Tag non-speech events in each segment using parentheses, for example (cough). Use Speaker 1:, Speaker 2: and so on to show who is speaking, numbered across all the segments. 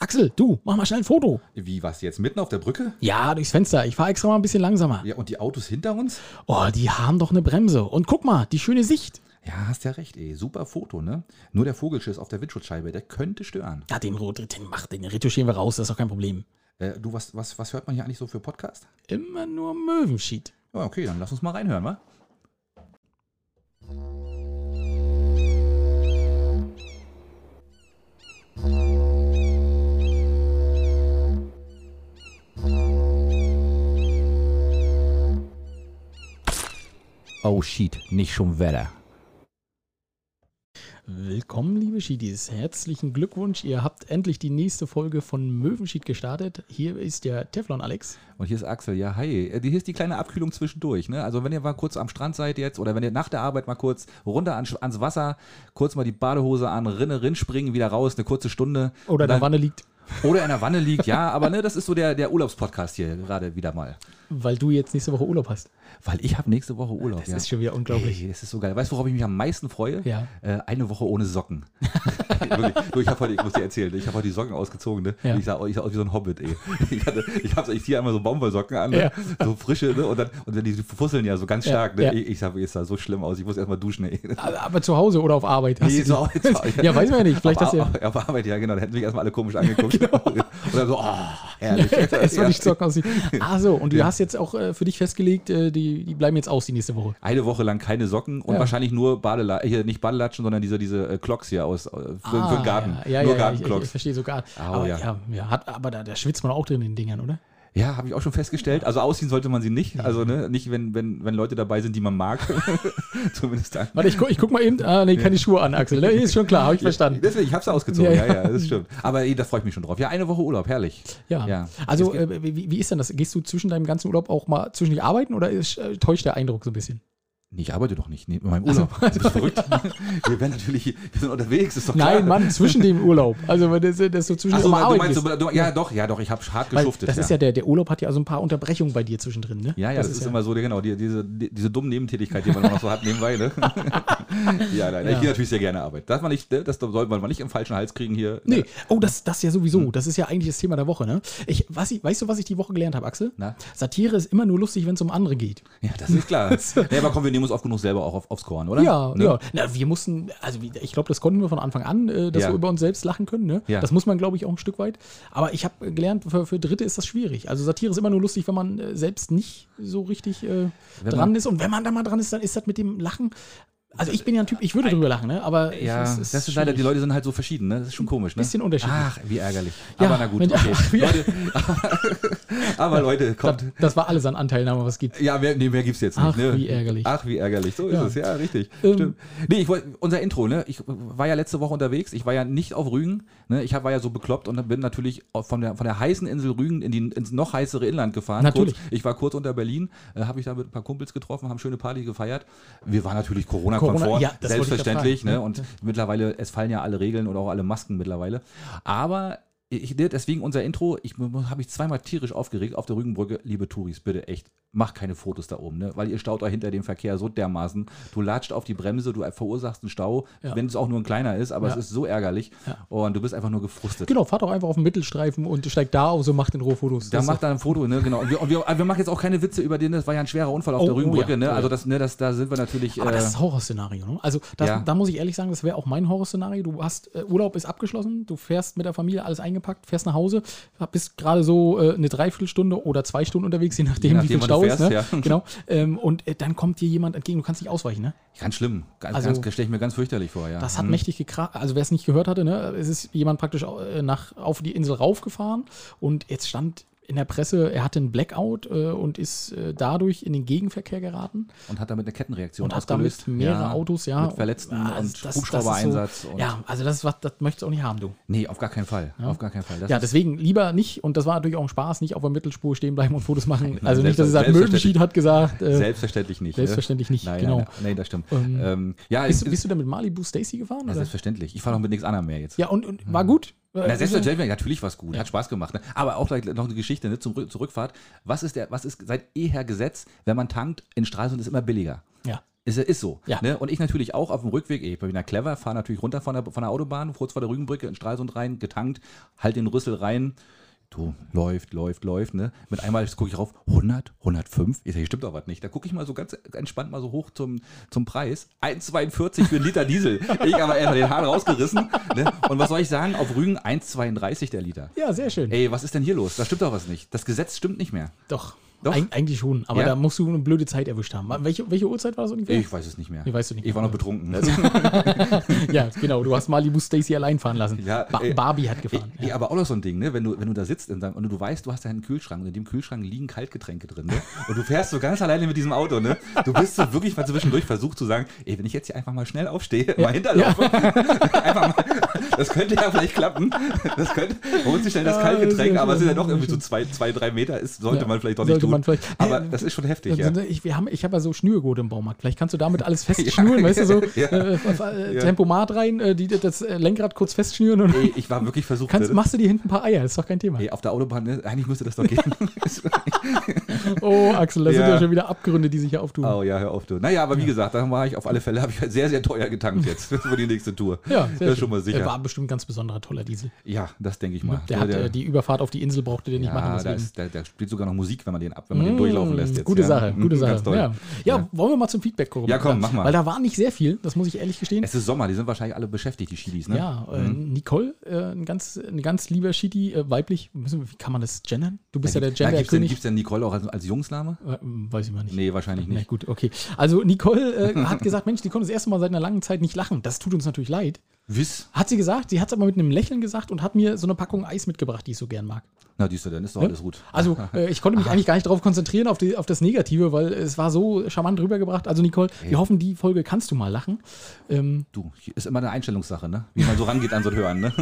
Speaker 1: Axel, du, mach mal schnell ein Foto.
Speaker 2: Wie, was jetzt? Mitten auf der Brücke?
Speaker 1: Ja, durchs Fenster. Ich fahre extra mal ein bisschen langsamer.
Speaker 2: Ja, und die Autos hinter uns?
Speaker 1: Oh, die haben doch eine Bremse. Und guck mal, die schöne Sicht.
Speaker 2: Ja, hast ja recht, ey. Super Foto, ne? Nur der Vogelschiss auf der Windschutzscheibe, der könnte stören.
Speaker 1: Ja, den, Rot- den macht den retuschieren wir raus, das ist doch kein Problem.
Speaker 2: Äh, du, was, was, was hört man hier eigentlich so für Podcast?
Speaker 1: Immer nur Möwenschied.
Speaker 2: Ja, okay, dann lass uns mal reinhören, wa? Oh shit, nicht schon Wetter.
Speaker 1: Willkommen, liebe Schiedis. Herzlichen Glückwunsch. Ihr habt endlich die nächste Folge von Möwenschied gestartet. Hier ist der Teflon Alex.
Speaker 2: Und hier ist Axel, ja, hi. Äh, Hier ist die kleine Abkühlung zwischendurch, ne? Also wenn ihr mal kurz am Strand seid jetzt oder wenn ihr nach der Arbeit mal kurz runter ans, ans Wasser, kurz mal die Badehose an, rinne, rin springen, wieder raus, eine kurze Stunde.
Speaker 1: Oder in
Speaker 2: dann,
Speaker 1: der Wanne liegt,
Speaker 2: (laughs) Oder in der Wanne liegt, ja, aber ne, das ist so der, der Urlaubspodcast hier gerade wieder mal.
Speaker 1: weil du jetzt nächste Woche Urlaub hast.
Speaker 2: Weil ich habe nächste Woche Urlaub.
Speaker 1: Das
Speaker 2: ja.
Speaker 1: ist schon wieder unglaublich.
Speaker 2: Hey, das ist so geil. Weißt du, worauf ich mich am meisten freue?
Speaker 1: Ja.
Speaker 2: Äh, eine Woche ohne
Speaker 1: (laughs)
Speaker 2: Socken. Wirklich. Du, ich, hab heute, ich muss dir erzählen, ich habe heute die Socken ausgezogen. Ne?
Speaker 1: Ja.
Speaker 2: Ich, sah, ich sah aus wie so ein Hobbit, ey. Ich, hatte, ich, hab's- ich ziehe einmal so Baumwollsocken an, ne? so frische. Ne? Und, dann, und wenn die fusseln ja so ganz
Speaker 1: Ja,
Speaker 2: stark. Ne?
Speaker 1: ja. Ah,
Speaker 2: Ich, ich sah, ich sah so schlimm aus. Ich muss erstmal duschen, ey. (laughs)
Speaker 1: Aber, aber zu Hause oder auf Arbeit. Hast
Speaker 2: Nee,
Speaker 1: du
Speaker 2: so
Speaker 1: die-
Speaker 2: auch- so
Speaker 1: (laughs)
Speaker 2: auch-
Speaker 1: ja, weiß man ja nicht. Vielleicht hast
Speaker 2: auf,
Speaker 1: du ja. Genau.
Speaker 2: auf, auf Arbeit, ja genau. Da hätten mich erstmal alle
Speaker 1: (laughs)
Speaker 2: komisch angeguckt. Und dann so, oh, herrlich.
Speaker 1: Es war
Speaker 2: Ja.
Speaker 1: nicht Socken aussieht. Ah, so. Und du hast jetzt auch äh, für dich festgelegt, äh, die, die bleiben jetzt aus die nächste Woche.
Speaker 2: Eine Woche lang keine Socken und
Speaker 1: Ja.
Speaker 2: wahrscheinlich nur Badela äh, hier nicht Badelatschen, sondern diese, diese äh, Clocks hier aus äh, für, für den Garten.
Speaker 1: Ah, Ja, ja,
Speaker 2: nur
Speaker 1: ja, ja ich, ich, ich
Speaker 2: Gartenclocks.
Speaker 1: verstehe sogar.
Speaker 2: Au,
Speaker 1: aber
Speaker 2: ja.
Speaker 1: ja. Ja, hat, aber da, da schwitzt man auch drin in den Dingern, oder?
Speaker 2: Ja, habe ich auch schon festgestellt. Also ausziehen sollte man sie nicht. Also ne, nicht, wenn, wenn, wenn Leute dabei sind, die man mag. (laughs) Zumindest dann.
Speaker 1: Warte, ich guck, ich guck mal eben. Ah, nee, keine Schuhe an, Axel. Ne, Ist schon klar, habe ich verstanden.
Speaker 2: Deswegen, ich habe es ausgezogen. Ja
Speaker 1: Ja,
Speaker 2: ja.
Speaker 1: ja.
Speaker 2: das stimmt. Aber eh, da freue ich mich schon drauf. Ja, eine Woche Urlaub, herrlich.
Speaker 1: Ja.
Speaker 2: Ja.
Speaker 1: Also, äh, wie, wie ist denn das? Gehst du zwischen deinem ganzen Urlaub auch mal zwischendurch arbeiten oder ist, äh, täuscht der Eindruck so ein bisschen?
Speaker 2: Nee, ich arbeite doch nicht. Nee, in meinem Urlaub. du
Speaker 1: (laughs)
Speaker 2: bist verrückt. wir werden natürlich, wir sind unterwegs, ist doch (laughs) klar.
Speaker 1: Nein, Mann, zwischen dem Urlaub. Also, wenn das, das so zwischendurch
Speaker 2: Achso,
Speaker 1: auch mal
Speaker 2: du
Speaker 1: arbeiten
Speaker 2: meinst,
Speaker 1: gehst.
Speaker 2: du, du, ja doch, ja doch, ich habe hart
Speaker 1: Weil
Speaker 2: geschuftet.
Speaker 1: das ist ja der, der Urlaub hat ja so ein paar Unterbrechungen bei dir zwischendrin, ne?
Speaker 2: Ja, ja, das, ist, immer so, genau, die, diese, die, diese dumme Nebentätigkeit, die man auch noch so hat nebenbei,
Speaker 1: (laughs)
Speaker 2: ne? ja, nein, ich
Speaker 1: Ja.
Speaker 2: gehe natürlich sehr gerne arbeiten. Darf man nicht, ne, das sollte man nicht im falschen Hals kriegen hier. ne?
Speaker 1: Nee, oh, das, das ja
Speaker 2: Hm.
Speaker 1: sowieso. Das ist ja eigentlich das Thema der Woche, ne? Ich, was ich, weißt du, was ich die Woche gelernt habe, Axel?
Speaker 2: Na?
Speaker 1: Satire ist immer nur lustig, wenn es um andere geht.
Speaker 2: Ja, das ist klar.
Speaker 1: (laughs)
Speaker 2: nee, aber komm, wir nehmen uns oft genug selber auch auf, aufs Korn, oder?
Speaker 1: Ja,
Speaker 2: ne?
Speaker 1: ja. Na, wir mussten, also wie- ich glaube, das konnten wir von Anfang an, äh, dass
Speaker 2: Ja.
Speaker 1: wir über uns selbst lachen können. Ne?
Speaker 2: Ja.
Speaker 1: Das muss man, glaube ich, auch ein Stück weit. Aber ich habe gelernt, für, für Dritte ist das schwierig. Also Satire ist immer nur lustig, wenn man äh, selbst nicht so richtig äh,
Speaker 2: Wenn
Speaker 1: dran
Speaker 2: man-
Speaker 1: ist. Und wenn man da mal dran ist, dann ist das mit dem Lachen. Also ich bin ja ein Typ, ich würde drüber lachen, ne? aber ich-
Speaker 2: Ja,
Speaker 1: es
Speaker 2: das ist, leider, die
Speaker 1: schwierig.
Speaker 2: Leute sind halt so verschieden, ne? Das ist schon komisch, ne?
Speaker 1: Bisschen unterschiedlich.
Speaker 2: Ach, wie ärgerlich.
Speaker 1: (laughs) Ja,
Speaker 2: aber na gut,
Speaker 1: wenn-
Speaker 2: okay.
Speaker 1: ach, wie-
Speaker 2: Leute, aber Leute,
Speaker 1: Das,
Speaker 2: kommt.
Speaker 1: das war alles an Anteilnahme, was es gibt.
Speaker 2: Ja, mehr, nee, mehr gibt's jetzt nicht.
Speaker 1: Ach,
Speaker 2: ne?
Speaker 1: wie ärgerlich.
Speaker 2: Ach, wie ärgerlich. So ist
Speaker 1: Ja.
Speaker 2: es, ja, richtig.
Speaker 1: Ähm.
Speaker 2: Stimmt. Nee, ich wollte, unser Intro, ne? Ich war ja letzte Woche unterwegs. Ich war ja nicht auf Rügen. Ne? Ich hab, war ja so bekloppt und bin natürlich auf- von der, von der heißen Insel Rügen in die, ins noch heißere Inland gefahren.
Speaker 1: Natürlich.
Speaker 2: Kurz, ich war kurz unter Berlin, äh, habe ich da mit ein paar Kumpels getroffen, haben schöne Party gefeiert. Wir waren natürlich Corona-konform,
Speaker 1: Corona- ja, das wollte ich gerade
Speaker 2: selbstverständlich.
Speaker 1: fragen,
Speaker 2: Ne?
Speaker 1: ne?
Speaker 2: Und mittlerweile, es fallen ja alle Regeln und auch alle Masken mittlerweile. Aber ich, deswegen unser Intro, ich habe mich zweimal tierisch aufgeregt auf der Rügenbrücke. Liebe Touris, bitte echt, macht keine Fotos da oben, ne? weil ihr staut euch hinter dem Verkehr so dermaßen. Du latscht auf die Bremse, du verursachst einen Stau,
Speaker 1: Ja.
Speaker 2: wenn es auch nur ein kleiner ist, aber
Speaker 1: Ja.
Speaker 2: es ist so ärgerlich
Speaker 1: Ja.
Speaker 2: und du bist einfach nur gefrustet.
Speaker 1: Genau, fahrt doch einfach auf den Mittelstreifen und steigt da aus und macht in Rohfotos.
Speaker 2: Da
Speaker 1: Das
Speaker 2: macht er ein Foto, ne? Genau. Und wir, und wir, wir machen jetzt auch keine Witze über den, das war ja ein schwerer Unfall auf
Speaker 1: Oh,
Speaker 2: der Rügenbrücke,
Speaker 1: oh ja.
Speaker 2: ne?
Speaker 1: Oh ja.
Speaker 2: Also das, ne, das, da sind wir natürlich.
Speaker 1: Aber
Speaker 2: äh,
Speaker 1: das ist Horrorszenario, ne? Also das,
Speaker 2: Ja.
Speaker 1: da muss ich ehrlich sagen, das wäre auch mein Horrorszenario. Du hast, äh, Urlaub ist abgeschlossen, du fährst mit der Familie alles eingepackt, fährst nach Hause, bist gerade so äh, eine Dreiviertelstunde oder zwei Stunden unterwegs, je nachdem,
Speaker 2: nachdem,
Speaker 1: wie viel
Speaker 2: wann du
Speaker 1: Stau ist. Ne?
Speaker 2: fährst, ja.
Speaker 1: Genau. Ähm, und äh, dann kommt dir jemand entgegen, du kannst nicht ausweichen, ne?
Speaker 2: ganz schlimm. Ganz,
Speaker 1: Also-
Speaker 2: ganz, stelle ich mir ganz fürchterlich vor, ja.
Speaker 1: Das hat
Speaker 2: Hm.
Speaker 1: mächtig gekracht. Also wer es nicht gehört hatte, ne, es ist jemand praktisch äh, nach, auf die Insel raufgefahren und jetzt stand in der Presse, er hatte einen Blackout äh, und ist äh, dadurch in den Gegenverkehr geraten.
Speaker 2: Und hat damit eine Kettenreaktion
Speaker 1: und hat
Speaker 2: ausgelöst.
Speaker 1: damit mehrere Autos, ja.
Speaker 2: Mit Verletzten
Speaker 1: Ah, das-
Speaker 2: und
Speaker 1: das- das ist
Speaker 2: Hubschrauber-Einsatz.
Speaker 1: So,
Speaker 2: und-
Speaker 1: ja, also das, ist was, das möchtest du auch nicht haben, du.
Speaker 2: Nee, auf gar keinen Fall. Auf gar keinen Fall. Das
Speaker 1: Ja,
Speaker 2: ist-
Speaker 1: deswegen lieber nicht, und das war natürlich auch ein Spaß, nicht auf der Mittelspur stehen bleiben und Fotos machen.
Speaker 2: Nein,
Speaker 1: also nicht, dass ihr sagt,
Speaker 2: selbstverständlich.
Speaker 1: Möwenschied hat gesagt. Äh,
Speaker 2: selbstverständlich nicht. ne?
Speaker 1: selbstverständlich nicht,
Speaker 2: Nein,
Speaker 1: genau.
Speaker 2: Nein, nein, das stimmt.
Speaker 1: Ähm,
Speaker 2: ähm, ja,
Speaker 1: bist, du,
Speaker 2: ist-
Speaker 1: bist du denn mit Malibu Stacy gefahren?
Speaker 2: ja,
Speaker 1: Oder?
Speaker 2: selbstverständlich. Ich fahre noch mit nichts anderem mehr jetzt.
Speaker 1: Ja, also- und, und war gut?
Speaker 2: Hm. Na, selbstverständlich, natürlich war es gut, hat Spaß gemacht. Ne? Aber auch gleich noch eine Geschichte ne? Zum, zur Rückfahrt. Was ist, der, was ist seit eher Gesetz, wenn man tankt in Stralsund ist immer billiger?
Speaker 1: Ja.
Speaker 2: Ist, ist so.
Speaker 1: Ja.
Speaker 2: Ne? Und ich natürlich auch auf dem Rückweg, ich bin ja clever, fahre natürlich runter von der, von der Autobahn, kurz vor der Rügenbrücke in Stralsund rein, getankt, halt den Rüssel rein. Du, läuft, läuft, läuft. Ne? Mit einmal gucke ich rauf, 100, 105. Ich sage, hier stimmt doch was nicht. Da gucke ich mal so ganz entspannt mal so hoch zum, zum Preis. 1,42 für einen Liter Diesel. Ich habe einfach den Hahn rausgerissen. Ne? Und was soll ich sagen? Auf Rügen 1,32 der Liter.
Speaker 1: Ja, sehr schön.
Speaker 2: Ey, was ist denn hier los? Da stimmt doch was nicht. Das Gesetz stimmt nicht mehr.
Speaker 1: Doch.
Speaker 2: Doch?
Speaker 1: Eig eigentlich schon, aber
Speaker 2: Ja?
Speaker 1: da musst du eine blöde Zeit erwischt haben. Welche, welche Uhrzeit war das ungefähr?
Speaker 2: Ich weiß es nicht mehr.
Speaker 1: Nee, weißt du nicht
Speaker 2: ich war
Speaker 1: mehr.
Speaker 2: noch betrunken.
Speaker 1: Ja, genau. Du hast Malibu Stacy allein fahren lassen.
Speaker 2: Ja,
Speaker 1: ba
Speaker 2: ey.
Speaker 1: Barbie hat gefahren.
Speaker 2: Ey, aber auch noch so ein Ding, ne? Wenn du, wenn du da sitzt in deinem, und du weißt, du hast da einen Kühlschrank und in dem Kühlschrank liegen Kaltgetränke
Speaker 1: (laughs)
Speaker 2: drin, ne? Und du fährst so ganz alleine mit diesem Auto, ne? Du bist so wirklich mal zwischendurch versucht zu sagen, ey, wenn ich jetzt hier einfach mal schnell aufstehe, mal hinterlaufe, (laughs) einfach mal, das könnte ja vielleicht klappen. Das könnte, holt sich schnell das
Speaker 1: Ah,
Speaker 2: Kaltgetränk,
Speaker 1: sehr
Speaker 2: aber es ist ja
Speaker 1: schön,
Speaker 2: doch
Speaker 1: sehr
Speaker 2: irgendwie so
Speaker 1: schön.
Speaker 2: zwei, zwei, drei Meter ist, sollte
Speaker 1: Ja,
Speaker 2: man vielleicht doch
Speaker 1: sollte
Speaker 2: nicht tun.
Speaker 1: man vielleicht-
Speaker 2: aber
Speaker 1: Nee,
Speaker 2: das ist schon
Speaker 1: Dann
Speaker 2: heftig, ja.
Speaker 1: sind wir- Ich, wir haben, ich habe ja so Schnürgurte im Baumarkt. Vielleicht kannst du damit alles festschnüren,
Speaker 2: (laughs) Ja,
Speaker 1: weißt du, so
Speaker 2: ja.
Speaker 1: äh, f- äh,
Speaker 2: Ja.
Speaker 1: Tempomat rein, äh, die, das äh, Lenkrad kurz festschnüren und
Speaker 2: Ey, ich war wirklich
Speaker 1: (laughs)
Speaker 2: versucht,
Speaker 1: kannst,
Speaker 2: ne?
Speaker 1: machst du dir hinten ein paar Eier, ist doch kein Thema.
Speaker 2: Ey, auf der Autobahn, ne? eigentlich müsste das doch
Speaker 1: (laughs)
Speaker 2: gehen.
Speaker 1: Oh, Axel, das sind
Speaker 2: Ja.
Speaker 1: ja schon wieder Abgründe, die sich hier auftun.
Speaker 2: Oh ja, hör auf du. Naja, aber wie gesagt, da war ich auf alle Fälle, habe ich halt sehr, sehr teuer getankt jetzt (laughs) für die nächste Tour.
Speaker 1: Ja,
Speaker 2: das
Speaker 1: sehr
Speaker 2: ist schon mal sicher.
Speaker 1: Äh, War bestimmt ein ganz besonderer toller Diesel.
Speaker 2: ja, das denke ich mal.
Speaker 1: Der
Speaker 2: Ja,
Speaker 1: hat äh, die Überfahrt auf die Insel brauchte der nicht machen.
Speaker 2: ja, da,
Speaker 1: deswegen. Mm,
Speaker 2: ist, da, da spielt sogar noch Musik, wenn man den ab, wenn man den durchlaufen lässt. Jetzt,
Speaker 1: Gute
Speaker 2: ja.
Speaker 1: Sache,
Speaker 2: Mhm,
Speaker 1: gute Sache.
Speaker 2: Ganz
Speaker 1: Ja.
Speaker 2: toll.
Speaker 1: Ja, wollen wir mal zum Feedback kommen.
Speaker 2: Ja, komm, mach mal.
Speaker 1: Weil da war nicht sehr viel, das muss ich ehrlich gestehen.
Speaker 2: Es ist Sommer, die sind wahrscheinlich alle beschäftigt, die Schilis, ne?
Speaker 1: ja, äh, Nicole, äh, ein ganz, ein ganz lieber Shitty, äh, weiblich. Müssen wir, wie kann man das gendern? Du bist ja, der
Speaker 2: Gender Gibt
Speaker 1: Gender-König.
Speaker 2: es denn Nicole auch als, als Jungsname?
Speaker 1: Äh, weiß ich mal nicht.
Speaker 2: Nee, wahrscheinlich
Speaker 1: Na
Speaker 2: nicht.
Speaker 1: gut, okay. Also Nicole
Speaker 2: (laughs)
Speaker 1: äh, hat gesagt, Mensch, die konnte das erste Mal seit einer langen Zeit nicht lachen. Das tut uns natürlich leid.
Speaker 2: Wiss?
Speaker 1: Hat sie gesagt, sie hat es aber mit einem Lächeln gesagt und hat mir so eine Packung Eis mitgebracht, die ich so gern mag.
Speaker 2: Na, siehst du, dann ist doch
Speaker 1: Ne?
Speaker 2: alles gut.
Speaker 1: Also
Speaker 2: (laughs)
Speaker 1: äh, ich konnte mich eigentlich gar nicht darauf konzentrieren, auf, die, auf das Negative, weil es war so charmant rübergebracht. Also Nicole, wir hoffen, die Folge kannst du mal
Speaker 2: (laughs)
Speaker 1: lachen. Ähm,
Speaker 2: Du, hier ist immer eine Einstellungssache, ne? Wie man so rangeht an so ein
Speaker 1: (laughs)
Speaker 2: Hören, ne?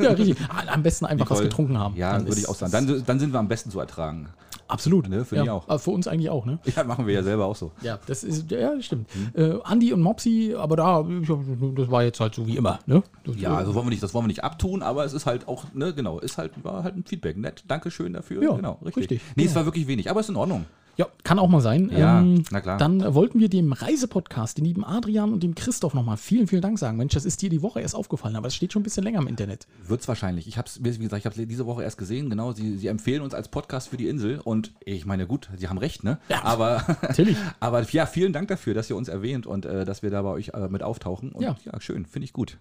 Speaker 1: ja, richtig. Ah, Am besten einfach was
Speaker 2: Nicole.
Speaker 1: getrunken haben.
Speaker 2: Ja,
Speaker 1: Dann
Speaker 2: würde
Speaker 1: ist-
Speaker 2: ich auch sagen. Dann, dann sind wir am besten zu ertragen.
Speaker 1: absolut.
Speaker 2: Ne, für
Speaker 1: ja,
Speaker 2: die auch.
Speaker 1: aber Für uns eigentlich auch, ne?
Speaker 2: Ja, machen wir ja Mhm. selber auch so.
Speaker 1: Ja, das ist, ja, stimmt. Äh, Andi und Mopsi, aber da, ich, das war jetzt halt so wie immer, ne? Das-
Speaker 2: Ja, also wollen wir nicht, das wollen wir nicht abtun, aber es ist halt auch, ne, genau, ist halt, war halt ein Feedback. Nett, Dankeschön dafür.
Speaker 1: Ja,
Speaker 2: genau,
Speaker 1: richtig,
Speaker 2: Nee, es
Speaker 1: genau.
Speaker 2: war wirklich wenig, aber ist in Ordnung.
Speaker 1: Ja, kann auch mal sein.
Speaker 2: Ja, na klar.
Speaker 1: Dann äh, wollten wir dem Reisepodcast, den lieben Adrian und dem Christoph nochmal vielen, vielen Dank sagen. Mensch, das ist dir die Woche erst aufgefallen, aber es steht schon ein bisschen länger im Internet.
Speaker 2: Wird's wahrscheinlich. Ich hab's, wie gesagt, ich hab's diese Woche erst gesehen, genau, sie, sie empfehlen uns als Podcast für die Insel und ich meine, gut, sie haben recht, ne?
Speaker 1: Ja.
Speaker 2: Aber,
Speaker 1: (laughs)
Speaker 2: (laughs)
Speaker 1: Natürlich.
Speaker 2: aber ja, vielen Dank dafür, dass ihr uns erwähnt und äh, dass wir da bei euch äh, mit auftauchen. Und,
Speaker 1: Ja.
Speaker 2: schön, finde ich gut.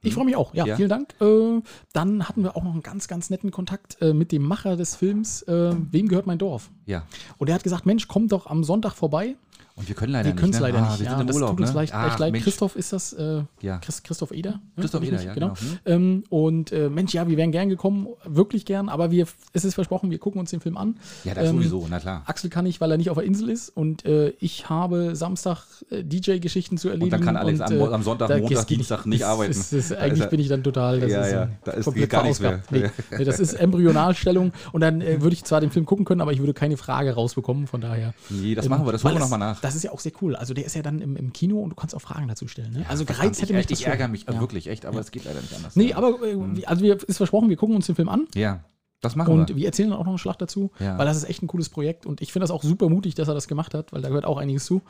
Speaker 1: Ich freue mich auch. Ja,
Speaker 2: Ja.
Speaker 1: vielen Dank. Äh, dann hatten wir auch noch einen ganz, ganz netten Kontakt äh, mit dem Macher des Films äh, Wem gehört mein Dorf?
Speaker 2: Ja.
Speaker 1: Und er hat gesagt, Mensch, komm doch am Sonntag vorbei.
Speaker 2: Und wir können leider
Speaker 1: Wir
Speaker 2: nicht.
Speaker 1: können es
Speaker 2: ne?
Speaker 1: leider
Speaker 2: Ah,
Speaker 1: nicht.
Speaker 2: Wir
Speaker 1: Ja,
Speaker 2: sind im
Speaker 1: das
Speaker 2: Urlaub.
Speaker 1: tut uns
Speaker 2: ne?
Speaker 1: leicht,
Speaker 2: Ah,
Speaker 1: echt leid.
Speaker 2: Mensch.
Speaker 1: Christoph ist das. Äh,
Speaker 2: Ja.
Speaker 1: Christ, Christoph Eder. ne? Hab
Speaker 2: Christoph
Speaker 1: ich
Speaker 2: Eder,
Speaker 1: mich-
Speaker 2: ja,
Speaker 1: genau.
Speaker 2: genau.
Speaker 1: Ähm, und äh, Mensch, ja, wir wären gern gekommen, wirklich gern, aber wir, es ist versprochen, wir gucken uns den Film an.
Speaker 2: Ja, das
Speaker 1: Ähm,
Speaker 2: sowieso, na klar.
Speaker 1: Axel kann nicht, weil er nicht auf der Insel ist und äh, ich habe Samstag äh, DJ-Geschichten zu erledigen.
Speaker 2: kann Alex am- am Sonntag, Montag,
Speaker 1: das geht
Speaker 2: Dienstag
Speaker 1: nicht.
Speaker 2: nicht
Speaker 1: Das
Speaker 2: arbeiten.
Speaker 1: Ist, das,
Speaker 2: Da ist
Speaker 1: eigentlich
Speaker 2: er-
Speaker 1: bin ich dann total, das
Speaker 2: Ja,
Speaker 1: ist,
Speaker 2: ja,
Speaker 1: ähm,
Speaker 2: da ist
Speaker 1: komplett
Speaker 2: gar nichts
Speaker 1: verausgabt.
Speaker 2: mehr.
Speaker 1: Nee, nee, das ist Embryonalstellung und dann äh, würde ich zwar den Film gucken können, aber ich würde keine Frage rausbekommen, von daher.
Speaker 2: Nee, das machen wir, das
Speaker 1: ähm, Weil
Speaker 2: holen wir nochmal nach.
Speaker 1: Das ist ja auch sehr cool. Also der ist ja dann im, im Kino und du kannst auch Fragen dazu stellen. Ne? also gereizt
Speaker 2: ich,
Speaker 1: hätte mich das
Speaker 2: ich
Speaker 1: schon.
Speaker 2: ärgere mich äh,
Speaker 1: ja.
Speaker 2: wirklich, Mhm. echt, aber es geht leider nicht anders.
Speaker 1: Nee, aber äh, wie- also wir, ist versprochen, wir gucken uns den Film an
Speaker 2: Ja, das machen wir.
Speaker 1: und wir erzählen dann auch noch einen Schlag dazu,
Speaker 2: Ja.
Speaker 1: weil das ist echt ein cooles Projekt und ich finde das auch super mutig, dass er das gemacht hat, weil da gehört auch einiges zu.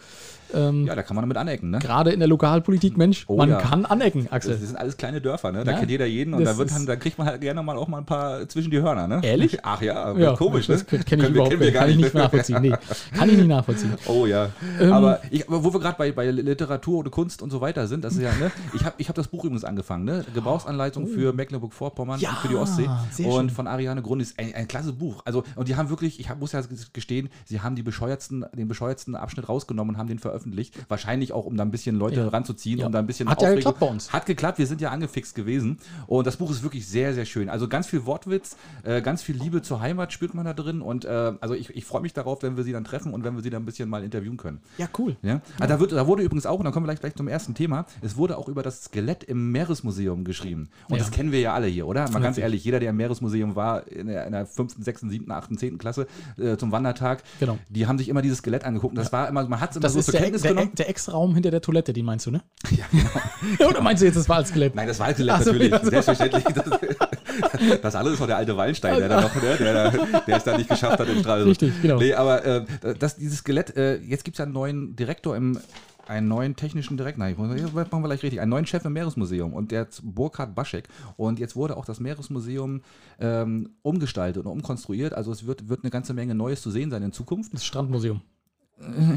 Speaker 1: Ähm,
Speaker 2: Ja, da kann man damit anecken, ne?
Speaker 1: Gerade in der Lokalpolitik, Mensch,
Speaker 2: Oh
Speaker 1: man
Speaker 2: ja.
Speaker 1: kann anecken,
Speaker 2: Das
Speaker 1: Axel.
Speaker 2: sind alles kleine Dörfer, ne? Da
Speaker 1: Ja.
Speaker 2: kennt jeder jeden und
Speaker 1: Das
Speaker 2: da, wird dann,
Speaker 1: ist-
Speaker 2: da kriegt man halt gerne mal auch mal ein paar zwischen die Hörner, ne?
Speaker 1: Ehrlich?
Speaker 2: (laughs) Ach ja,
Speaker 1: Ja,
Speaker 2: komisch, ne?
Speaker 1: das kenne ich
Speaker 2: Können wir-
Speaker 1: überhaupt
Speaker 2: kennen wir
Speaker 1: nicht. Kann ich nicht nachvollziehen. Nee, kann ich nicht nachvollziehen.
Speaker 2: Oh ja.
Speaker 1: Ähm.
Speaker 2: aber, ich, aber wo wir gerade bei, bei Literatur und Kunst und so weiter sind, das ist ja, ne? Ich habe ich hab das Buch übrigens angefangen, ne? Gebrauchsanleitung für Mecklenburg-Vorpommern
Speaker 1: Oh. Ja,
Speaker 2: und für die Ostsee.
Speaker 1: sehr schön.
Speaker 2: Und von Ariane Grundis. Ein, ein klasse Buch. Also, und die haben wirklich, ich hab, muss ja gestehen, sie haben die bescheuertsten, den bescheuertsten Abschnitt rausgenommen und haben den veröffentlicht. Wahrscheinlich auch, um da ein bisschen Leute ranzuziehen,
Speaker 1: Ja.
Speaker 2: um da ein bisschen
Speaker 1: Hat ja
Speaker 2: Aufregung-
Speaker 1: geklappt bei uns.
Speaker 2: hat geklappt, wir sind ja angefixt gewesen. Und das Buch ist wirklich sehr, sehr schön. Also ganz viel Wortwitz, äh, ganz viel Liebe zur Heimat spürt man da drin. Und äh, also ich, ich freue mich darauf, wenn wir sie dann treffen und wenn wir sie dann ein bisschen mal interviewen können.
Speaker 1: Ja, cool.
Speaker 2: Ja? Ah, Da, wird, da wurde übrigens auch, und dann kommen wir gleich, gleich zum ersten Thema, es wurde auch über das Skelett im Meeresmuseum geschrieben. Und
Speaker 1: Ja.
Speaker 2: das kennen wir ja alle hier, oder? Mal ganz ehrlich, jeder, der im Meeresmuseum war, in der, in der 5., 6., 7., 8., 10. Klasse äh, zum Wandertag,
Speaker 1: Genau.
Speaker 2: die haben sich immer dieses Skelett angeguckt. Und das war immer, man hat es immer
Speaker 1: Das
Speaker 2: so
Speaker 1: ist
Speaker 2: zur
Speaker 1: der,
Speaker 2: Kenntnis
Speaker 1: der,
Speaker 2: genommen.
Speaker 1: der Ex-Raum hinter der Toilette, den meinst du, ne? Ja, genau. (laughs) Oder meinst du jetzt, das war als Skelett?
Speaker 2: Nein, das Walskelett
Speaker 1: Ach so,
Speaker 2: natürlich,
Speaker 1: ja, so.
Speaker 2: selbstverständlich. Das, das alles ist noch der alte Wallenstein, der, da noch, ne, der, da- der es da nicht geschafft hat im Strahl. ähm,
Speaker 1: Richtig, genau.
Speaker 2: Nee, aber äh, das, dieses Skelett, äh, jetzt gibt es ja einen neuen Direktor im einen neuen technischen Direktor, nein, ich muss- jetzt machen wir gleich richtig, einen neuen Chef im Meeresmuseum und der ist Burkhard Baschek. Und jetzt wurde auch das Meeresmuseum ähm, umgestaltet und umkonstruiert. Also es wird, wird eine ganze Menge Neues zu sehen sein in Zukunft.
Speaker 1: Das Strandmuseum.
Speaker 2: Äh,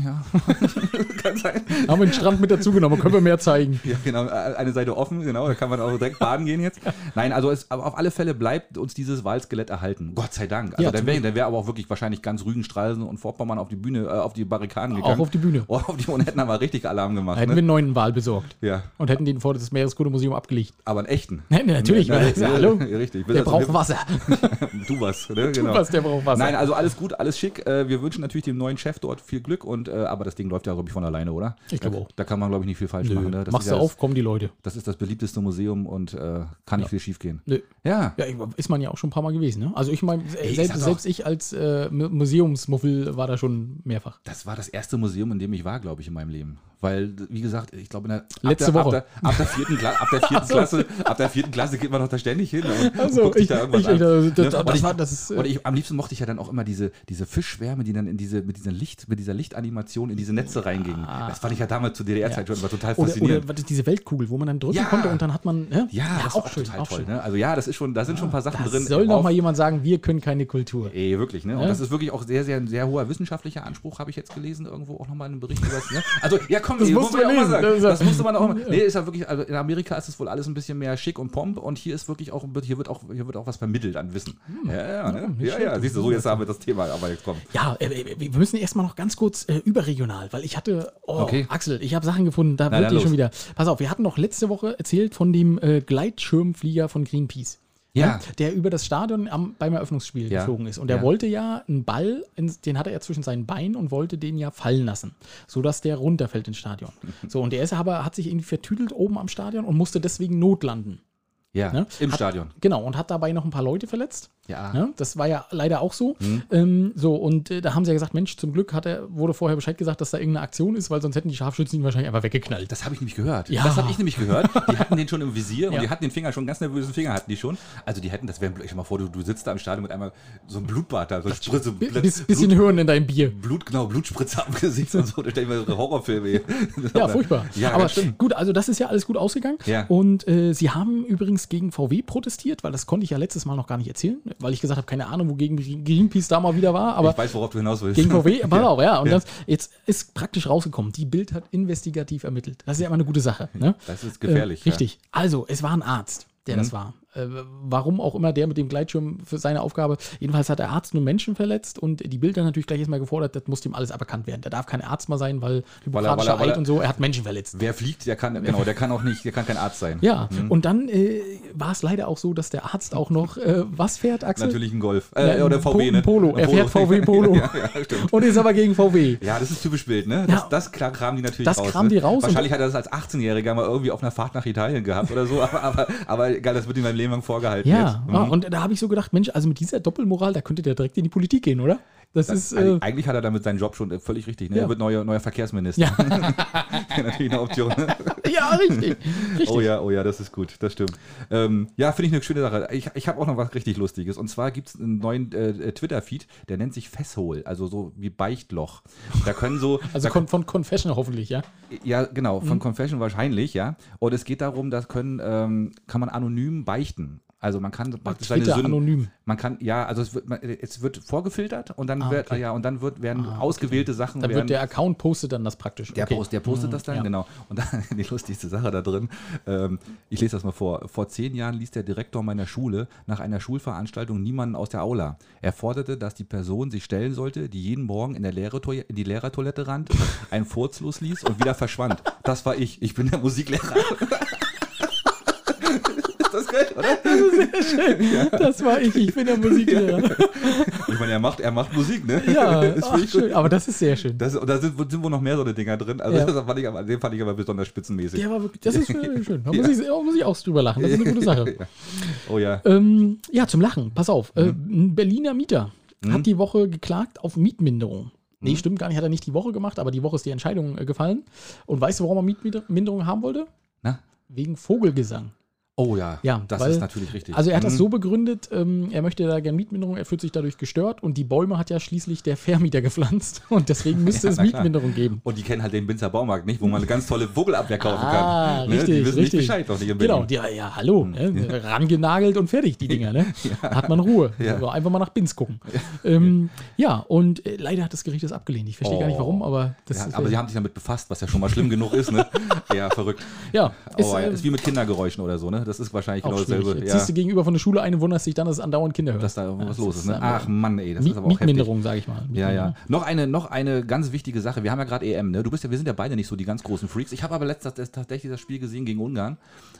Speaker 2: Ja, (laughs) kann sein.
Speaker 1: Haben wir den Strand mit dazugenommen, können wir mehr zeigen.
Speaker 2: Ja, genau. Eine Seite offen, genau. Da kann man auch direkt baden gehen jetzt. Nein, also es, aber auf alle Fälle bleibt uns dieses Walskelett erhalten. Gott sei Dank. Also
Speaker 1: Ja,
Speaker 2: dann
Speaker 1: zum
Speaker 2: wäre wär aber auch wirklich wahrscheinlich ganz Rügenstralsen und Vorpommern auf die Bühne, äh, auf die Barrikaden gegangen.
Speaker 1: Auch auf die Bühne.
Speaker 2: Oh, auf die und hätten aber richtig Alarm
Speaker 1: Da
Speaker 2: gemacht.
Speaker 1: hätten wir
Speaker 2: Ne?
Speaker 1: einen neuen Wal besorgt
Speaker 2: Ja,
Speaker 1: und hätten den vor das Meereskundemuseum abgelegt.
Speaker 2: aber einen echten.
Speaker 1: Nein, natürlich,
Speaker 2: Ja,
Speaker 1: weil- hallo?
Speaker 2: (laughs) Richtig.
Speaker 1: Der braucht Wasser.
Speaker 2: (laughs)
Speaker 1: (laughs)
Speaker 2: Du was. Ne? Also Genau.
Speaker 1: was, der braucht Wasser.
Speaker 2: Nein, also alles gut, alles schick. Äh, Wir wünschen natürlich dem neuen Chef dort viel Glück und äh, aber das Ding läuft ja, glaube ich, von alleine, oder?
Speaker 1: Ich glaube
Speaker 2: Da-
Speaker 1: auch.
Speaker 2: Da kann man, glaube ich, nicht viel falsch machen. Ne? Das
Speaker 1: Machst
Speaker 2: ist ja
Speaker 1: du auf, kommen die Leute.
Speaker 2: Das, das ist das beliebteste Museum und äh, kann nicht viel schief gehen.
Speaker 1: Nö.
Speaker 2: Ja.
Speaker 1: Ja, ich- ist man ja auch schon ein paar Mal gewesen, ne? Also ich meine,
Speaker 2: ich
Speaker 1: selbst,
Speaker 2: sag's auch.
Speaker 1: selbst ich als äh, Mu- Museumsmuffel war da schon mehrfach.
Speaker 2: Das war das erste Museum, in dem ich war, glaube ich, in meinem Leben. Weil, wie gesagt, ich glaube, in der,
Speaker 1: Letzte
Speaker 2: ab der,
Speaker 1: Woche.
Speaker 2: Ab der, ab der vierten, Kla ab der
Speaker 1: (laughs)
Speaker 2: vierten Klasse, ab der vierten Klasse geht man doch da ständig hin und,
Speaker 1: Also,
Speaker 2: und guckt sich
Speaker 1: ich-
Speaker 2: da irgendwas
Speaker 1: ich-
Speaker 2: an.
Speaker 1: ich- das-
Speaker 2: Ne?
Speaker 1: das-
Speaker 2: Und
Speaker 1: das
Speaker 2: ich-
Speaker 1: war- das ist, äh,
Speaker 2: Und ich, am liebsten mochte ich ja dann auch immer diese, diese Fischschwärme, die dann in diese, mit diesem Licht, mit dieser Lichtanimation in diese Netze reingingen. Das fand ich ja damals zur DDR-Zeit schon immer
Speaker 1: Ah.
Speaker 2: total
Speaker 1: Oder,
Speaker 2: faszinierend.
Speaker 1: oder was ist diese Weltkugel, wo man dann drücken
Speaker 2: Ja.
Speaker 1: konnte und dann hat man. Ne?
Speaker 2: ja, das auch, auch total toll. Ne? Also ja, das ist schon, da sind schon ein paar Sachen
Speaker 1: Ah, Das
Speaker 2: drin.
Speaker 1: soll
Speaker 2: Auf-
Speaker 1: noch mal jemand sagen, wir können keine Kultur.
Speaker 2: Ey, wirklich, ne? Und
Speaker 1: Ja.
Speaker 2: das ist wirklich auch sehr, sehr, sehr hoher wissenschaftlicher Anspruch, habe ich jetzt gelesen, irgendwo auch nochmal einen Bericht über das, ne? Also, ja, komm,
Speaker 1: Das
Speaker 2: ey,
Speaker 1: musst
Speaker 2: muss man
Speaker 1: du
Speaker 2: ja auch mal
Speaker 1: lesen.
Speaker 2: sagen.
Speaker 1: Das ist ja-
Speaker 2: Das musste man auch mal. Nee, ist ja wirklich, also in Amerika ist es wohl alles ein bisschen mehr schick und pomp und hier ist wirklich auch, wird- hier wird auch, hier wird auch was vermittelt an Wissen.
Speaker 1: Hm.
Speaker 2: Ja, ja, ne? ja, ja, siehst du, so jetzt haben wir das Thema, aber jetzt kommt.
Speaker 1: Ja, äh, äh, wir müssen erstmal noch ganz kurz äh, überregional, weil ich hatte, oh,
Speaker 2: Okay.
Speaker 1: Axel, ich habe Sachen gefunden, da
Speaker 2: dann
Speaker 1: wird dir schon
Speaker 2: los.
Speaker 1: wieder. Pass auf, wir hatten noch letzte Woche erzählt von dem äh, Gleitschirmflieger von Greenpeace. ne?
Speaker 2: Ja.
Speaker 1: der über das Stadion am, beim Eröffnungsspiel
Speaker 2: Ja.
Speaker 1: geflogen ist. Und er
Speaker 2: Ja.
Speaker 1: wollte ja einen Ball, in, den hatte er zwischen seinen Beinen und wollte den ja fallen lassen, sodass der runterfällt ins
Speaker 2: (laughs)
Speaker 1: Stadion. So, und der ist aber, hat sich irgendwie vertüdelt oben am Stadion und musste deswegen notlanden.
Speaker 2: Ja,
Speaker 1: Ne?
Speaker 2: im
Speaker 1: hat,
Speaker 2: Stadion.
Speaker 1: Genau, und hat dabei noch ein paar Leute verletzt.
Speaker 2: Ja. Mhm.
Speaker 1: Ne? Das war ja leider auch so. Ähm, so, und äh, da haben sie ja gesagt, Mensch, zum Glück hat er, wurde vorher Bescheid gesagt, dass da irgendeine Aktion ist, weil sonst hätten die Scharfschützen ihn wahrscheinlich einfach weggeknallt.
Speaker 2: Das habe ich nämlich gehört.
Speaker 1: Ja.
Speaker 2: Das habe ich nämlich gehört. Die hatten den schon im Visier und
Speaker 1: Ja.
Speaker 2: die hatten den Finger schon, ganz nervösen Finger hatten die schon. Also die hätten, das wäre, ich stell mal vor, du, du sitzt da im Stadion mit einmal so ein Blutbad da, so ein Spritz, so ein
Speaker 1: Bi-
Speaker 2: Blut-
Speaker 1: bis, bisschen Hirn in deinem Bier.
Speaker 2: Blut, genau, Blutspritzer am Gesicht und so. Da stell ich mir so Horrorfilme hier.
Speaker 1: Ja, furchtbar.
Speaker 2: Ja,
Speaker 1: aber
Speaker 2: aber stimmt.
Speaker 1: gut, also das ist ja alles gut ausgegangen.
Speaker 2: Ja.
Speaker 1: Und äh, sie haben übrigens gegen VW protestiert, weil das konnte ich ja letztes Mal noch gar nicht erzählen, weil ich gesagt habe, keine Ahnung, wogegen Greenpeace da mal wieder war, aber
Speaker 2: Ich weiß, worauf du hinaus willst.
Speaker 1: gegen VW, pass
Speaker 2: (laughs) ja.
Speaker 1: auf, ja. Und
Speaker 2: Ja.
Speaker 1: das jetzt ist praktisch rausgekommen. Die Bild hat investigativ ermittelt. Das ist ja immer eine gute Sache. Ne?
Speaker 2: Das ist gefährlich,
Speaker 1: Äh,
Speaker 2: ja. Mhm.
Speaker 1: richtig. Also, es war ein Arzt, der das war. Äh, warum auch immer der mit dem Gleitschirm für seine Aufgabe. Jedenfalls hat der Arzt nur Menschen verletzt und die Bilder natürlich gleich erstmal gefordert, das muss dem alles aberkannt werden. Der darf kein Arzt mehr sein, weil
Speaker 2: weil er-
Speaker 1: hypokratischer
Speaker 2: weil er-
Speaker 1: Eid und so, er hat Menschen verletzt.
Speaker 2: Wer fliegt, der kann, genau, der kann auch nicht, der kann kein Arzt sein.
Speaker 1: Ja, und dann äh, war es leider auch so, dass der Arzt auch noch, äh, was fährt Axel?
Speaker 2: Natürlich ein Golf.
Speaker 1: Ja,
Speaker 2: Äh,
Speaker 1: ein
Speaker 2: oder
Speaker 1: Po-
Speaker 2: VW, ne?
Speaker 1: ein Polo.
Speaker 2: Ein
Speaker 1: Er fährt VW Polo.
Speaker 2: (laughs) ja, ja, stimmt.
Speaker 1: Und ist aber gegen VW.
Speaker 2: Ja, das ist typisch Bild, ne? Das,
Speaker 1: Ja.
Speaker 2: das klar kramen die natürlich
Speaker 1: Das
Speaker 2: raus.
Speaker 1: kramen
Speaker 2: ne?
Speaker 1: die raus
Speaker 2: Wahrscheinlich hat er das als 18-Jähriger mal irgendwie auf einer Fahrt nach Italien gehabt oder so, (laughs) aber, aber, aber egal, das wird ihm beim Leben lang vorgehalten.
Speaker 1: Ja,
Speaker 2: jetzt.
Speaker 1: ah, und da habe ich so gedacht, Mensch, also mit dieser Doppelmoral, da könnte der direkt in die Politik gehen, oder? Das, ist, äh,
Speaker 2: Eig- Eigentlich hat er damit seinen Job schon äh, völlig richtig. Ne?
Speaker 1: Ja.
Speaker 2: Er wird neuer, neuer Verkehrsminister. (laughs)
Speaker 1: Ja.
Speaker 2: Natürlich eine Option. Ne?
Speaker 1: äh, (laughs) ja, richtig. richtig.
Speaker 2: Oh ja, oh ja, das ist gut, das stimmt. Ähm, ja, finde ich eine schöne Sache. Ich, ich habe auch noch was richtig Lustiges. Und zwar gibt es einen neuen äh, Twitter-Feed, der nennt sich Fesshole, also so wie Beichtloch. Da können so.
Speaker 1: (laughs) Also Mhm.
Speaker 2: da,
Speaker 1: kommt von Confession hoffentlich, ja?
Speaker 2: ja, genau, von Confession wahrscheinlich, ja. Und es geht darum, das können, ähm, kann man anonym beichten. Also man kann praktisch seine
Speaker 1: Twitter
Speaker 2: Sünden.
Speaker 1: anonym.
Speaker 2: Man kann, ja, also es wird, man, es wird vorgefiltert und dann wird,
Speaker 1: Ah, okay.
Speaker 2: ja, und dann wird, werden ausgewählte Sachen
Speaker 1: Dann
Speaker 2: werden,
Speaker 1: wird der Account postet dann das praktisch.
Speaker 2: der,
Speaker 1: Okay. Mhm,
Speaker 2: Post, der postet das dann,
Speaker 1: ja.
Speaker 2: genau. Und dann (laughs) die lustigste Sache da drin. Ähm, ich lese das mal vor. Vor zehn Jahren ließ der Direktor meiner Schule nach einer Schulveranstaltung niemanden aus der Aula. Er forderte, dass die Person sich stellen sollte, die jeden Morgen in, der Lehrertoi- in die Lehrertoilette rannte, (laughs) einen Furz losließ und wieder verschwand. Das war ich. Ich bin der Musiklehrer. (laughs) Ist das geil, oder?
Speaker 1: (laughs) Das war ich, ich bin der Musiklehrer.
Speaker 2: Ich meine, er macht, er macht Musik, ne?
Speaker 1: (laughs)
Speaker 2: (laughs)
Speaker 1: Ja,
Speaker 2: das
Speaker 1: ach,
Speaker 2: finde ich gut.
Speaker 1: schön. aber das ist sehr schön.
Speaker 2: Das, und da sind, sind wohl noch mehr so eine Dinger drin. Also
Speaker 1: Ja.
Speaker 2: das fand ich, aber- den fand ich aber besonders spitzenmäßig.
Speaker 1: Der war wirklich, das ist schön. schön. Da muss, ich, da muss ich auch drüber lachen. Das ist eine gute (laughs) Sache.
Speaker 2: Ja. Oh ja.
Speaker 1: Ähm, ja, zum Lachen. Pass auf. Äh, ein Berliner Mieter hat die Woche geklagt auf Mietminderung. Nee, stimmt gar nicht. Hat er nicht die Woche gemacht, aber die Woche ist die Entscheidung äh, gefallen. Und weißt du, warum er Mietminderung haben wollte?
Speaker 2: Na?
Speaker 1: Wegen Vogelgesang.
Speaker 2: Oh ja,
Speaker 1: Ja,
Speaker 2: das
Speaker 1: weil-
Speaker 2: ist natürlich richtig.
Speaker 1: Also er hat das
Speaker 2: Mhm.
Speaker 1: so begründet, ähm, er möchte da gerne Mietminderung, er fühlt sich dadurch gestört und die Bäume hat ja schließlich der Vermieter (laughs) gepflanzt und deswegen müsste
Speaker 2: Ja,
Speaker 1: es
Speaker 2: na klar.
Speaker 1: Mietminderung geben.
Speaker 2: Und die kennen halt den Binzer Baumarkt nicht, wo man eine ganz tolle Vogelabwehr kaufen
Speaker 1: Ah,
Speaker 2: kann. Ne?
Speaker 1: richtig,
Speaker 2: die wissen
Speaker 1: richtig.
Speaker 2: nicht Bescheid, doch nicht in
Speaker 1: Genau,
Speaker 2: Berlin. Mhm.
Speaker 1: ja, ja, hallo, ne? rangenagelt und fertig, die Dinger, ne? Hat man Ruhe.
Speaker 2: (laughs) Ja.
Speaker 1: Also einfach mal nach Bins gucken. Ähm, ja, und äh, leider hat das Gericht das abgelehnt. Ich verstehe gar nicht
Speaker 2: Oh.
Speaker 1: warum, aber das
Speaker 2: ja,
Speaker 1: ist,
Speaker 2: aber
Speaker 1: äh,
Speaker 2: sie haben sich damit befasst, was ja schon mal schlimm genug
Speaker 1: (laughs)
Speaker 2: ist, ne? Ja, verrückt.
Speaker 1: ja,
Speaker 2: Ist,
Speaker 1: ist,
Speaker 2: oh, ja,
Speaker 1: äh,
Speaker 2: ist wie mit Kindergeräuschen oder so, ne? Das ist wahrscheinlich
Speaker 1: auch
Speaker 2: genau
Speaker 1: schwierig.
Speaker 2: dasselbe.
Speaker 1: Jetzt
Speaker 2: Ja,
Speaker 1: siehst du gegenüber von der Schule ein und wunderst dich dann, dass andere Kinder hören.
Speaker 2: dass da
Speaker 1: das
Speaker 2: irgendwas los
Speaker 1: ist
Speaker 2: ist, ne?
Speaker 1: einfach-
Speaker 2: Ach Mann, ey, das
Speaker 1: Miet
Speaker 2: ist aber auch heftig.
Speaker 1: Mietminderung, Mhm. sage ich mal.
Speaker 2: Ja, ja. Noch eine, noch eine ganz wichtige Sache. Wir haben ja gerade EM, ne? Du bist ja, wir sind ja beide nicht so die ganz großen Freaks. Ich habe aber letztens das- tatsächlich das Spiel gesehen gegen Ungarn.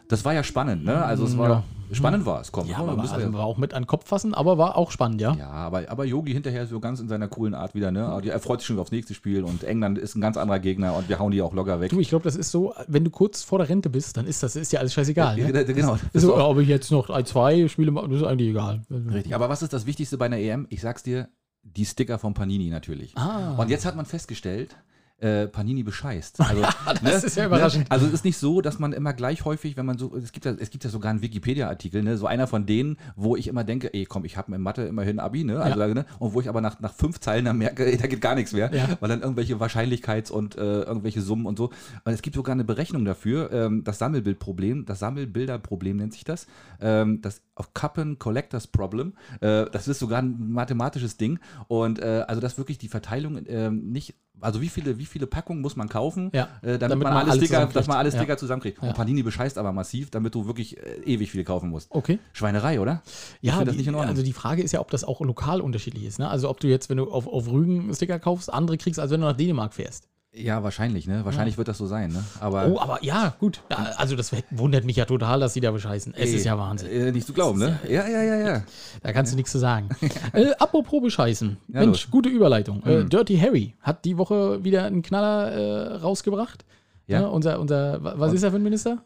Speaker 2: Das war ja spannend, ne? Also es war
Speaker 1: Mhm, Ja.
Speaker 2: spannend war es, komm.
Speaker 1: Ja,
Speaker 2: komm,
Speaker 1: aber
Speaker 2: wir
Speaker 1: war,
Speaker 2: müssen
Speaker 1: also war auch mit an den Kopf fassen, aber war auch spannend, ja.
Speaker 2: ja, aber, aber Yogi hinterher so ganz in seiner coolen Art wieder, ne? Aber die- Er freut sich schon aufs nächste Spiel und England ist ein ganz anderer Gegner und wir hauen die auch locker weg.
Speaker 1: Du, ich glaube, das ist so, wenn du kurz vor der Rente bist, dann ist das ist ja alles scheißegal. Ne?
Speaker 2: Ja, genau.
Speaker 1: Ist so, ja, ob ich jetzt noch ein, zwei Spiele mache, das ist eigentlich egal.
Speaker 2: Richtig. Aber was ist das Wichtigste bei einer EM? Ich sag's dir, die Sticker von Panini natürlich.
Speaker 1: Ah.
Speaker 2: Und jetzt hat man festgestellt, äh, Panini bescheißt.
Speaker 1: (laughs)
Speaker 2: Also,
Speaker 1: das ist ja überraschend.
Speaker 2: Ne? Also es ist nicht so, dass man immer gleich häufig, wenn man so, es gibt ja, es gibt ja sogar einen Wikipedia-Artikel, ne? so einer von denen, wo ich immer denke, ey komm, ich habe in Mathe immerhin Abi, ne? Also, ne? Und wo ich aber nach, nach fünf Zeilen dann merke, ey, da geht gar nichts mehr,
Speaker 1: Ja.
Speaker 2: weil dann irgendwelche Wahrscheinlichkeits- und äh, irgendwelche Summen und so. Und es gibt sogar eine Berechnung dafür, ähm, das Sammelbildproblem, das Sammelbilderproblem nennt sich das, ähm, das auf Kappen Collectors Problem, äh, das ist sogar ein mathematisches Ding und äh, also dass wirklich die Verteilung ähm, nicht, also wie viele, wie viele Packungen muss man kaufen,
Speaker 1: Ja,
Speaker 2: äh, damit,
Speaker 1: damit
Speaker 2: man,
Speaker 1: man
Speaker 2: alle
Speaker 1: alles
Speaker 2: Sticker, dass man alle
Speaker 1: zusammenkriegt. Ja.
Speaker 2: Sticker zusammenkriegt.
Speaker 1: Ja.
Speaker 2: Und Panini bescheißt aber massiv, damit du wirklich äh, ewig viel kaufen musst.
Speaker 1: Okay.
Speaker 2: Schweinerei, oder? ich
Speaker 1: Ja,
Speaker 2: finde das
Speaker 1: die-
Speaker 2: nicht in Ordnung.
Speaker 1: also die Frage ist ja, ob das auch lokal unterschiedlich ist. Ne? Also ob du jetzt, wenn du auf, auf Rügen Sticker kaufst, andere kriegst, als wenn du nach Dänemark fährst.
Speaker 2: ja, wahrscheinlich, ne? Wahrscheinlich wird das so sein, ne? Aber
Speaker 1: Oh, aber ja, gut. Ja, also das wundert mich ja total, dass die da bescheißen. Es
Speaker 2: ey,
Speaker 1: ist ja Wahnsinn.
Speaker 2: Äh, nicht zu glauben, ne? Ja, ja, ja, ja.
Speaker 1: Da kannst du nichts zu
Speaker 2: (laughs)
Speaker 1: sagen. äh, apropos bescheißen.
Speaker 2: Ja,
Speaker 1: Mensch,
Speaker 2: los. Mhm.
Speaker 1: gute Überleitung. Äh, Dirty Harry hat die Woche wieder einen Knaller äh, rausgebracht.
Speaker 2: Ja. Äh,
Speaker 1: Ne, unser, unser, wa- was ist er für ein Minister?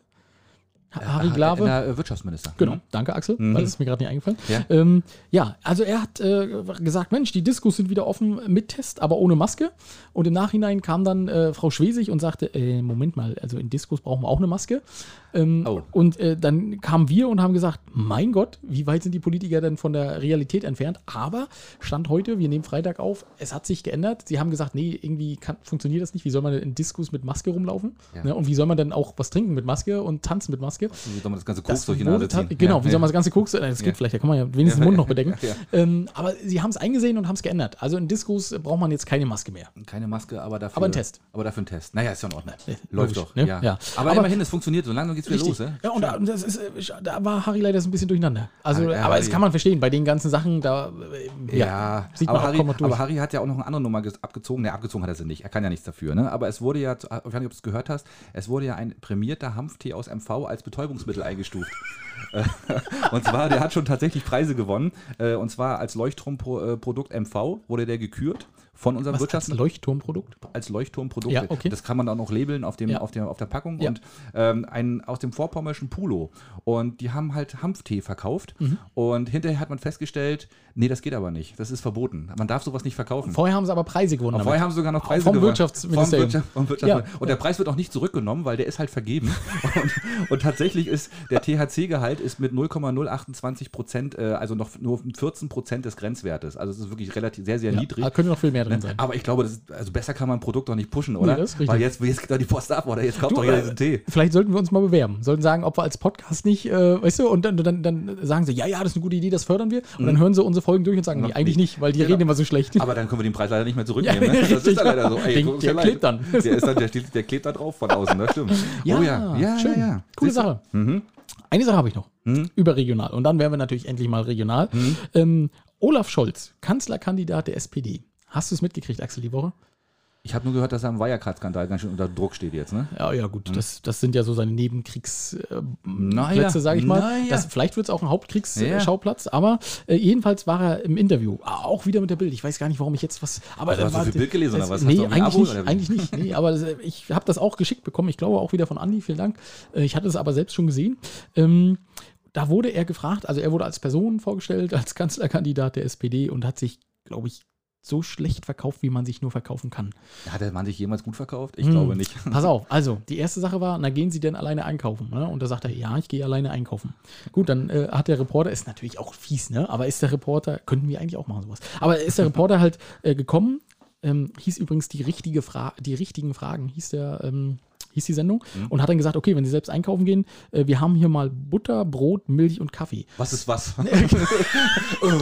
Speaker 1: Ha- Harry Glawe?
Speaker 2: Ah, Der, der Wirtschaftsminister. Mhm.
Speaker 1: Genau, danke Axel, weil das ist mir gerade nicht eingefallen.
Speaker 2: Ja.
Speaker 1: ähm, ja also er hat äh, gesagt, Mensch, die Diskos sind wieder offen mit Test, aber ohne Maske. Und im Nachhinein kam dann äh, Frau Schwesig und sagte, äh, Moment mal, also in Diskos brauchen wir auch eine Maske. Ähm,
Speaker 2: Oh.
Speaker 1: Und äh, dann kamen wir und haben gesagt, mein Gott, wie weit sind die Politiker denn von der Realität entfernt? Aber Stand heute, wir nehmen Freitag auf, es hat sich geändert. Sie haben gesagt, nee, irgendwie kann, funktioniert das nicht. Wie soll man denn in Diskos mit Maske rumlaufen?
Speaker 2: Ja.
Speaker 1: Ne? Und wie soll man denn auch was trinken mit Maske und tanzen mit Maske?
Speaker 2: Wie soll man das ganze Koks
Speaker 1: Das
Speaker 2: durch die
Speaker 1: wurde
Speaker 2: Nase
Speaker 1: ta-
Speaker 2: ziehen?
Speaker 1: genau,
Speaker 2: ja,
Speaker 1: wie soll man das
Speaker 2: ja.
Speaker 1: ganze Koks, äh, das geht
Speaker 2: Ja.
Speaker 1: vielleicht, da kann man ja
Speaker 2: (laughs)
Speaker 1: wenigstens den Mund noch bedecken.
Speaker 2: Ja, ja.
Speaker 1: Ähm, aber sie haben es eingesehen und haben es geändert. Also in Diskos äh, braucht man jetzt keine Maske mehr.
Speaker 2: Keine Maske, aber dafür.
Speaker 1: Aber ein Test.
Speaker 2: Aber dafür ein Test. Naja, ist ja in Ordnung.
Speaker 1: Ja, logisch,
Speaker 2: Läuft doch.
Speaker 1: ne?
Speaker 2: Ja.
Speaker 1: Ja.
Speaker 2: Aber,
Speaker 1: Aber-
Speaker 2: immerhin, es funktioniert. So langsam geht's wieder los, ne?
Speaker 1: Ja, und da, das ist, äh, sch- da war Harry leider so ein bisschen durcheinander. Also,
Speaker 2: Harry-
Speaker 1: aber das
Speaker 2: Harry.
Speaker 1: kann man verstehen. Bei den ganzen Sachen, da äh,
Speaker 2: Ja,
Speaker 1: sieht man
Speaker 2: aber,
Speaker 1: auch
Speaker 2: Harry,
Speaker 1: kaum noch durch.
Speaker 2: aber Harry hat ja auch noch eine andere Nummer ges- abgezogen. Ne, abgezogen hat er sie nicht. Er kann ja nichts dafür. Ne? Aber es wurde ja, zu- ich weiß nicht, ob du es gehört hast, es wurde ja ein prämierter Hanftee aus MV als Betäubungsmittel eingestuft. (laughs) Äh, und zwar, der hat schon tatsächlich Preise gewonnen. Äh, Und zwar als Leuchtturmprodukt äh, MV wurde der gekürt von
Speaker 1: was
Speaker 2: unserem
Speaker 1: als
Speaker 2: Wirtschafts
Speaker 1: Leuchtturmprodukt?
Speaker 2: als Leuchtturmprodukte.
Speaker 1: Ja, okay.
Speaker 2: Das kann man dann auch labeln auf, dem,
Speaker 1: Ja.
Speaker 2: auf, der, auf der Packung.
Speaker 1: Ja.
Speaker 2: Und ähm, ein, aus dem vorpommerschen Pulo. Und die haben halt Hanftee verkauft.
Speaker 1: Mhm.
Speaker 2: Und hinterher hat man festgestellt, nee, das geht aber nicht. Das ist verboten. Man darf sowas nicht verkaufen.
Speaker 1: Vorher haben sie aber Preise gewonnen.
Speaker 2: Und Vorher haben sie sogar noch Preise
Speaker 1: Vom
Speaker 2: gewonnen.
Speaker 1: Wirtschaftsministerium.
Speaker 2: Vom Wirtschaft- vom Wirtschaftsministerium. Und der Preis wird auch nicht zurückgenommen, weil der ist halt vergeben. (laughs) und, und tatsächlich ist der THC-Gehalt ist mit 0,028 Prozent, äh, also noch nur 14 Prozent des Grenzwertes. Also es ist wirklich relativ sehr, sehr
Speaker 1: ja, also
Speaker 2: niedrig.
Speaker 1: Da könnte noch viel mehr drin
Speaker 2: Ne?
Speaker 1: sein.
Speaker 2: Aber ich glaube, das ist, also besser kann man ein Produkt doch nicht pushen, oder?
Speaker 1: Nee, das ist richtig.
Speaker 2: Weil jetzt, jetzt geht doch die Post ab, oder? Jetzt kauft
Speaker 1: Du,
Speaker 2: doch jeder
Speaker 1: äh,
Speaker 2: diesen Tee.
Speaker 1: Vielleicht sollten wir uns mal bewerben. Sollten sagen, ob wir als Podcast nicht, äh, weißt du, und dann, dann, dann sagen sie, ja, ja, das ist eine gute Idee, das fördern wir. Und dann hören sie unsere Folgen durch und sagen, nee,
Speaker 2: Noch
Speaker 1: eigentlich nicht, weil die
Speaker 2: Mhm. Genau.
Speaker 1: reden immer so schlecht.
Speaker 2: Aber dann können wir den Preis leider nicht mehr
Speaker 1: Ja,
Speaker 2: zurücknehmen.
Speaker 1: (laughs)
Speaker 2: ne? Das
Speaker 1: richtig,
Speaker 2: ist dann leider so.
Speaker 1: ja. Den-
Speaker 2: guck uns
Speaker 1: der
Speaker 2: ja
Speaker 1: klebt
Speaker 2: leid.
Speaker 1: dann.
Speaker 2: Der, ist dann der, steht, der klebt da drauf von außen,
Speaker 1: (laughs)
Speaker 2: das stimmt. oh ja, ja,
Speaker 1: schön.
Speaker 2: ja, ja.
Speaker 1: Coole
Speaker 2: Siehst du?
Speaker 1: Sache.
Speaker 2: Mhm.
Speaker 1: Eine Sache habe ich noch. Überregional. Und dann wären wir natürlich endlich mal regional.
Speaker 2: Mhm.
Speaker 1: Ähm, Olaf Scholz, Kanzlerkandidat der SPD. Hast du es mitgekriegt, Axel, die Woche?
Speaker 2: Ich habe nur gehört, dass er im Wirecard-Skandal ganz schön unter Druck steht jetzt, ne?
Speaker 1: Ja, ja, gut. Das, das sind ja so seine Nebenkriegsplätze,
Speaker 2: Naja.
Speaker 1: Plätze, sage ich mal.
Speaker 2: Naja.
Speaker 1: Das, vielleicht wird es auch ein
Speaker 2: Ja.
Speaker 1: Hauptkriegsschauplatz, aber äh, jedenfalls war er im Interview. Auch wieder mit der Bild. Ich weiß gar nicht, warum ich jetzt was. Aber
Speaker 2: Also hast du
Speaker 1: war-
Speaker 2: für Bild gelesen oder
Speaker 1: das-
Speaker 2: was? Hast du
Speaker 1: Nee,
Speaker 2: irgendwie ein
Speaker 1: eigentlich
Speaker 2: Abo
Speaker 1: nicht,
Speaker 2: oder wie?
Speaker 1: eigentlich nicht. Nee, aber das, äh, ich habe das auch geschickt bekommen. Ich glaube auch wieder von Andi. Vielen Dank. Äh, Ich hatte es aber selbst schon gesehen. Ähm, da wurde (laughs) er gefragt, also er wurde als Person vorgestellt, als Kanzlerkandidat der SPD und hat sich, glaube ich, so schlecht verkauft, wie man sich nur verkaufen kann.
Speaker 2: Hat der Mann sich jemals gut verkauft?
Speaker 1: Hm.
Speaker 2: Ich glaube nicht.
Speaker 1: (laughs) Pass auf, also die erste Sache war, na gehen Sie denn alleine einkaufen? Ne? Und da sagt er, ja, ich gehe alleine einkaufen. Gut, dann äh, hat der Reporter, ist natürlich auch fies, ne? aber ist der Reporter, könnten wir eigentlich auch machen sowas, aber ist der Reporter halt äh, gekommen, ähm, hieß übrigens die, richtige Fra die richtigen Fragen, hieß der... Ähm, hieß die Sendung, und hat dann gesagt, okay, wenn Sie selbst einkaufen gehen, äh, wir haben hier mal Butter, Brot, Milch und Kaffee.
Speaker 2: Was
Speaker 1: (laughs)
Speaker 2: ist was? (laughs) oh,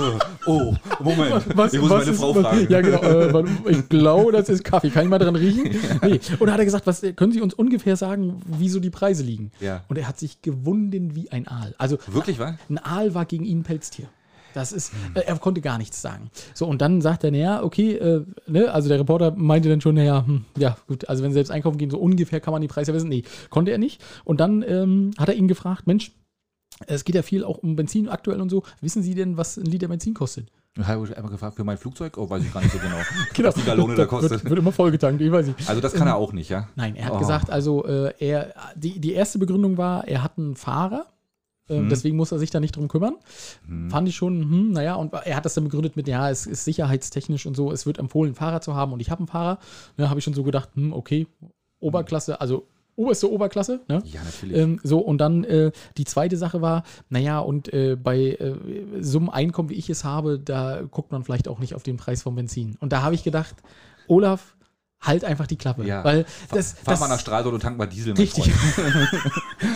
Speaker 2: oh, Moment.
Speaker 1: Was-
Speaker 2: ich muss
Speaker 1: was
Speaker 2: meine
Speaker 1: ist-
Speaker 2: Frau
Speaker 1: was-
Speaker 2: fragen.
Speaker 1: Ja, genau. Äh, warte, ich glaube, das ist Kaffee. Kann ich mal dran
Speaker 2: (laughs)
Speaker 1: riechen? Nee. Und da hat er gesagt, was, können Sie uns ungefähr sagen, wieso die Preise liegen?
Speaker 2: Ja.
Speaker 1: Und er hat sich gewunden wie ein Aal. Also
Speaker 2: Wirklich, wa?
Speaker 1: ein Aal war gegen ihn ein Pelztier. Das ist,
Speaker 2: Hm.
Speaker 1: äh, er konnte gar nichts sagen. So, und dann sagt er, naja, okay, äh, ne, also der Reporter meinte dann schon, naja, hm, ja, gut, also wenn sie selbst einkaufen gehen, so ungefähr kann man die Preise ja wissen. Nee, konnte er nicht. Und dann ähm, hat er ihn gefragt, Mensch, es geht ja viel auch um Benzin aktuell und so. Wissen Sie denn, was ein Liter Benzin kostet?
Speaker 2: Ich habe ich einmal gefragt, für mein Flugzeug? Oh, weiß ich gar nicht so genau.
Speaker 1: Genau.
Speaker 2: Was die Gallone da
Speaker 1: Wird,
Speaker 2: kostet.
Speaker 1: wird immer vollgetankt, ich weiß nicht.
Speaker 2: Also das kann er auch nicht, ja?
Speaker 1: Nein, er hat
Speaker 2: Oh.
Speaker 1: gesagt, also äh, er, die, die erste Begründung war, er hat einen Fahrer, äh,
Speaker 2: Hm.
Speaker 1: deswegen muss er sich da nicht drum kümmern. Fand ich schon, hm, naja, und er hat das dann begründet mit, ja, es ist sicherheitstechnisch und so, es wird empfohlen, einen Fahrer zu haben und ich habe einen Fahrer. Ne, habe ich schon so gedacht, hm, okay, Oberklasse, also oberste Oberklasse, ne?
Speaker 2: Ja, natürlich.
Speaker 1: Ähm, so, und dann äh, die zweite Sache war, naja, und äh, bei äh, so einem Einkommen, wie ich es habe, da guckt man vielleicht auch nicht auf den Preis vom Benzin. Und da habe ich gedacht, Olaf, halt einfach die Klappe.
Speaker 2: Ja.
Speaker 1: Weil das,
Speaker 2: Fahr
Speaker 1: das
Speaker 2: mal nach Stralsund und tank mal Diesel, mein
Speaker 1: Richtig.
Speaker 2: Freund.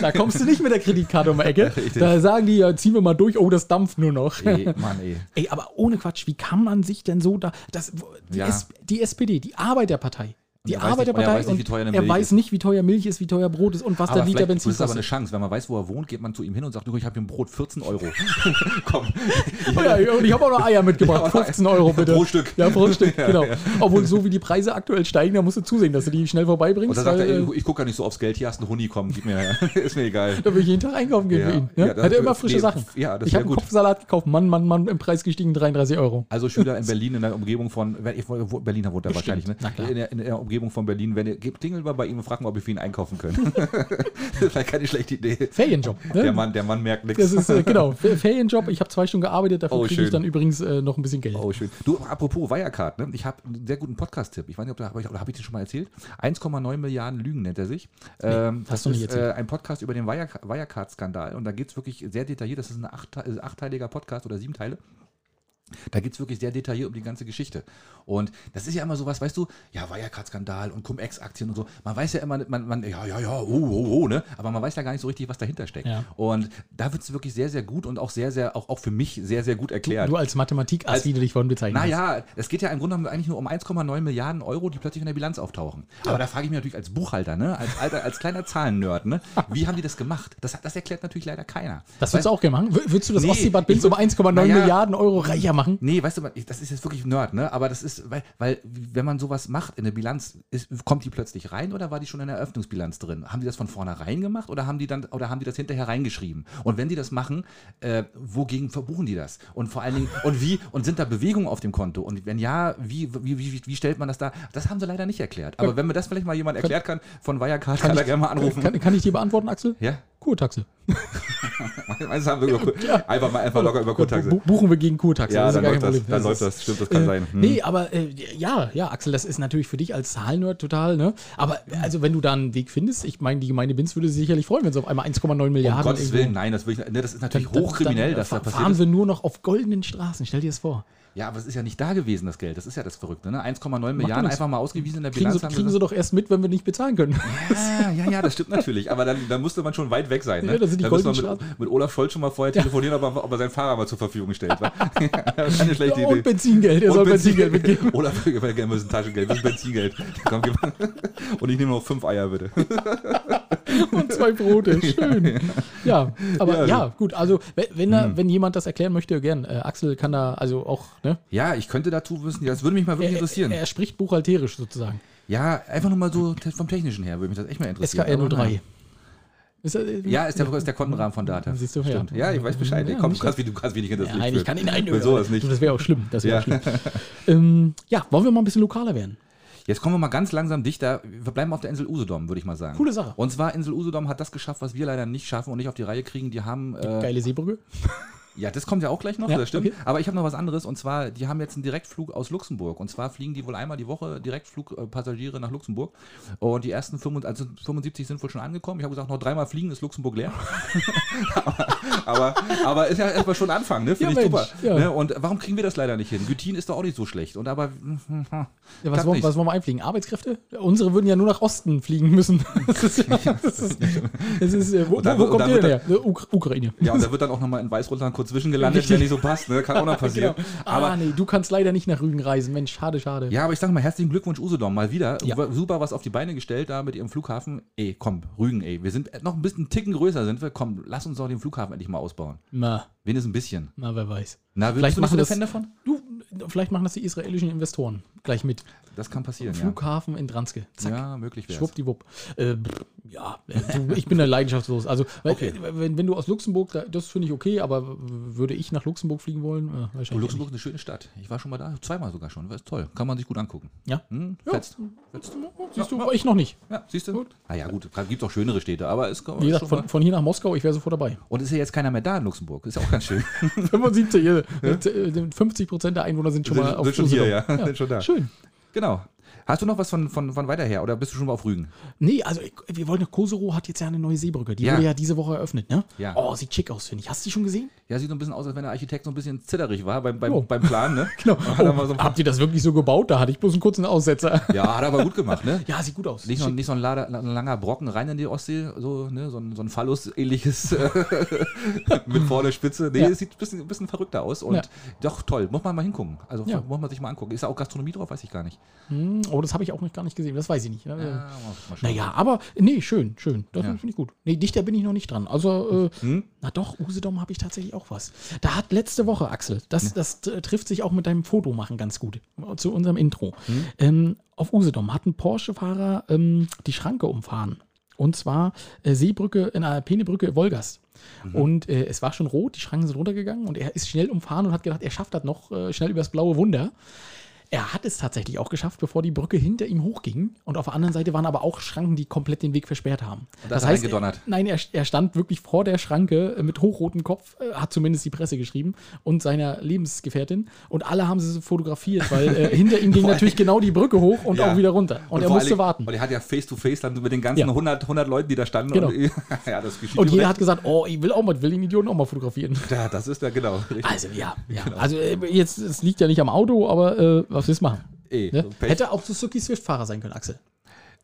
Speaker 1: (laughs) da kommst du nicht mit der Kreditkarte um die
Speaker 2: (laughs)
Speaker 1: Ecke.
Speaker 2: Richtig.
Speaker 1: Da sagen die, ja, ziehen wir mal durch, oh, das dampft nur noch. (laughs)
Speaker 2: Ey, Mann, ey.
Speaker 1: Ey, aber ohne Quatsch, wie kann man sich denn so da. Das, die,
Speaker 2: Ja.
Speaker 1: S, die SPD, die Arbeiterpartei. Die
Speaker 2: er weiß nicht-
Speaker 1: Arbeiterpartei.
Speaker 2: und er weiß nicht, wie teuer eine
Speaker 1: und er
Speaker 2: Milch
Speaker 1: weiß
Speaker 2: ist.
Speaker 1: nicht, wie teuer Milch ist, wie teuer Brot ist und was der Liter
Speaker 2: vielleicht
Speaker 1: Benzin
Speaker 2: ist es aber eine
Speaker 1: kostet.
Speaker 2: Chance. Wenn man weiß, wo er wohnt, geht man zu ihm hin und sagt, du, ich habe hier ein Brot, 14 Euro.
Speaker 1: (laughs)
Speaker 2: (laughs) Komm.
Speaker 1: Oh ja, und ich habe auch noch Eier mitgebracht.
Speaker 2: Ich hab auch noch
Speaker 1: 15 Euro bitte.
Speaker 2: Pro Stück.
Speaker 1: Ja, pro Stück,
Speaker 2: (laughs)
Speaker 1: genau. Obwohl, so wie die Preise aktuell steigen, da musst du zusehen, dass du die schnell
Speaker 2: Und
Speaker 1: vorbeibringst.
Speaker 2: dann sagt er,
Speaker 1: weil,
Speaker 2: ey,
Speaker 1: äh, Ähm,
Speaker 2: ich, ich gucke gar nicht so aufs Geld, hier hast du einen Huni, komm, gib mir her. (laughs) Ist mir egal.
Speaker 1: da will ich jeden Tag einkaufen gehen
Speaker 2: Ja,
Speaker 1: für ihn.
Speaker 2: ja,
Speaker 1: Ne?
Speaker 2: das
Speaker 1: Hat er
Speaker 2: wär-
Speaker 1: immer frische
Speaker 2: nee,
Speaker 1: Sachen.
Speaker 2: ja, das
Speaker 1: ich
Speaker 2: wär
Speaker 1: habe einen
Speaker 2: gut.
Speaker 1: Kopfsalat gekauft. Mann, Mann, Mann, im Preis gestiegen 33 Euro.
Speaker 2: Also Schüler in Berlin, in der Umgebung von, wenn ich, wo, Berliner wohnt er wahrscheinlich, ne?
Speaker 1: na klar.
Speaker 2: In, der, in der Umgebung von Berlin, wenn ihr, gebt Dingel mal bei ihm und fragt mal, ob wir für ihn einkaufen können. (laughs) Vielleicht keine schlechte Idee.
Speaker 1: Ferienjob. Ne?
Speaker 2: Der Mann, der Mann merkt
Speaker 1: Das
Speaker 2: nichts.
Speaker 1: ist, äh,
Speaker 2: (laughs)
Speaker 1: genau, Fer- Ferienjob. Ich habe zwei Stunden gearbeitet, dafür
Speaker 2: Oh,
Speaker 1: kriege ich
Speaker 2: schön.
Speaker 1: dann übrigens äh, noch ein bisschen Geld.
Speaker 2: Oh, schön. Du, apropos Wirecard, ne? ich habe einen sehr guten Podcast-Tipp. Ich weiß nicht, ob da habe ich, oder hab ich dir schon mal erzählt. 1,9 Milliarden Lügen nennt er sich. ähm,
Speaker 1: hast
Speaker 2: das
Speaker 1: du nicht
Speaker 2: ist äh,
Speaker 1: erzählt.
Speaker 2: ein Podcast über den Wirecard- Wirecard-Skandal und da geht es wirklich sehr detailliert. Das ist ein acht, äh, achtteiliger Podcast oder sieben Teile. Da geht es wirklich sehr detailliert um die ganze Geschichte. Und das ist ja immer sowas, weißt du, ja, Wirecard-Skandal und Cum-Ex-Aktien und so. Man weiß ja immer, man, man, ja, ja, ja, oh, oh, oh, ne? Aber man weiß ja gar nicht so richtig, was dahinter steckt.
Speaker 1: Ja.
Speaker 2: Und da wird es wirklich sehr, sehr gut und auch sehr, sehr, auch, auch für mich sehr, sehr gut erklärt.
Speaker 1: Du als Mathematik, als, wie du dich vorhin bezeichnet hast.
Speaker 2: Naja, es geht ja im Grunde genommen eigentlich nur um 1,9 Milliarden Euro, die plötzlich in der Bilanz auftauchen. Aber da frage ich mich natürlich als Buchhalter, ne? als, alter, als kleiner
Speaker 1: (laughs)
Speaker 2: Zahlennerd, ne? wie haben die das gemacht? Das, das erklärt natürlich leider keiner.
Speaker 1: Das würdest du auch gerne machen? Wür- Würdest du das
Speaker 2: Nee,
Speaker 1: Ostseebad Binz
Speaker 2: ich-
Speaker 1: um 1,9
Speaker 2: Naja.
Speaker 1: Milliarden Euro reicher machen?
Speaker 2: Nee, weißt du, man- ich- das ist jetzt wirklich Nerd, ne? Aber das ist, weil, weil wenn man sowas macht in der Bilanz, ist, kommt die plötzlich rein oder war die schon in der Eröffnungsbilanz drin? Haben die das von vornherein gemacht oder haben die dann oder haben die das hinterher reingeschrieben? Und wenn die das machen, äh, wogegen verbuchen die das? Und vor allen Dingen, und wie, und sind da Bewegungen auf dem Konto? Und wenn ja, wie, wie, wie, wie stellt man das da? Das haben sie leider nicht erklärt. Aber wenn mir das vielleicht mal jemand erklärt kann, von Wirecard, kann, er gerne mal anrufen.
Speaker 1: Kann, kann ich dir beantworten, Axel? (laughs)
Speaker 2: ja,
Speaker 1: Kurtaxe.
Speaker 2: meistens haben wir über, einfach mal einfach locker über Kurtaxe.
Speaker 1: Bu- Buchen wir gegen Kurtaxe.
Speaker 2: Ja,
Speaker 1: das ist
Speaker 2: dann
Speaker 1: gar
Speaker 2: läuft
Speaker 1: kein
Speaker 2: das,
Speaker 1: Problem.
Speaker 2: dann läuft
Speaker 1: ist-
Speaker 2: das, stimmt, das kann
Speaker 1: äh,
Speaker 2: sein. Hm.
Speaker 1: Nee, aber äh, ja, ja, Axel, das ist natürlich für dich als Zahlennerd total, ne? Aber
Speaker 2: Hm.
Speaker 1: also wenn du da einen Weg findest, ich meine, die Gemeinde Binz würde sich sicherlich freuen, wenn sie auf einmal 1,9 Milliarden
Speaker 2: Um Gottes
Speaker 1: irgendwo-
Speaker 2: Willen, nein, das, will ich, ne, das ist natürlich
Speaker 1: Dann-
Speaker 2: hochkriminell,
Speaker 1: dann,
Speaker 2: dass da
Speaker 1: fahren
Speaker 2: passiert ist.
Speaker 1: wir nur noch auf goldenen Straßen, stell dir das vor.
Speaker 2: Ja, aber es ist ja nicht da gewesen, das Geld. Das ist ja das Verrückte. Ne? 1,9
Speaker 1: doch
Speaker 2: Milliarden
Speaker 1: nichts.
Speaker 2: einfach mal ausgewiesen in der
Speaker 1: Kriegen,
Speaker 2: Bilanz.
Speaker 1: sie, kriegen sie doch erst mit, wenn wir nicht bezahlen
Speaker 2: (laughs)
Speaker 1: können.
Speaker 2: ah, ja, ja, das stimmt natürlich. Aber dann, dann musste man schon weit weg sein. Ne?
Speaker 1: Ja, das sind die
Speaker 2: dann müsste man
Speaker 1: goldenen
Speaker 2: mit, mit Olaf Scholz schon mal vorher telefonieren, ob, er, ob er seinen Fahrer mal zur Verfügung stellt. wa? (laughs) Keine schlechte
Speaker 1: und
Speaker 2: Idee.
Speaker 1: Benzingeld, er soll Benzingeld mitgeben.
Speaker 2: (laughs) Olaf, wir gerne müssen Taschengeld, wir müssen Benzingeld. Komm, gib mal. (laughs) Und ich nehme noch fünf Eier, bitte. (laughs)
Speaker 1: Und zwei Brote, schön. Ja, aber ja,
Speaker 2: Ja, Hm.
Speaker 1: gut, also wenn, wenn, da, wenn jemand das erklären möchte, gern. Äh, Axel kann da also auch, ne?
Speaker 2: Ja, ich könnte dazu wissen, das würde mich mal wirklich
Speaker 1: Er,
Speaker 2: interessieren.
Speaker 1: er spricht buchhalterisch sozusagen.
Speaker 2: ja, einfach nur mal so te- vom Technischen her würde mich das echt mal interessieren.
Speaker 1: SKR
Speaker 2: Aber
Speaker 1: 03.
Speaker 2: nein.
Speaker 1: Ist, äh,
Speaker 2: Ja, ist der, ist der Kontenrahmen von Data.
Speaker 1: Siehst du, ja.
Speaker 2: Stimmt. Ja, ich weiß Bescheid.
Speaker 1: Ja,
Speaker 2: Ja, Komm,
Speaker 1: nicht
Speaker 2: du kannst, mich- du kannst mich nicht hinter das
Speaker 1: Nein,
Speaker 2: Licht
Speaker 1: ich kann
Speaker 2: führen.
Speaker 1: ihn einhören.
Speaker 2: Will sowas nicht.
Speaker 1: Das wäre auch schlimm. Das wäre
Speaker 2: Ja.
Speaker 1: auch schlimm.
Speaker 2: (laughs)
Speaker 1: Ähm, ja, wollen wir mal ein bisschen lokaler werden?
Speaker 2: Jetzt kommen wir mal ganz langsam dichter. Wir bleiben auf der Insel Usedom, würde ich mal sagen.
Speaker 1: Coole Sache.
Speaker 2: Und zwar Insel Usedom hat das geschafft, was wir leider nicht schaffen und nicht auf die Reihe kriegen. Die haben äh,
Speaker 1: Geile Seebrücke.
Speaker 2: Ja, das kommt ja auch gleich noch,
Speaker 1: Ja,
Speaker 2: das stimmt.
Speaker 1: okay.
Speaker 2: Aber ich habe noch was anderes und zwar, die haben jetzt einen Direktflug aus Luxemburg. Und zwar fliegen die wohl einmal die Woche Direktflug äh, Passagiere nach Luxemburg. Und die ersten 75, also 75 sind wohl schon angekommen. Ich habe gesagt, noch dreimal fliegen ist Luxemburg leer. (laughs) aber, aber, aber ist ja erstmal schon ein Anfang, ne? Finde
Speaker 1: Ja,
Speaker 2: ich
Speaker 1: Mensch,
Speaker 2: super.
Speaker 1: ja.
Speaker 2: Ne? Und warum kriegen wir das leider nicht hin? Gütin ist doch auch nicht so schlecht.
Speaker 1: (laughs)
Speaker 2: Und aber.
Speaker 1: Ja,
Speaker 2: Klappt
Speaker 1: was, wollen,
Speaker 2: nicht.
Speaker 1: was wollen wir einfliegen? Arbeitskräfte? Ja, Unsere würden ja nur nach Osten fliegen
Speaker 2: (laughs)
Speaker 1: müssen. Das ist, ja- das ist, das ist, äh, wo,
Speaker 2: Und dann-
Speaker 1: wo
Speaker 2: und
Speaker 1: kommt
Speaker 2: dann
Speaker 1: ihr denn her?
Speaker 2: wird
Speaker 1: Uk
Speaker 2: (laughs)
Speaker 1: Ukraine.
Speaker 2: Ja, und da wird dann auch nochmal in Weißrussland kurz zwischengelandet,
Speaker 1: Richtig.
Speaker 2: wenn nicht so passt, ne? Kann
Speaker 1: (laughs)
Speaker 2: auch noch passieren.
Speaker 1: Genau.
Speaker 2: Aber
Speaker 1: ah, nee, du kannst leider nicht nach Rügen reisen. Mensch, schade, schade.
Speaker 2: Ja, aber ich sag mal, herzlichen Glückwunsch, Usedom, mal wieder.
Speaker 1: Ja.
Speaker 2: Wa- Super was auf die Beine gestellt da mit ihrem Flughafen. Ey, komm, Rügen, ey. Wir sind noch ein bisschen einen Ticken größer, sind wir. Komm, lass uns doch den Flughafen endlich mal ausbauen.
Speaker 1: Na,
Speaker 2: Wenigstens ein bisschen.
Speaker 1: na, wer weiß.
Speaker 2: Na, bist
Speaker 1: Vielleicht
Speaker 2: du nicht
Speaker 1: machen
Speaker 2: so der
Speaker 1: das-
Speaker 2: Fan davon?
Speaker 1: Du, vielleicht machen das die israelischen Investoren gleich mit.
Speaker 2: Das kann passieren,
Speaker 1: Flughafen in Dranske.
Speaker 2: ja.
Speaker 1: Zack.
Speaker 2: Ja, möglich wäre
Speaker 1: Schwuppdiwupp. Äh, pff, ja, äh, du, ich bin da leidenschaftslos. Also, weil,
Speaker 2: Okay.
Speaker 1: äh, wenn, wenn du aus Luxemburg, da- das finde ich okay, aber würde ich nach Luxemburg fliegen wollen? Äh, wahrscheinlich eher
Speaker 2: Oh, Luxemburg ist eine schöne Stadt. Ich war schon mal da, zweimal sogar schon. Ist toll. Kann man sich gut angucken.
Speaker 1: nicht. Ja.
Speaker 2: Hm,
Speaker 1: Ja.
Speaker 2: fetzt.
Speaker 1: Oh, Siehst du, ich noch nicht.
Speaker 2: Ja, siehst du?
Speaker 1: Gut.
Speaker 2: Ah ja, gut. Gibt auch schönere Städte, aber es kommt
Speaker 1: Wie gesagt,
Speaker 2: schon
Speaker 1: von,
Speaker 2: mal-
Speaker 1: von hier nach Moskau, ich wäre sofort dabei.
Speaker 2: (laughs) Und ist ja jetzt keiner mehr da in Luxemburg. Ist ja auch
Speaker 1: (laughs)
Speaker 2: ganz schön.
Speaker 1: 75, äh, mit, äh, 50 Prozent der Einwohner sind schon mal auf Usedom.
Speaker 2: Sind (laughs) schon da.
Speaker 1: Schön.
Speaker 2: Genau. Hast du noch was von, von, von weiter her oder bist du schon mal auf Rügen?
Speaker 1: Nee, also ich- wir wollen nach Kosovo hat jetzt ja eine neue Seebrücke. Die
Speaker 2: Ja.
Speaker 1: wurde ja diese Woche eröffnet, ne?
Speaker 2: Ja.
Speaker 1: Oh, sieht schick aus, finde ich. Hast du die schon
Speaker 2: (laughs)
Speaker 1: gesehen?
Speaker 2: Ja, sieht so ein bisschen aus, als wenn der Architekt so ein bisschen zitterig war beim, beim,
Speaker 1: Jo.
Speaker 2: beim
Speaker 1: (laughs)
Speaker 2: Plan, ne? Hat er mal so
Speaker 1: Oh, Ah. habt ihr das wirklich so gebaut? Da hatte ich bloß einen kurzen
Speaker 2: (laughs)
Speaker 1: Aussetzer.
Speaker 2: ja, hat er aber gut
Speaker 1: (laughs)
Speaker 2: gemacht, ne?
Speaker 1: Ja, sieht gut aus.
Speaker 2: Nicht, so, nicht so ein lader, la- langer Brocken rein in die Ostsee, so, ne? so ein, so ein Phallus-ähnliches äh, (laughs) mit vorne Spitze. Nee,
Speaker 1: Ja.
Speaker 2: es sieht ein bisschen, ein bisschen verrückter aus und
Speaker 1: Ja.
Speaker 2: doch toll. Muss man mal hingucken. Also
Speaker 1: Ja.
Speaker 2: muss man sich mal angucken. Ist da auch Gastronomie drauf? Weiß ich gar nicht.
Speaker 1: Hm, oh, das habe ich auch noch gar nicht gesehen. Das weiß ich nicht. Ne?
Speaker 2: Ja, mal- mal schauen.
Speaker 1: Naja, aber nee, schön, schön. Das
Speaker 2: Ja.
Speaker 1: finde ich gut. Nee, dichter bin ich noch nicht dran. Also, äh,
Speaker 2: Hm?
Speaker 1: na doch, Usedom habe ich tatsächlich auch was. Da hat letzte Woche, Axel, das, das äh, trifft sich auch mit deinem Fotomachen ganz gut zu unserem Intro.
Speaker 2: Hm?
Speaker 1: Ähm, auf Usedom hat ein Porsche-Fahrer ähm, die Schranke umfahren. Und zwar äh, Seebrücke in einer Penebrücke Wolgast.
Speaker 2: Mhm.
Speaker 1: Und äh, es war schon rot, die Schranken sind runtergegangen und er ist schnell umfahren und hat gedacht, er schafft das noch äh, schnell übers blaue Wunder. Er hat es tatsächlich auch geschafft, bevor die Brücke hinter ihm hochging. Und auf der anderen Seite waren aber auch Schranken, die komplett den Weg versperrt haben.
Speaker 2: da ist er reingedonnert.
Speaker 1: Er, nein, er, er stand wirklich vor der Schranke äh, mit hochrotem Kopf, äh, hat zumindest die Presse geschrieben, und seiner Lebensgefährtin. Und alle haben sie so fotografiert, weil
Speaker 2: (laughs)
Speaker 1: äh, hinter ihm ging
Speaker 2: Vor allem-
Speaker 1: natürlich genau die Brücke hoch und
Speaker 2: Ja.
Speaker 1: auch wieder runter. Und, er
Speaker 2: vor
Speaker 1: musste
Speaker 2: allen Dingen-
Speaker 1: warten.
Speaker 2: Und er hat ja face-to-face dann mit den ganzen
Speaker 1: Ja.
Speaker 2: 100, 100 Leuten, die (laughs) da standen.
Speaker 1: Genau.
Speaker 2: Und, ja, das geschieht
Speaker 1: Und
Speaker 2: im
Speaker 1: jeder
Speaker 2: Recht.
Speaker 1: hat gesagt, oh, ich will auch mal, ich will den Idioten auch mal fotografieren.
Speaker 2: Ja, das ist ja genau. Richtig.
Speaker 1: Also ja, ja.
Speaker 2: Genau.
Speaker 1: Also äh, jetzt, es liegt ja nicht am Auto, aber äh, was willst du machen?
Speaker 2: Ey,
Speaker 1: Ne?
Speaker 2: Eh, Pech.
Speaker 1: Hätte auch Suzuki Swift-Fahrer sein können, Axel.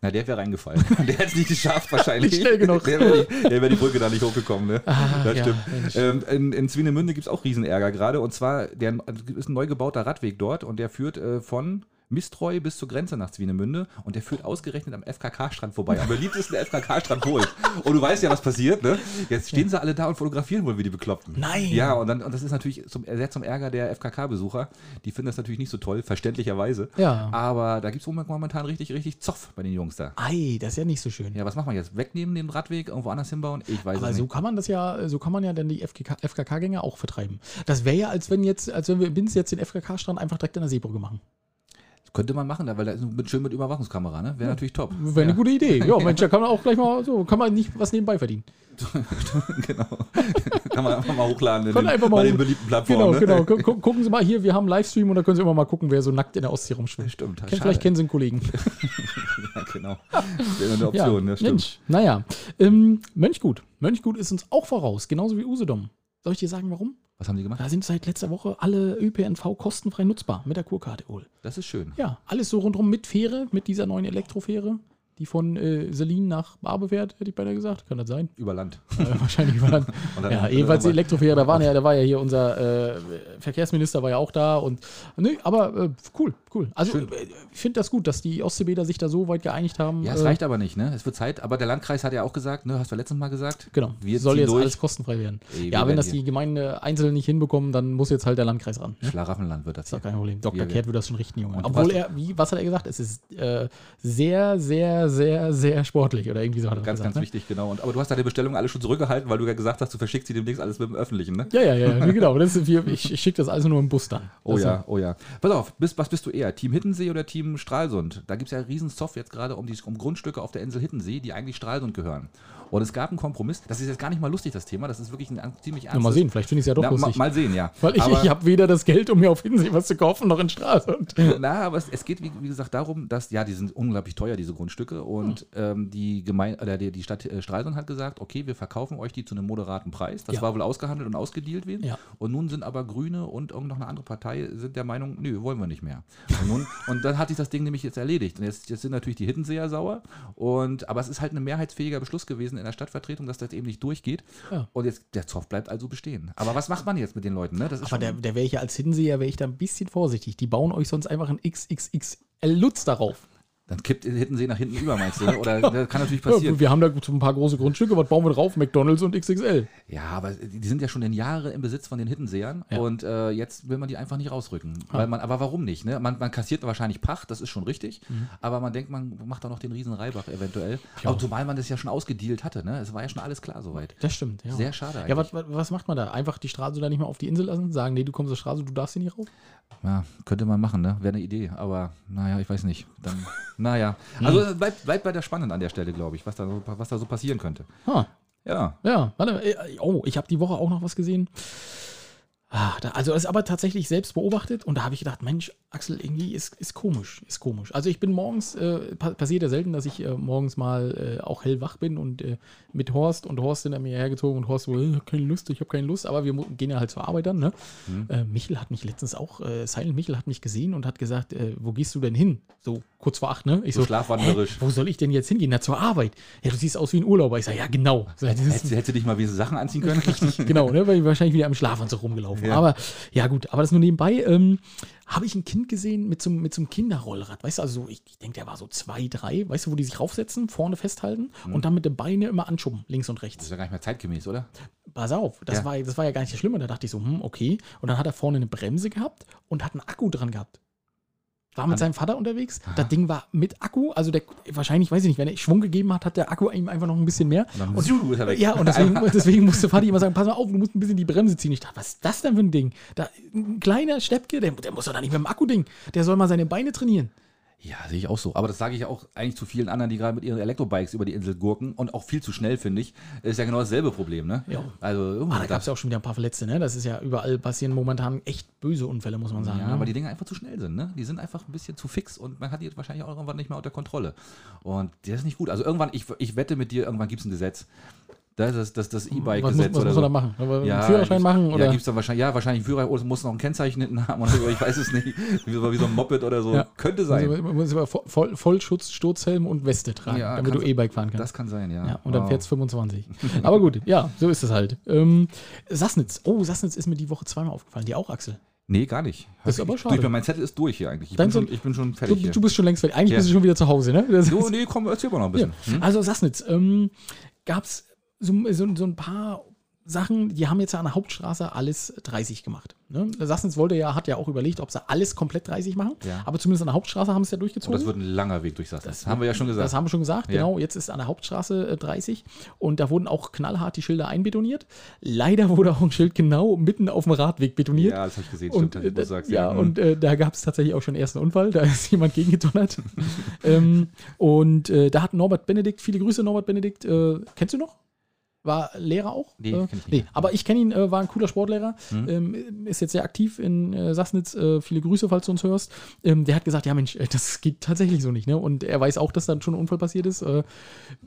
Speaker 2: Na, der wäre reingefallen. (laughs) Der hätte es nicht geschafft wahrscheinlich.
Speaker 1: Nicht schnell genug. Ah,
Speaker 2: Der wäre die, der wäre die Brücke da nicht hochgekommen. Ne? das
Speaker 1: ja,
Speaker 2: stimmt.
Speaker 1: Mensch.
Speaker 2: Ähm, in, in Swinemünde gibt es auch Riesenärger gerade. Und zwar, der ist ein neu gebauter Radweg dort und der führt äh, von Mistreu bis zur Grenze nach Swinemünde und der führt ausgerechnet am FKK-Strand vorbei, am beliebtesten FKK-Strand Polen. Und du weißt ja, was passiert, ne? Jetzt stehen sie alle da und fotografieren wohl wie die Bekloppten.
Speaker 1: Nein.
Speaker 2: Ja, und, dann, und das ist natürlich zum, sehr zum Ärger der FKK-Besucher. Die finden das natürlich nicht so toll, verständlicherweise.
Speaker 1: Ja.
Speaker 2: Aber da gibt es momentan richtig, richtig Zoff bei den Jungs da.
Speaker 1: Ei, das ist ja nicht so schön.
Speaker 2: Ja, was machen wir jetzt? Wegnehmen den Radweg, irgendwo anders hinbauen? Ich weiß
Speaker 1: Aber
Speaker 2: es
Speaker 1: so
Speaker 2: nicht.
Speaker 1: kann man das ja, so kann man ja dann die FKK FKK-Gänger auch vertreiben. Das wäre ja, als wenn jetzt, als wenn wir in Binz jetzt den FKK-Strand einfach direkt an der Seebrücke machen.
Speaker 2: Könnte man machen, da, weil da ist mit, schön mit Überwachungskamera, ne? Wäre
Speaker 1: (laughs)
Speaker 2: natürlich top.
Speaker 1: Wäre eine gute Idee.
Speaker 2: (laughs)
Speaker 1: Ja, Mensch, da kann man auch gleich mal so, kann man nicht was nebenbei verdienen.
Speaker 2: genau. kann man einfach mal hochladen in
Speaker 1: Kann
Speaker 2: den,
Speaker 1: einfach mal
Speaker 2: bei den
Speaker 1: hoch-
Speaker 2: beliebten
Speaker 1: Genau,
Speaker 2: Plattformen.
Speaker 1: genau.
Speaker 2: Ne?
Speaker 1: Gu- gu- Gucken Sie mal hier, wir haben einen Livestream und da können Sie immer mal gucken, wer so nackt in der Ostsee rumschwimmt.
Speaker 2: (laughs) Stimmt,
Speaker 1: Kennt, vielleicht kennen Sie einen Kollegen.
Speaker 2: ja, (laughs) genau.
Speaker 1: (laughs)
Speaker 2: Wäre eine Option, ne? Stimmt.
Speaker 1: Mensch, naja. Ähm, Mönchgut. Mönchgut ist uns auch voraus, genauso wie Usedom. Soll ich dir sagen, warum?
Speaker 2: Was haben die gemacht?
Speaker 1: Da sind seit letzter Woche alle ÖPNV kostenfrei nutzbar mit der Kurkarte wohl.
Speaker 2: Das ist schön.
Speaker 1: Ja, alles so rundherum mit Fähre, mit dieser neuen Elektrofähre, die von äh, Selin nach Barbe fährt, hätte ich beinahe gesagt. Kann das
Speaker 2: (laughs)
Speaker 1: sein?
Speaker 2: Über Land.
Speaker 1: Äh, wahrscheinlich war das.
Speaker 2: Und dann-
Speaker 1: Ja, jedenfalls die
Speaker 2: dann-
Speaker 1: Elektrofähre, da, waren ja, da war ja hier unser äh, Verkehrsminister war ja auch da und nö, aber äh, cool, cool. Also
Speaker 2: Schön.
Speaker 1: äh, ich finde das gut, dass die Ostseebäder sich da so weit geeinigt haben.
Speaker 2: Ja, es
Speaker 1: äh,
Speaker 2: reicht aber nicht, ne? Es wird Zeit. Aber der Landkreis hat ja auch gesagt, ne? Hast du letztes Mal gesagt?
Speaker 1: Genau,
Speaker 2: Wir
Speaker 1: soll
Speaker 2: ziehen
Speaker 1: jetzt
Speaker 2: durch.
Speaker 1: alles kostenfrei werden.
Speaker 2: Ey, wir
Speaker 1: ja,
Speaker 2: werden
Speaker 1: wenn das
Speaker 2: hier-
Speaker 1: die Gemeinde einzeln nicht hinbekommen, dann muss jetzt halt der Landkreis ran.
Speaker 2: Schlaraffenland wird das
Speaker 1: Ist
Speaker 2: hier.
Speaker 1: doch kein Problem.
Speaker 2: Wir
Speaker 1: Dr.
Speaker 2: werden-
Speaker 1: Kehrt wird das schon richten, Junge.
Speaker 2: Und
Speaker 1: Obwohl
Speaker 2: was-
Speaker 1: er, wie, was hat er gesagt? Es ist äh, sehr, sehr, sehr, sehr, sehr sportlich oder irgendwie so hat er
Speaker 2: Ganz,
Speaker 1: gesagt, ne?
Speaker 2: ganz wichtig, genau. Und, aber du hast deine Bestellung alle schon zurückgehalten, weil du ja gesagt hast, du verschickst sie demnächst alles mit dem Öffentlichen, ne?
Speaker 1: ne? Ja, ja,
Speaker 2: (laughs)
Speaker 1: ja, ja, genau. Das ist, wir- ich ich schicke das also nur im Bus dann.
Speaker 2: Oh
Speaker 1: das
Speaker 2: ja, oh ja. Pass auf, bist, was bist du eher? Team Hittensee oder Team Stralsund? Da gibt es ja einen riesen Zoff jetzt gerade um, die- um Grundstücke auf der Insel Hittensee, die eigentlich Stralsund gehören. Und es gab einen Kompromiss. Das ist jetzt gar nicht mal lustig, das Thema. Das ist wirklich ein an- ziemlich
Speaker 1: Na,
Speaker 2: ernstes...
Speaker 1: mal sehen, vielleicht finde ich es ja doch
Speaker 2: Na, ma,
Speaker 1: lustig.
Speaker 2: mal sehen, ja.
Speaker 1: weil ich,
Speaker 2: Aber-
Speaker 1: ich habe weder das Geld, um mir auf Hinsee was zu kaufen, noch in Stralsund.
Speaker 2: Na, aber es, es geht, wie, wie gesagt, darum, dass, ja, die sind unglaublich teuer, diese Grundstücke. Und
Speaker 1: Hm.
Speaker 2: ähm, die, Gemein oder die, die Stadt äh, Stralsund hat gesagt, okay, wir verkaufen euch die zu einem moderaten Preis. Das
Speaker 1: Ja.
Speaker 2: war wohl ausgehandelt und ausgedealt werden.
Speaker 1: Ja.
Speaker 2: Und nun sind aber Grüne und irgend noch eine andere Partei sind der Meinung, nö, wollen wir nicht mehr.
Speaker 1: (laughs)
Speaker 2: Und, nun, und dann hat sich das Ding nämlich jetzt erledigt. Und jetzt, jetzt sind natürlich die Hiddenseer sauer. Und, aber es ist halt ein mehrheitsfähiger Beschluss gewesen in der Stadtvertretung, dass das eben nicht durchgeht.
Speaker 1: Ja.
Speaker 2: Und jetzt, der Zoff bleibt also bestehen. Aber was macht man jetzt mit den Leuten? Ne? Das ist
Speaker 1: Aber
Speaker 2: schon-
Speaker 1: der, der wäre ich ja als Hinseher, wäre ich da ein bisschen vorsichtig. Die bauen euch sonst einfach ein XXXL Lutz darauf.
Speaker 2: Dann kippt Hittensee nach hinten über, meinst du?
Speaker 1: (laughs)
Speaker 2: ne? Oder das kann natürlich passieren.
Speaker 1: Ja, wir haben da so ein paar große Grundstücke, was bauen wir drauf? McDonalds und XXL.
Speaker 2: Ja, aber die die sind ja schon in Jahre im Besitz von den Hittensehern
Speaker 1: Ja.
Speaker 2: und äh, jetzt will man die einfach nicht rausrücken. Weil man, aber warum nicht? Ne? Man, man kassiert wahrscheinlich Pacht, das ist schon richtig, aber man denkt, man macht da noch den riesen Reibach eventuell.
Speaker 1: Tja.
Speaker 2: Aber zumal man das ja schon ausgedealt hatte, ne? Es war ja schon alles klar soweit.
Speaker 1: Das stimmt, ja.
Speaker 2: Sehr schade
Speaker 1: Ja, was, was- was macht man da? Einfach die Straße da nicht mehr auf die Insel lassen? Sagen, nee, du kommst zur Straße, du darfst hier nicht rauf?
Speaker 2: Ja, könnte man machen, ne? Wäre eine Idee, aber naja, ich weiß nicht. (laughs) Dann, naja. Also es bleibt, bleibt bei der Spannenden an der Stelle, glaube ich, was da, so- was da so passieren könnte.
Speaker 1: Ha.
Speaker 2: Ja.
Speaker 1: Ja, warte. äh, Oh, ich habe die Woche auch noch was gesehen. Ah, da, also ist aber tatsächlich selbst beobachtet und da habe ich gedacht, Mensch, Axel, irgendwie ist, ist komisch, ist komisch. Also ich bin morgens, äh, pa passiert ja selten, dass ich äh, morgens mal äh, auch hellwach bin und äh, mit Horst und Horst hinter mir hergezogen und Horst so, äh, ich hab keine Lust, ich habe keine Lust, aber wir mu- gehen ja halt zur Arbeit dann. Ne?
Speaker 2: Mhm.
Speaker 1: Äh, Michel hat mich letztens auch, äh, Silent Michel hat mich gesehen und hat gesagt, äh, wo gehst du denn hin? So kurz vor acht, ne? Ich
Speaker 2: So
Speaker 1: so,
Speaker 2: schlafwandlerisch.
Speaker 1: "Hä, wo soll ich denn jetzt hingehen? Na, zur Arbeit. Ja, du siehst aus wie ein Urlauber. Ich sage, ja, genau. Ich sag, das ist
Speaker 2: Hättest hättest du dich mal diese Sachen anziehen (laughs) können?
Speaker 1: genau, ne, weil ich wahrscheinlich wieder am Schlafanzug rumgelaufen. Aber ja, gut, aber das nur nebenbei. Ähm, habe ich ein Kind gesehen mit so, einem- mit so einem Kinderrollrad. Weißt du, also so, ich, ich denke, der war so zwei, drei. Weißt du, wo die sich raufsetzen, vorne festhalten
Speaker 2: Mhm.
Speaker 1: und dann mit den Beinen immer anschubben, links und rechts
Speaker 2: Das ist ja gar nicht mehr zeitgemäß, oder?
Speaker 1: pass auf, das,
Speaker 2: Ja.
Speaker 1: war, das war ja gar nicht das Schlimme. Da dachte ich so, hm, okay. Und dann hat er vorne eine Bremse gehabt und hat einen Akku dran gehabt. War mit
Speaker 2: An-
Speaker 1: seinem Vater unterwegs. Das Ding war mit Akku, also der, wahrscheinlich, weiß ich nicht, wenn er Schwung gegeben hat, hat der Akku ihm einfach noch ein bisschen mehr.
Speaker 2: Und dann ziu, ist er weg.
Speaker 1: ja, und
Speaker 2: (laughs)
Speaker 1: deswegen, deswegen musste Vati immer sagen, pass mal auf, du musst ein bisschen die Bremse ziehen. Ich dachte, was ist das denn für ein Ding? Da, ein kleiner Steppke, der, der muss doch da nicht mit dem Akku-Ding. Der soll mal seine Beine trainieren.
Speaker 2: Ja, sehe ich auch so. Aber das sage ich auch eigentlich zu vielen anderen, die gerade mit ihren Elektrobikes über die Insel gurken und auch viel zu schnell, finde ich. Ist ja genau dasselbe Problem, ne?
Speaker 1: Ja.
Speaker 2: Also, oh,
Speaker 1: Ah, da gab
Speaker 2: das,
Speaker 1: es ja auch schon wieder ein paar Verletzte, ne? Das ist ja überall passieren momentan echt böse Unfälle, muss man sagen.
Speaker 2: ja,
Speaker 1: ne?
Speaker 2: weil die Dinger einfach zu schnell sind, ne? Die sind einfach ein bisschen zu fix und man hat die wahrscheinlich auch irgendwann nicht mehr unter Kontrolle. Und das ist nicht gut. Also irgendwann, ich, ich wette mit dir, irgendwann gibt es ein Gesetz. Das ist das, das
Speaker 1: was muss,
Speaker 2: E-Bike-Gesetz.
Speaker 1: was
Speaker 2: oder
Speaker 1: muss
Speaker 2: so.
Speaker 1: man da machen? Aber
Speaker 2: Ja,
Speaker 1: einen Führerschein
Speaker 2: gibt's-
Speaker 1: machen? Oder?
Speaker 2: Ja, gibt's dann wahrscheinlich, ja, wahrscheinlich einen Führer, oder es muss noch ein Kennzeichen hinten haben oder so, ich weiß es nicht. (laughs) Wie, so- wie so ein Moped oder so.
Speaker 1: Ja.
Speaker 2: Könnte sein.
Speaker 1: Also, man muss aber Vo- voll, Vollschutz, Sturzhelm und Weste tragen,
Speaker 2: Ja,
Speaker 1: damit du
Speaker 2: kannst-
Speaker 1: E-Bike fahren kannst.
Speaker 2: das kann sein, ja.
Speaker 1: ja, und dann
Speaker 2: Oh.
Speaker 1: fährst 25. Aber gut, ja, so ist es halt. Ähm, Sassnitz. Oh, Sassnitz ist mir die Woche zweimal aufgefallen. Dir auch, Axel.
Speaker 2: Nee, gar nicht.
Speaker 1: Das ist aber
Speaker 2: ich,
Speaker 1: schade.
Speaker 2: Du, ich bin, mein Zettel ist durch hier eigentlich. Ich,
Speaker 1: Dein
Speaker 2: bin schon,
Speaker 1: Zettel-
Speaker 2: ich bin schon
Speaker 1: Du,
Speaker 2: fertig hier.
Speaker 1: du bist schon längst weg. Eigentlich
Speaker 2: Ja.
Speaker 1: bist du schon wieder zu Hause, ne? Das
Speaker 2: so, nee, komm, erzähl mal noch ein bisschen.
Speaker 1: Ja. Also Sassnitz, ähm, gab es so, so, so ein paar Sachen, die haben jetzt ja an der Hauptstraße alles 30 gemacht. Ne? Sassnitz wollte ja, hat ja auch überlegt, ob sie alles komplett 30 machen,
Speaker 2: Ja.
Speaker 1: aber zumindest an der Hauptstraße haben sie es ja
Speaker 2: Und
Speaker 1: durchgezogen.
Speaker 2: Oh, das wird ein langer Weg durch Sassnitz.
Speaker 1: Das
Speaker 2: Das haben wir ja schon gesagt.
Speaker 1: Das haben wir schon gesagt,
Speaker 2: Ja.
Speaker 1: genau. Jetzt ist an der Hauptstraße äh, 30 und da wurden auch knallhart die Schilder einbetoniert. Leider wurde auch ein Schild genau mitten auf dem Radweg betoniert.
Speaker 2: ja, das habe ich gesehen,
Speaker 1: Und,
Speaker 2: stimmt. dass du
Speaker 1: äh,
Speaker 2: das sagst,
Speaker 1: ja,
Speaker 2: Mhm.
Speaker 1: und äh, da gab es tatsächlich auch schon einen ersten Unfall. (laughs) Da ist jemand
Speaker 2: (laughs)
Speaker 1: gegengedonnert. ähm, und äh, da hat Norbert Benedikt, viele Grüße, Norbert Benedikt. Äh, kennst du noch? War Lehrer auch?
Speaker 2: Nee,
Speaker 1: äh,
Speaker 2: kenn ich nicht. Hm.
Speaker 1: Nee, aber ich kenne ihn, äh, war ein cooler Sportlehrer, ähm, ist jetzt sehr aktiv in äh, Sassnitz. Äh, viele Grüße, falls du uns hörst. Ähm, der hat gesagt, ja Mensch, äh, das geht tatsächlich so nicht. Ne? Und er weiß auch, dass dann schon ein Unfall passiert ist. Äh,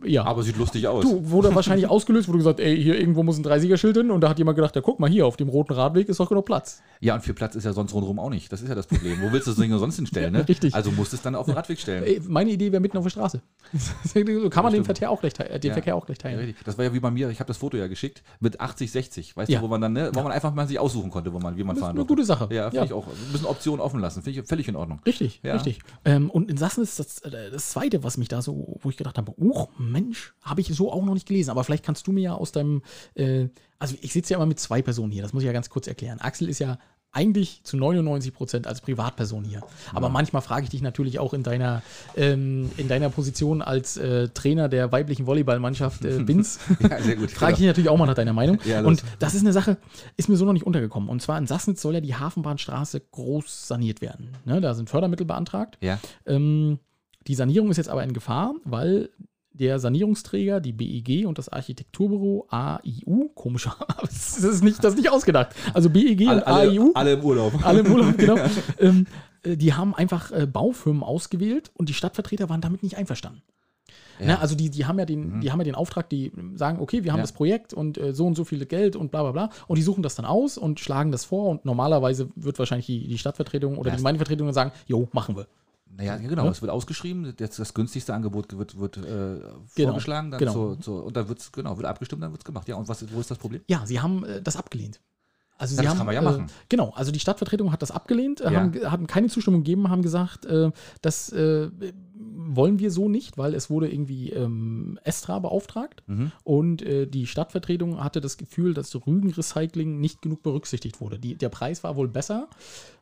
Speaker 1: ja.
Speaker 2: Aber sieht lustig aus.
Speaker 1: Du, wurde wahrscheinlich (laughs) ausgelöst, wurde gesagt, ey, hier irgendwo muss ein 30er-Schild hin. Und da hat jemand gedacht, ja, guck mal, hier auf dem roten Radweg ist doch genug Platz.
Speaker 2: Ja, und viel Platz ist ja sonst rundherum auch nicht. Das ist ja das Problem. Wo willst du das Ding sonst hinstellen? Ne?
Speaker 1: Richtig.
Speaker 2: Also musst du es dann auf den Radweg stellen.
Speaker 1: Ey, meine Idee wäre mitten auf der
Speaker 2: (laughs)
Speaker 1: Straße. so kann man den Verkehr auch gleich, tei- äh, den
Speaker 2: Ja.
Speaker 1: Verkehr auch gleich
Speaker 2: Ja,
Speaker 1: teilen.
Speaker 2: richtig. Das war ja wie bei mir, ich habe das Foto ja geschickt, mit 80, 60. Weißt
Speaker 1: Ja.
Speaker 2: du, wo man dann, ne, wo man einfach mal sich aussuchen konnte, wo man, wie man
Speaker 1: Das ist
Speaker 2: fahren
Speaker 1: eine
Speaker 2: durfte.
Speaker 1: gute Sache.
Speaker 2: Ja, finde
Speaker 1: Ja.
Speaker 2: ich auch. Ein bisschen Optionen offen lassen, finde ich völlig in Ordnung.
Speaker 1: Richtig,
Speaker 2: Ja.
Speaker 1: richtig. Ähm, und in Sassen ist das, äh, das Zweite, was mich da so, wo ich gedacht habe, oh Mensch, habe ich so auch noch nicht gelesen. Aber vielleicht kannst du mir ja aus deinem, äh, also ich sitze ja immer mit zwei Personen hier, das muss ich ja ganz kurz erklären. Axel ist ja eigentlich zu 99 Prozent als Privatperson hier. Aber manchmal frage ich dich natürlich auch in deiner, ähm, in deiner Position als äh, Trainer der weiblichen Volleyballmannschaft
Speaker 2: (laughs)
Speaker 1: äh, Bins,
Speaker 2: Ja, sehr gut. Genau.
Speaker 1: frage ich dich natürlich auch mal nach deiner Meinung.
Speaker 2: Ja, los.
Speaker 1: und das ist eine Sache, ist mir so noch nicht untergekommen. Und zwar in Sassnitz soll ja die Hafenbahnstraße groß saniert werden. Ne, da sind Fördermittel beantragt.
Speaker 2: Ja.
Speaker 1: Ähm, die Sanierung ist jetzt aber in Gefahr, weil der Sanierungsträger, die BEG und das Architekturbüro AIU, komischer, (laughs) das ist nicht, das ist nicht ausgedacht. Also BEG
Speaker 2: Alle,
Speaker 1: und AIU,
Speaker 2: alle, alle im
Speaker 1: (laughs)
Speaker 2: Urlaub.
Speaker 1: alle im Urlaub,
Speaker 2: (laughs)
Speaker 1: genau. ähm, äh, die haben einfach äh, Baufirmen ausgewählt und die Stadtvertreter waren damit nicht einverstanden.
Speaker 2: Ja. Mhm.
Speaker 1: Ne, also die, die, haben ja den, die haben ja den Auftrag, die sagen, okay, wir haben
Speaker 2: Ja.
Speaker 1: das Projekt und äh, so und so viel Geld und bla bla bla. Und die suchen das dann aus und schlagen das vor und normalerweise wird wahrscheinlich die, die Stadtvertretung oder die
Speaker 2: Ja, ist-
Speaker 1: Gemeindevertretung dann sagen, jo, machen wir.
Speaker 2: Naja,
Speaker 1: Ne?
Speaker 2: genau, es wird ausgeschrieben, das, das günstigste Angebot wird, wird äh, vorgeschlagen, dann
Speaker 1: genau.
Speaker 2: Zur, zur, und dann wird's, genau, wird abgestimmt, dann wird es gemacht. Ja, und was, wo ist das Problem?
Speaker 1: Ja, sie haben äh, das abgelehnt. Also
Speaker 2: Ja,
Speaker 1: sie
Speaker 2: das
Speaker 1: haben,
Speaker 2: kann man ja
Speaker 1: äh,
Speaker 2: machen.
Speaker 1: Genau, also die Stadtvertretung hat das abgelehnt, äh,
Speaker 2: Ja.
Speaker 1: haben, ge- haben keine Zustimmung gegeben, haben gesagt, äh, das äh, wollen wir so nicht, weil es wurde irgendwie ähm, Estra beauftragt
Speaker 2: Mhm.
Speaker 1: und äh, die Stadtvertretung hatte das Gefühl, dass Rügenrecycling nicht genug berücksichtigt wurde. Die, der Preis war wohl besser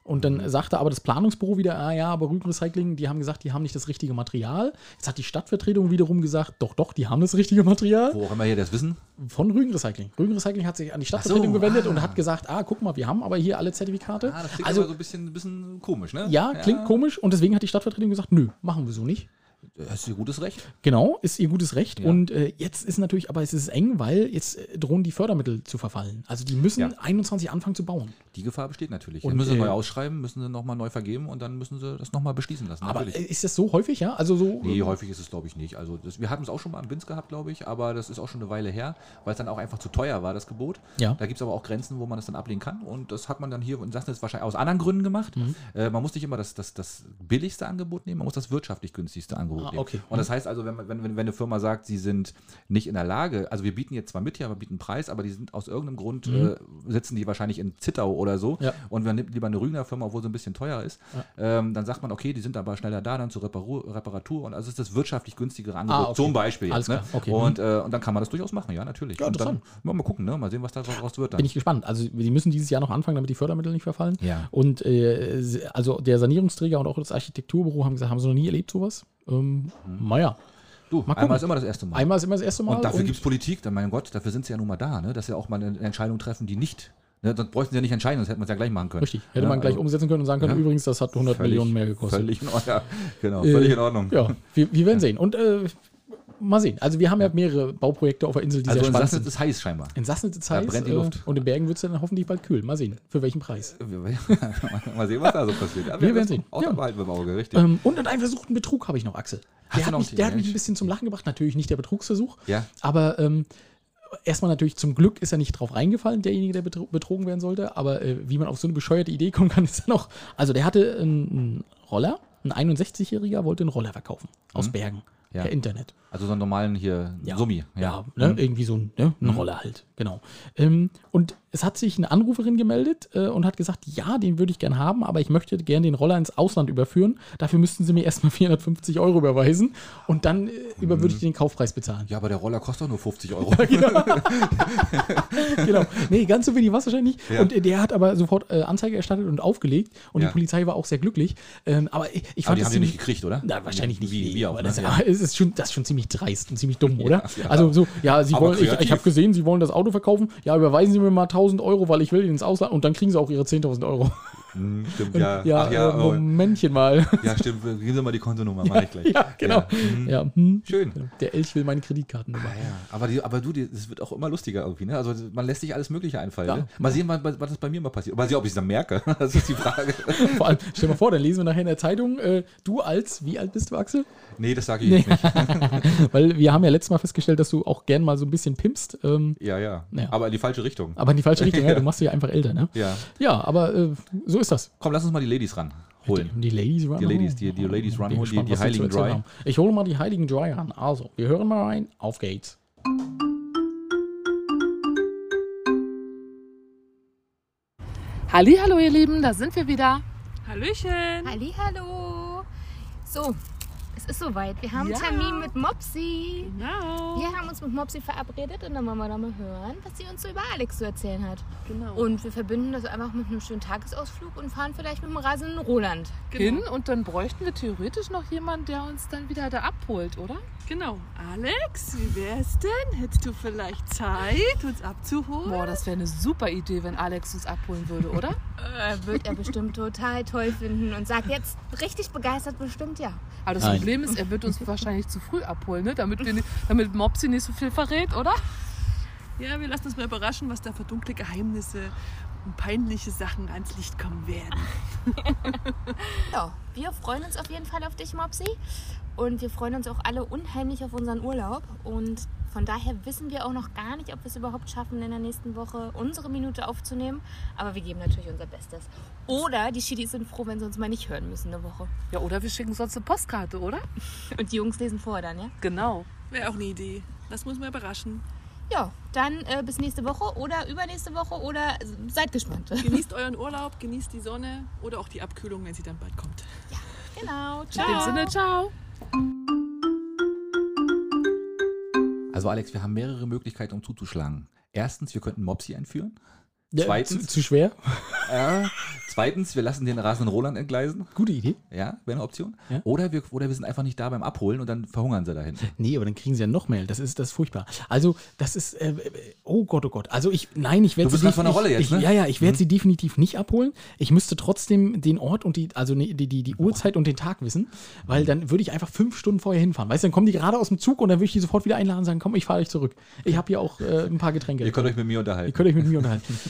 Speaker 1: und dann
Speaker 2: Mhm.
Speaker 1: sagte aber das Planungsbüro wieder, ah ja, aber Rügenrecycling, die haben gesagt, die haben nicht das richtige Material. Jetzt hat die Stadtvertretung wiederum gesagt, doch, doch, die haben das richtige Material
Speaker 2: Wo auch immer hier das wissen.
Speaker 1: von Rügenrecycling. Rügenrecycling hat sich an die Stadtvertretung
Speaker 2: Ach so,
Speaker 1: gewendet
Speaker 2: ah.
Speaker 1: und hat gesagt, ah, guck mal, wir haben aber hier alle Zertifikate.
Speaker 2: Ah, das klingt
Speaker 1: also
Speaker 2: also, aber so ein bisschen, ein bisschen komisch, ne?
Speaker 1: ja, klingt
Speaker 2: komisch.
Speaker 1: komisch und deswegen hat die Stadtvertretung gesagt, nö, machen wir so nicht.
Speaker 2: Äh, Hast du ein gutes Recht?
Speaker 1: Genau, ist ihr gutes Recht
Speaker 2: Ja.
Speaker 1: und äh, jetzt ist natürlich, aber es ist eng, weil jetzt äh, drohen die Fördermittel zu verfallen. Also die müssen
Speaker 2: Ja.
Speaker 1: 21 anfangen zu bauen.
Speaker 2: Die Gefahr besteht natürlich.
Speaker 1: Und,
Speaker 2: Und, müssen sie
Speaker 1: äh,
Speaker 2: neu ausschreiben, müssen sie nochmal neu vergeben und dann müssen sie das nochmal beschließen lassen.
Speaker 1: Aber äh, ist das so häufig, ja? Also so
Speaker 2: Nee,
Speaker 1: äh,
Speaker 2: häufig ist es, glaube ich, nicht. Also das, wir hatten es auch schon mal am Binz gehabt, glaube ich, aber das ist auch schon eine Weile her, weil es dann auch einfach zu teuer war, das Gebot.
Speaker 1: Ja.
Speaker 2: Da gibt es aber auch Grenzen, wo man das dann ablehnen kann. Und das hat man dann hier in Sassnitz wahrscheinlich aus anderen Gründen gemacht.
Speaker 1: Mhm.
Speaker 2: Äh, man muss nicht immer das, das, das billigste Angebot nehmen, man muss das wirtschaftlich günstigste Angebot
Speaker 1: Ah,
Speaker 2: nehmen.
Speaker 1: okay.
Speaker 2: Und das heißt also, wenn, man- wenn, wenn, wenn eine Firma sagt, sie sind nicht in der Lage, also wir bieten jetzt zwar mit hier, aber bieten einen Preis, aber die sind aus irgendeinem Grund, äh, sitzen die wahrscheinlich in Zittau oder so
Speaker 1: Mhm. Ja.
Speaker 2: und man nimmt lieber eine Rügener Firma, obwohl sie ein bisschen teuer ist, ähm, dann sagt man, okay, die sind aber schneller da, dann zur Reparatur, Reparatur und also ist das wirtschaftlich günstigere Angebot,
Speaker 1: Ah, okay.
Speaker 2: zum Beispiel.
Speaker 1: Alles klar, okay. Mhm.
Speaker 2: Und, äh, und dann kann man das durchaus machen, ja, natürlich.
Speaker 1: Ja,
Speaker 2: und dann,
Speaker 1: interessant.
Speaker 2: mal, mal gucken, ne? mal sehen, was daraus wird dann.
Speaker 1: bin ich gespannt. Also die müssen dieses Jahr noch anfangen, damit die Fördermittel nicht verfallen.
Speaker 2: Ja.
Speaker 1: Und äh, se- also der Sanierungsträger und auch das Architekturbüro haben gesagt, haben sie noch nie erlebt sowas. Ähm, Naja,
Speaker 2: du,
Speaker 1: gucken.
Speaker 2: einmal ist immer das erste Mal.
Speaker 1: einmal ist immer das erste Mal.
Speaker 2: Mhm. und dafür gibt es Politik, dann mein Gott, dafür sind sie ja nun mal da, ne? dass sie auch mal eine Entscheidung treffen, die nicht, ne? sonst bräuchten sie ja nicht entscheiden, sonst hätte man es ja gleich machen können.
Speaker 1: Richtig. Hätte
Speaker 2: Ja,
Speaker 1: man gleich
Speaker 2: also
Speaker 1: umsetzen können und sagen können,
Speaker 2: Ja.
Speaker 1: übrigens, das hat 100
Speaker 2: völlig-
Speaker 1: Millionen mehr gekostet.
Speaker 2: Völlig in Ordnung, ja, genau, völlig
Speaker 1: Äh,
Speaker 2: in Ordnung.
Speaker 1: Ja, wir, wir werden sehen. Und äh, mal sehen. Also wir haben ja mehrere Bauprojekte auf der Insel, die
Speaker 2: Also
Speaker 1: sehr
Speaker 2: in
Speaker 1: spannend
Speaker 2: Sassnitz
Speaker 1: sind.
Speaker 2: ist heiß scheinbar.
Speaker 1: In Sassnitz ist heiß
Speaker 2: brennt die
Speaker 1: äh,
Speaker 2: Luft.
Speaker 1: und in Bergen wird es dann hoffentlich bald kühl. Mal sehen, für welchen Preis.
Speaker 2: (laughs) mal sehen, was da so passiert. Aber
Speaker 1: Wir werden sehen.
Speaker 2: Auch
Speaker 1: Ja.
Speaker 2: ja. behalten wir im Auge, richtig.
Speaker 1: Ähm, und einen versuchten Betrug habe ich noch, Axel.
Speaker 2: Hast
Speaker 1: Der
Speaker 2: du
Speaker 1: hat,
Speaker 2: noch
Speaker 1: mich,
Speaker 2: einen
Speaker 1: der
Speaker 2: Thema?
Speaker 1: hat mich ein bisschen zum Lachen gebracht. Natürlich nicht der Betrugsversuch,
Speaker 2: Ja.
Speaker 1: aber ähm, erstmal natürlich zum Glück ist er nicht drauf reingefallen, derjenige, der betro betrogen werden sollte. Aber äh, wie man auf so eine bescheuerte Idee kommen kann, (laughs) ist dann auch. Also der hatte einen, einen Roller, ein 61-Jähriger wollte einen Roller verkaufen aus Bergen
Speaker 2: Mhm. Ja.
Speaker 1: per Internet.
Speaker 2: Also so einen normalen hier Summi. Mhm.
Speaker 1: Ja, ne? irgendwie so ein, ne? eine Rolle halt, genau. Ähm, und es hat sich eine Anruferin gemeldet äh, und hat gesagt, ja, den würde ich gern haben, aber ich möchte gern den Roller ins Ausland überführen. Dafür müssten sie mir erstmal (laughs) 450 Euro überweisen und dann äh,
Speaker 2: Mhm.
Speaker 1: über würde ich den Kaufpreis bezahlen. (laughs)
Speaker 2: Ja, aber der Roller kostet doch nur 50 Euro.
Speaker 1: genau. Nee, ganz so wenig war es wahrscheinlich nicht.
Speaker 2: Ja.
Speaker 1: Und äh, der hat aber sofort äh, Anzeige erstattet und aufgelegt und
Speaker 2: Ja.
Speaker 1: die Polizei war auch sehr glücklich. Ähm, aber ich, ich
Speaker 2: aber
Speaker 1: fand
Speaker 2: die
Speaker 1: das
Speaker 2: haben die
Speaker 1: ziemlich-
Speaker 2: nicht gekriegt, oder?
Speaker 1: Na, wahrscheinlich nicht.
Speaker 2: Wie,
Speaker 1: nee,
Speaker 2: wie auch,
Speaker 1: aber
Speaker 2: ne?
Speaker 1: das,
Speaker 2: ja.
Speaker 1: es ist schon, das ist schon ziemlich dreist und ziemlich dumm, oder?
Speaker 2: ja.
Speaker 1: Also so, ja, sie
Speaker 2: Aber
Speaker 1: wollen, ich, ich
Speaker 2: kreativ.
Speaker 1: habe gesehen, sie wollen das Auto verkaufen. Ja, überweisen Sie mir mal 1000 Euro, weil ich will ins Ausland und dann kriegen sie auch ihre 10.000 Euro.
Speaker 2: Hm, Stimmt, ja.
Speaker 1: Ja,
Speaker 2: Ach, ja,
Speaker 1: äh,
Speaker 2: oh.
Speaker 1: Momentchen mal.
Speaker 2: ja, stimmt. Geben Sie mal die Kontonummer, mach ich gleich.
Speaker 1: (laughs) ja, genau.
Speaker 2: Ja. Mhm.
Speaker 1: Ja. hm.
Speaker 2: Schön.
Speaker 1: Der Elch will meine Kreditkartennummer.
Speaker 2: Ah, ja. Aber, die, aber du, die- das wird auch immer lustiger irgendwie. Ne? Also man lässt sich alles Mögliche einfallen.
Speaker 1: Ja.
Speaker 2: Ne? Mal sehen, was, was das bei mir mal passiert. Mal sehen, ob ich es dann merke. (laughs) Das ist die Frage.
Speaker 1: Vor allem, stell mal vor, dann lesen wir nachher in der Zeitung, äh, du als, wie alt bist du, Axel?
Speaker 2: nee, das sage ich jetzt nicht.
Speaker 1: Weil wir haben ja letztes Mal festgestellt, dass du auch gern mal so ein bisschen pimpst, ähm,
Speaker 2: Ja, ja,
Speaker 1: Ja.
Speaker 2: Aber in die falsche Richtung.
Speaker 1: aber in die falsche
Speaker 2: (laughs)
Speaker 1: Richtung. Ja, du machst dich ja einfach älter, ne?
Speaker 2: Ja.
Speaker 1: Ja, aber äh, so ist das.
Speaker 2: Komm, lass uns mal die Ladies ran. Holen.
Speaker 1: Die, die Ladies Run.
Speaker 2: Die Ladies, die- die Ladies Run,
Speaker 1: Bin
Speaker 2: die-
Speaker 1: gespannt,
Speaker 2: die
Speaker 1: was zu
Speaker 2: Heiligen
Speaker 1: erzählen
Speaker 2: Dry.
Speaker 1: haben. Ich hole mal die Heiligen Dry ran. Also, wir hören mal rein. Auf geht's.
Speaker 3: Hallo, ihr Lieben, da sind wir wieder.
Speaker 4: Hallöchen!
Speaker 5: Hallo. So,
Speaker 3: Es ist soweit. Wir haben
Speaker 4: Ja.
Speaker 3: einen Termin mit Mopsi.
Speaker 4: Genau.
Speaker 3: Wir haben uns mit Mopsi verabredet und dann wollen wir doch mal hören, was sie uns so über Alex zu erzählen hat.
Speaker 4: genau.
Speaker 3: Und wir verbinden das einfach mit einem schönen Tagesausflug und fahren vielleicht mit dem rasenden Roland.
Speaker 4: Genau.
Speaker 5: hin und dann bräuchten wir theoretisch noch jemanden, der uns dann wieder da abholt, oder?
Speaker 4: genau. Alex, wie wär's denn? Hättest du vielleicht Zeit, uns abzuholen?
Speaker 5: Boah, das wäre eine super Idee, wenn Alex uns abholen würde, oder?
Speaker 3: Äh, wird er bestimmt total toll finden und sagt jetzt richtig begeistert bestimmt ja.
Speaker 5: Aber das
Speaker 1: Nein.
Speaker 5: Problem ist, er wird uns wahrscheinlich zu früh abholen, ne? damit, wir nicht, damit Mopsi nicht so viel verrät, oder?
Speaker 4: Ja, wir lassen uns mal überraschen, was da für dunkle Geheimnisse und peinliche Sachen ans Licht kommen werden.
Speaker 3: Ja, wir freuen uns auf jeden Fall auf dich, Mopsi. Und wir freuen uns auch alle unheimlich auf unseren Urlaub. Und von daher wissen wir auch noch gar nicht, ob wir es überhaupt schaffen, in der nächsten Woche unsere Minute aufzunehmen. Aber wir geben natürlich unser Bestes. Oder die Schiedis sind froh, wenn sie uns mal nicht hören müssen eine Woche.
Speaker 5: Ja, oder wir schicken sonst eine Postkarte, oder?
Speaker 3: Und die Jungs lesen vor dann, ja?
Speaker 5: Genau.
Speaker 4: Wäre auch eine Idee. Lassen wir uns mal (laughs) überraschen.
Speaker 3: Ja, dann äh, bis nächste Woche oder übernächste Woche oder äh, seid gespannt.
Speaker 4: Genießt euren Urlaub, genießt die Sonne oder auch die Abkühlung, wenn sie dann bald kommt.
Speaker 3: Genau,
Speaker 5: In dem
Speaker 3: ciao.
Speaker 5: Sinne, ciao.
Speaker 2: Also Alex, wir haben mehrere Möglichkeiten, um zuzuschlagen. Erstens, wir könnten Mopsi einführen.
Speaker 1: Ja, zu,
Speaker 2: Zweitens-
Speaker 1: zu schwer. (laughs)
Speaker 2: Äh, zweitens, wir lassen den rasenden Roland entgleisen.
Speaker 1: Gute Idee.
Speaker 2: Ja, wäre eine Option.
Speaker 1: Ja.
Speaker 2: Oder, wir, oder wir sind einfach nicht da beim Abholen und dann verhungern sie da hinten.
Speaker 1: Nee, aber dann kriegen sie ja noch mehr. Das ist, das ist furchtbar. Also, das ist, äh, äh, oh Gott, oh Gott. Also, ich, nein, ich werde
Speaker 2: Du bist
Speaker 1: sie
Speaker 2: grad von der
Speaker 1: def-
Speaker 2: Rolle
Speaker 1: ich,
Speaker 2: jetzt,
Speaker 1: ich,
Speaker 2: ne?
Speaker 1: Ja, ja, ich werde sie definitiv nicht abholen. Ich müsste trotzdem den Ort und die, also nee, die, die, die Uhrzeit und den Tag wissen, weil dann würde ich einfach fünf Stunden vorher hinfahren. Weißt du, dann kommen die gerade aus dem Zug und dann würde ich die sofort wieder einladen und sagen, komm, ich fahre dich zurück. Ich habe hier auch äh, ein paar Getränke.
Speaker 2: Ihr könnt euch mit mir unterhalten.
Speaker 1: Ihr könnt euch mit mir unterhalten. (laughs)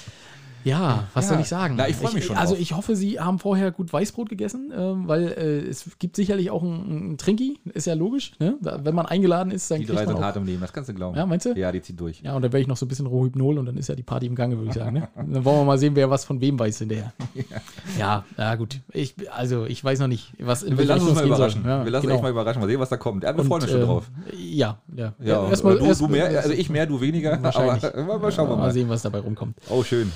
Speaker 1: Ja, was
Speaker 2: Ja.
Speaker 1: soll ich sagen?
Speaker 2: Na, ich freu mich schon
Speaker 1: Also
Speaker 2: drauf.
Speaker 1: ich hoffe, Sie haben vorher gut Weißbrot gegessen, ähm, weil äh, es gibt sicherlich auch ein, ein Trinki, ist ja logisch. Ne? Wenn man eingeladen ist, dann
Speaker 2: Die
Speaker 1: kriegt
Speaker 2: drei
Speaker 1: man
Speaker 2: sind
Speaker 1: auch.
Speaker 2: hart im Leben, das kannst du glauben.
Speaker 1: Ja, meinst du?
Speaker 2: Ja, die ziehen durch.
Speaker 1: Ja, und dann werde ich noch so ein bisschen Rohhypnol und dann ist ja die Party im Gange, würde ich sagen.
Speaker 2: (laughs)
Speaker 1: Ne? Dann wollen wir mal sehen, wer was von wem weiß hinterher. ja, ja gut. Ich, also ich weiß noch nicht, was in
Speaker 2: Wir
Speaker 1: welche
Speaker 2: lassen uns
Speaker 1: Richtung
Speaker 2: mal
Speaker 1: es gehen soll.
Speaker 2: überraschen. wir lassen
Speaker 1: genau.
Speaker 2: euch mal überraschen. Mal sehen, was da kommt. Ja, wir freuen uns schon
Speaker 1: ähm,
Speaker 2: drauf.
Speaker 1: Ja, ja.
Speaker 2: Ja,
Speaker 1: erstmal-
Speaker 2: du, du
Speaker 1: erstmal-
Speaker 2: mehr, also ich mehr, du weniger.
Speaker 1: Wahrscheinlich.
Speaker 2: (laughs)
Speaker 1: also
Speaker 2: Aber mal, mal schauen wir
Speaker 1: mal
Speaker 2: mal.
Speaker 1: sehen, was dabei rumkommt.
Speaker 2: Oh, schön.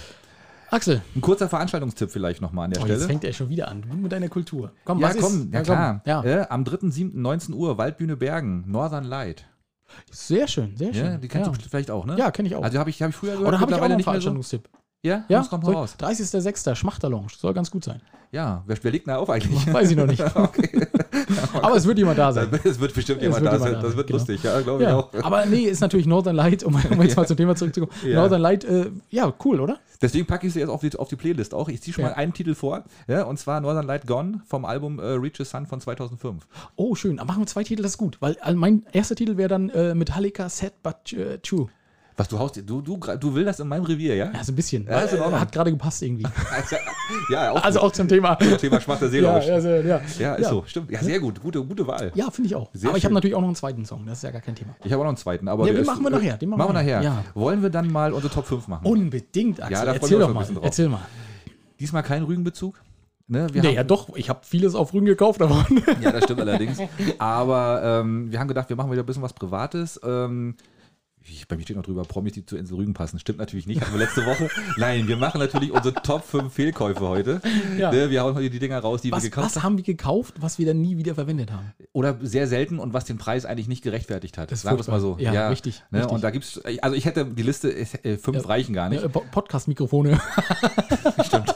Speaker 1: Axel,
Speaker 2: Ein kurzer Veranstaltungstipp vielleicht nochmal an der
Speaker 1: Oh, jetzt
Speaker 2: Stelle.
Speaker 1: fängt er schon wieder an. Du mit deiner Kultur. Komm,
Speaker 2: Ja,
Speaker 1: was
Speaker 2: komm,
Speaker 1: ist?
Speaker 2: ja klar.
Speaker 1: Komm. Ja.
Speaker 2: Äh, am 3.7.19 Uhr, Waldbühne Bergen, Northern Light.
Speaker 1: Sehr schön, sehr schön.
Speaker 2: Ja, die kennst du vielleicht auch, ne?
Speaker 1: Ja, kenn ich auch.
Speaker 2: Also habe ich, hab ich früher gehört,
Speaker 1: Oder habe ich auch noch einen
Speaker 2: mehr so.
Speaker 1: Veranstaltungstipp?
Speaker 2: Ja,
Speaker 1: Ja,
Speaker 2: das kommt mal
Speaker 1: soll-
Speaker 2: raus.
Speaker 1: 30.06. Schmachterlounge. Soll ganz gut
Speaker 2: (laughs)
Speaker 1: sein.
Speaker 2: Ja, wer, wer legt denn da auf
Speaker 1: (laughs)
Speaker 2: eigentlich?
Speaker 1: Weiß ich noch
Speaker 2: Oh (laughs)
Speaker 1: nicht. Aber es wird jemand da sein.
Speaker 2: Es wird bestimmt
Speaker 1: Es
Speaker 2: jemand
Speaker 1: wird
Speaker 2: da
Speaker 1: jemand da
Speaker 2: sein. Das
Speaker 1: sein,
Speaker 2: wird
Speaker 1: genau.
Speaker 2: lustig, ja, glaube ich
Speaker 1: Ja.
Speaker 2: auch.
Speaker 1: Aber nee, ist natürlich Northern Light, um, um
Speaker 2: (laughs)
Speaker 1: jetzt mal zum Thema zurückzukommen.
Speaker 2: Ja.
Speaker 1: Northern Light, äh, ja, cool, oder?
Speaker 2: Deswegen packe ich sie jetzt auf die, auf die Playlist auch. Ich ziehe schon
Speaker 1: Ja.
Speaker 2: mal einen Titel vor, ja, und zwar Northern Light Gone vom Album äh, Reach the Sun von 2005.
Speaker 1: Oh, schön. Aber machen wir zwei Titel, das ist gut. Weil äh, mein erster Titel wäre dann äh, Metallica Sad But äh, True.
Speaker 2: Was du haust, du, du, gra- du willst das in meinem Revier, ja?
Speaker 1: Ja, so ein bisschen.
Speaker 2: Ja, ist in
Speaker 1: Äh,
Speaker 2: Ordnung.
Speaker 1: Hat gerade gepasst irgendwie.
Speaker 2: (laughs)
Speaker 1: (laughs)
Speaker 2: Ja, auch
Speaker 1: Also
Speaker 2: gut.
Speaker 1: auch zum Thema.
Speaker 2: Thema schwarzer
Speaker 1: Ja,
Speaker 2: Seelausch.
Speaker 1: also, ja.
Speaker 2: Ja, ist so, stimmt. Ja, sehr gut, gute, gute Wahl.
Speaker 1: Ja, finde ich auch.
Speaker 2: Sehr
Speaker 1: aber ich habe
Speaker 2: schön.
Speaker 1: natürlich auch noch einen zweiten Song, das ist ja gar kein Thema.
Speaker 2: Ich habe auch noch einen zweiten, aber
Speaker 1: Ja,
Speaker 2: der
Speaker 1: den
Speaker 2: ist-
Speaker 1: machen wir nachher, den
Speaker 2: Machen wir nachher.
Speaker 1: Ja.
Speaker 2: Wollen wir dann mal unsere Top 5 machen?
Speaker 1: Unbedingt, Axel.
Speaker 2: Ja, da
Speaker 1: erzähl
Speaker 2: freuen wir
Speaker 1: doch
Speaker 2: uns schon ein
Speaker 1: mal.
Speaker 2: bisschen drauf.
Speaker 1: Erzähl mal.
Speaker 2: Diesmal kein Rügenbezug. Ne, wir
Speaker 1: Ja,
Speaker 2: haben-
Speaker 1: ja, doch, ich habe vieles auf Rügen gekauft, aber (laughs)
Speaker 2: Ja, das stimmt allerdings. Aber ähm, wir haben gedacht, wir machen wieder ein bisschen was Privates. Ähm, ich, bei mir steht noch drüber, Promis, die zur Insel Rügen passen. Stimmt natürlich nicht, hatten wir letzte Woche. Nein, wir machen natürlich unsere Top 5 Fehlkäufe heute.
Speaker 1: Ja.
Speaker 2: Ne, wir hauen heute die Dinger raus, die wir
Speaker 1: was,
Speaker 2: gekauft
Speaker 1: was haben wir gekauft, was wir dann nie wieder verwendet haben?
Speaker 2: oder sehr selten und was den Preis eigentlich nicht gerechtfertigt hat.
Speaker 1: Das ist
Speaker 2: Sagen wir es mal so.
Speaker 1: furchtbar. Ja, richtig,
Speaker 2: Ne?
Speaker 1: richtig.
Speaker 2: Und da gibt's, also ich hätte die Liste äh, fünf reichen gar nicht.
Speaker 1: Ja, Po- Podcast-Mikrofone. (laughs) Stimmt.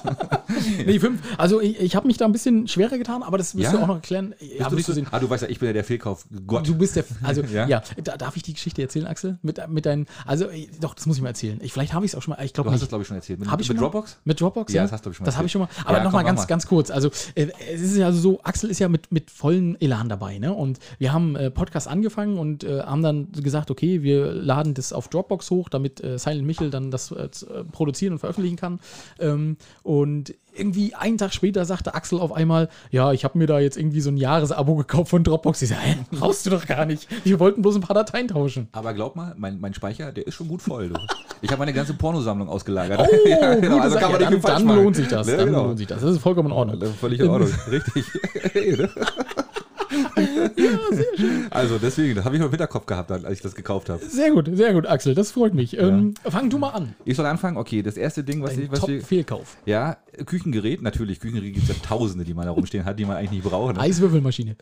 Speaker 1: nee, fünf. Also ich, ich habe mich da ein bisschen schwerer getan, aber das wirst
Speaker 2: Ja?
Speaker 1: du auch noch erklären. Ja,
Speaker 2: Bist du,
Speaker 1: wirst
Speaker 2: nicht
Speaker 1: du
Speaker 2: so,
Speaker 1: sehen.
Speaker 2: ah, du weißt ja, ich bin ja der Fehlkauf. Gott.
Speaker 1: Du bist der, also ja,
Speaker 2: Ja?
Speaker 1: da, darf ich die Geschichte erzählen, Axel? Mit, mit deinen, also äh, doch, das muss ich mal erzählen. Ich, vielleicht habe ich es auch schon mal, ich glaube
Speaker 2: Du hast
Speaker 1: nicht.
Speaker 2: das, glaube ich, schon erzählt. Mit,
Speaker 1: Hab ich
Speaker 2: mit
Speaker 1: schon mal-
Speaker 2: Dropbox?
Speaker 1: Mit Dropbox? ne?
Speaker 2: Ja, das hast du bestimmt mal
Speaker 1: Das habe ich schon mal.
Speaker 2: erzählt.
Speaker 1: Aber
Speaker 2: Ja,
Speaker 1: nochmal
Speaker 2: komm,
Speaker 1: ganz,
Speaker 2: mach mal.
Speaker 1: ganz kurz. Also, äh, es ist ja so, Axel ist ja mit, mit vollem Elan dabei, ne? Und wir haben äh, Podcast angefangen und äh, haben dann gesagt, okay, wir laden das auf Dropbox hoch, damit äh, Silent Michel dann das äh, z- äh, produzieren und veröffentlichen kann. Ähm, und irgendwie einen Tag später sagte Axel auf einmal, ja, ich habe mir da jetzt irgendwie so ein Jahresabo gekauft von Dropbox. Ich sage, hä, brauchst du doch gar nicht. Wir wollten bloß ein paar Dateien tauschen.
Speaker 2: Aber glaub mal, mein, mein Speicher, der ist schon gut voll. Du. Ich habe meine ganze Pornosammlung ausgelagert.
Speaker 1: Oh,
Speaker 2: (laughs) (laughs) Ja, genau,
Speaker 1: gute
Speaker 2: also
Speaker 1: Sache.
Speaker 2: kann man
Speaker 1: Ja, dann,
Speaker 2: nicht viel falsch
Speaker 1: dann
Speaker 2: machen.
Speaker 1: lohnt sich das.
Speaker 2: Ja,
Speaker 1: Dann
Speaker 2: genau.
Speaker 1: lohnt sich das. Das ist vollkommen in Ordnung.
Speaker 2: Völlig in Ordnung, (laughs) richtig. Hey, ne? also deswegen, das habe ich mal im Hinterkopf gehabt, als ich das gekauft habe.
Speaker 1: Sehr gut, sehr gut, Axel. Das freut mich. Ähm, fang du mal an.
Speaker 2: Ich soll anfangen? Okay, das erste Ding, was,
Speaker 1: Ein
Speaker 2: ich, was wir...
Speaker 1: Top-Fehlkauf.
Speaker 2: Ja, Küchengerät, natürlich. Küchengerät gibt es ja tausende, die man da rumstehen hat, die man eigentlich nicht braucht. Ne?
Speaker 1: Eiswürfelmaschine.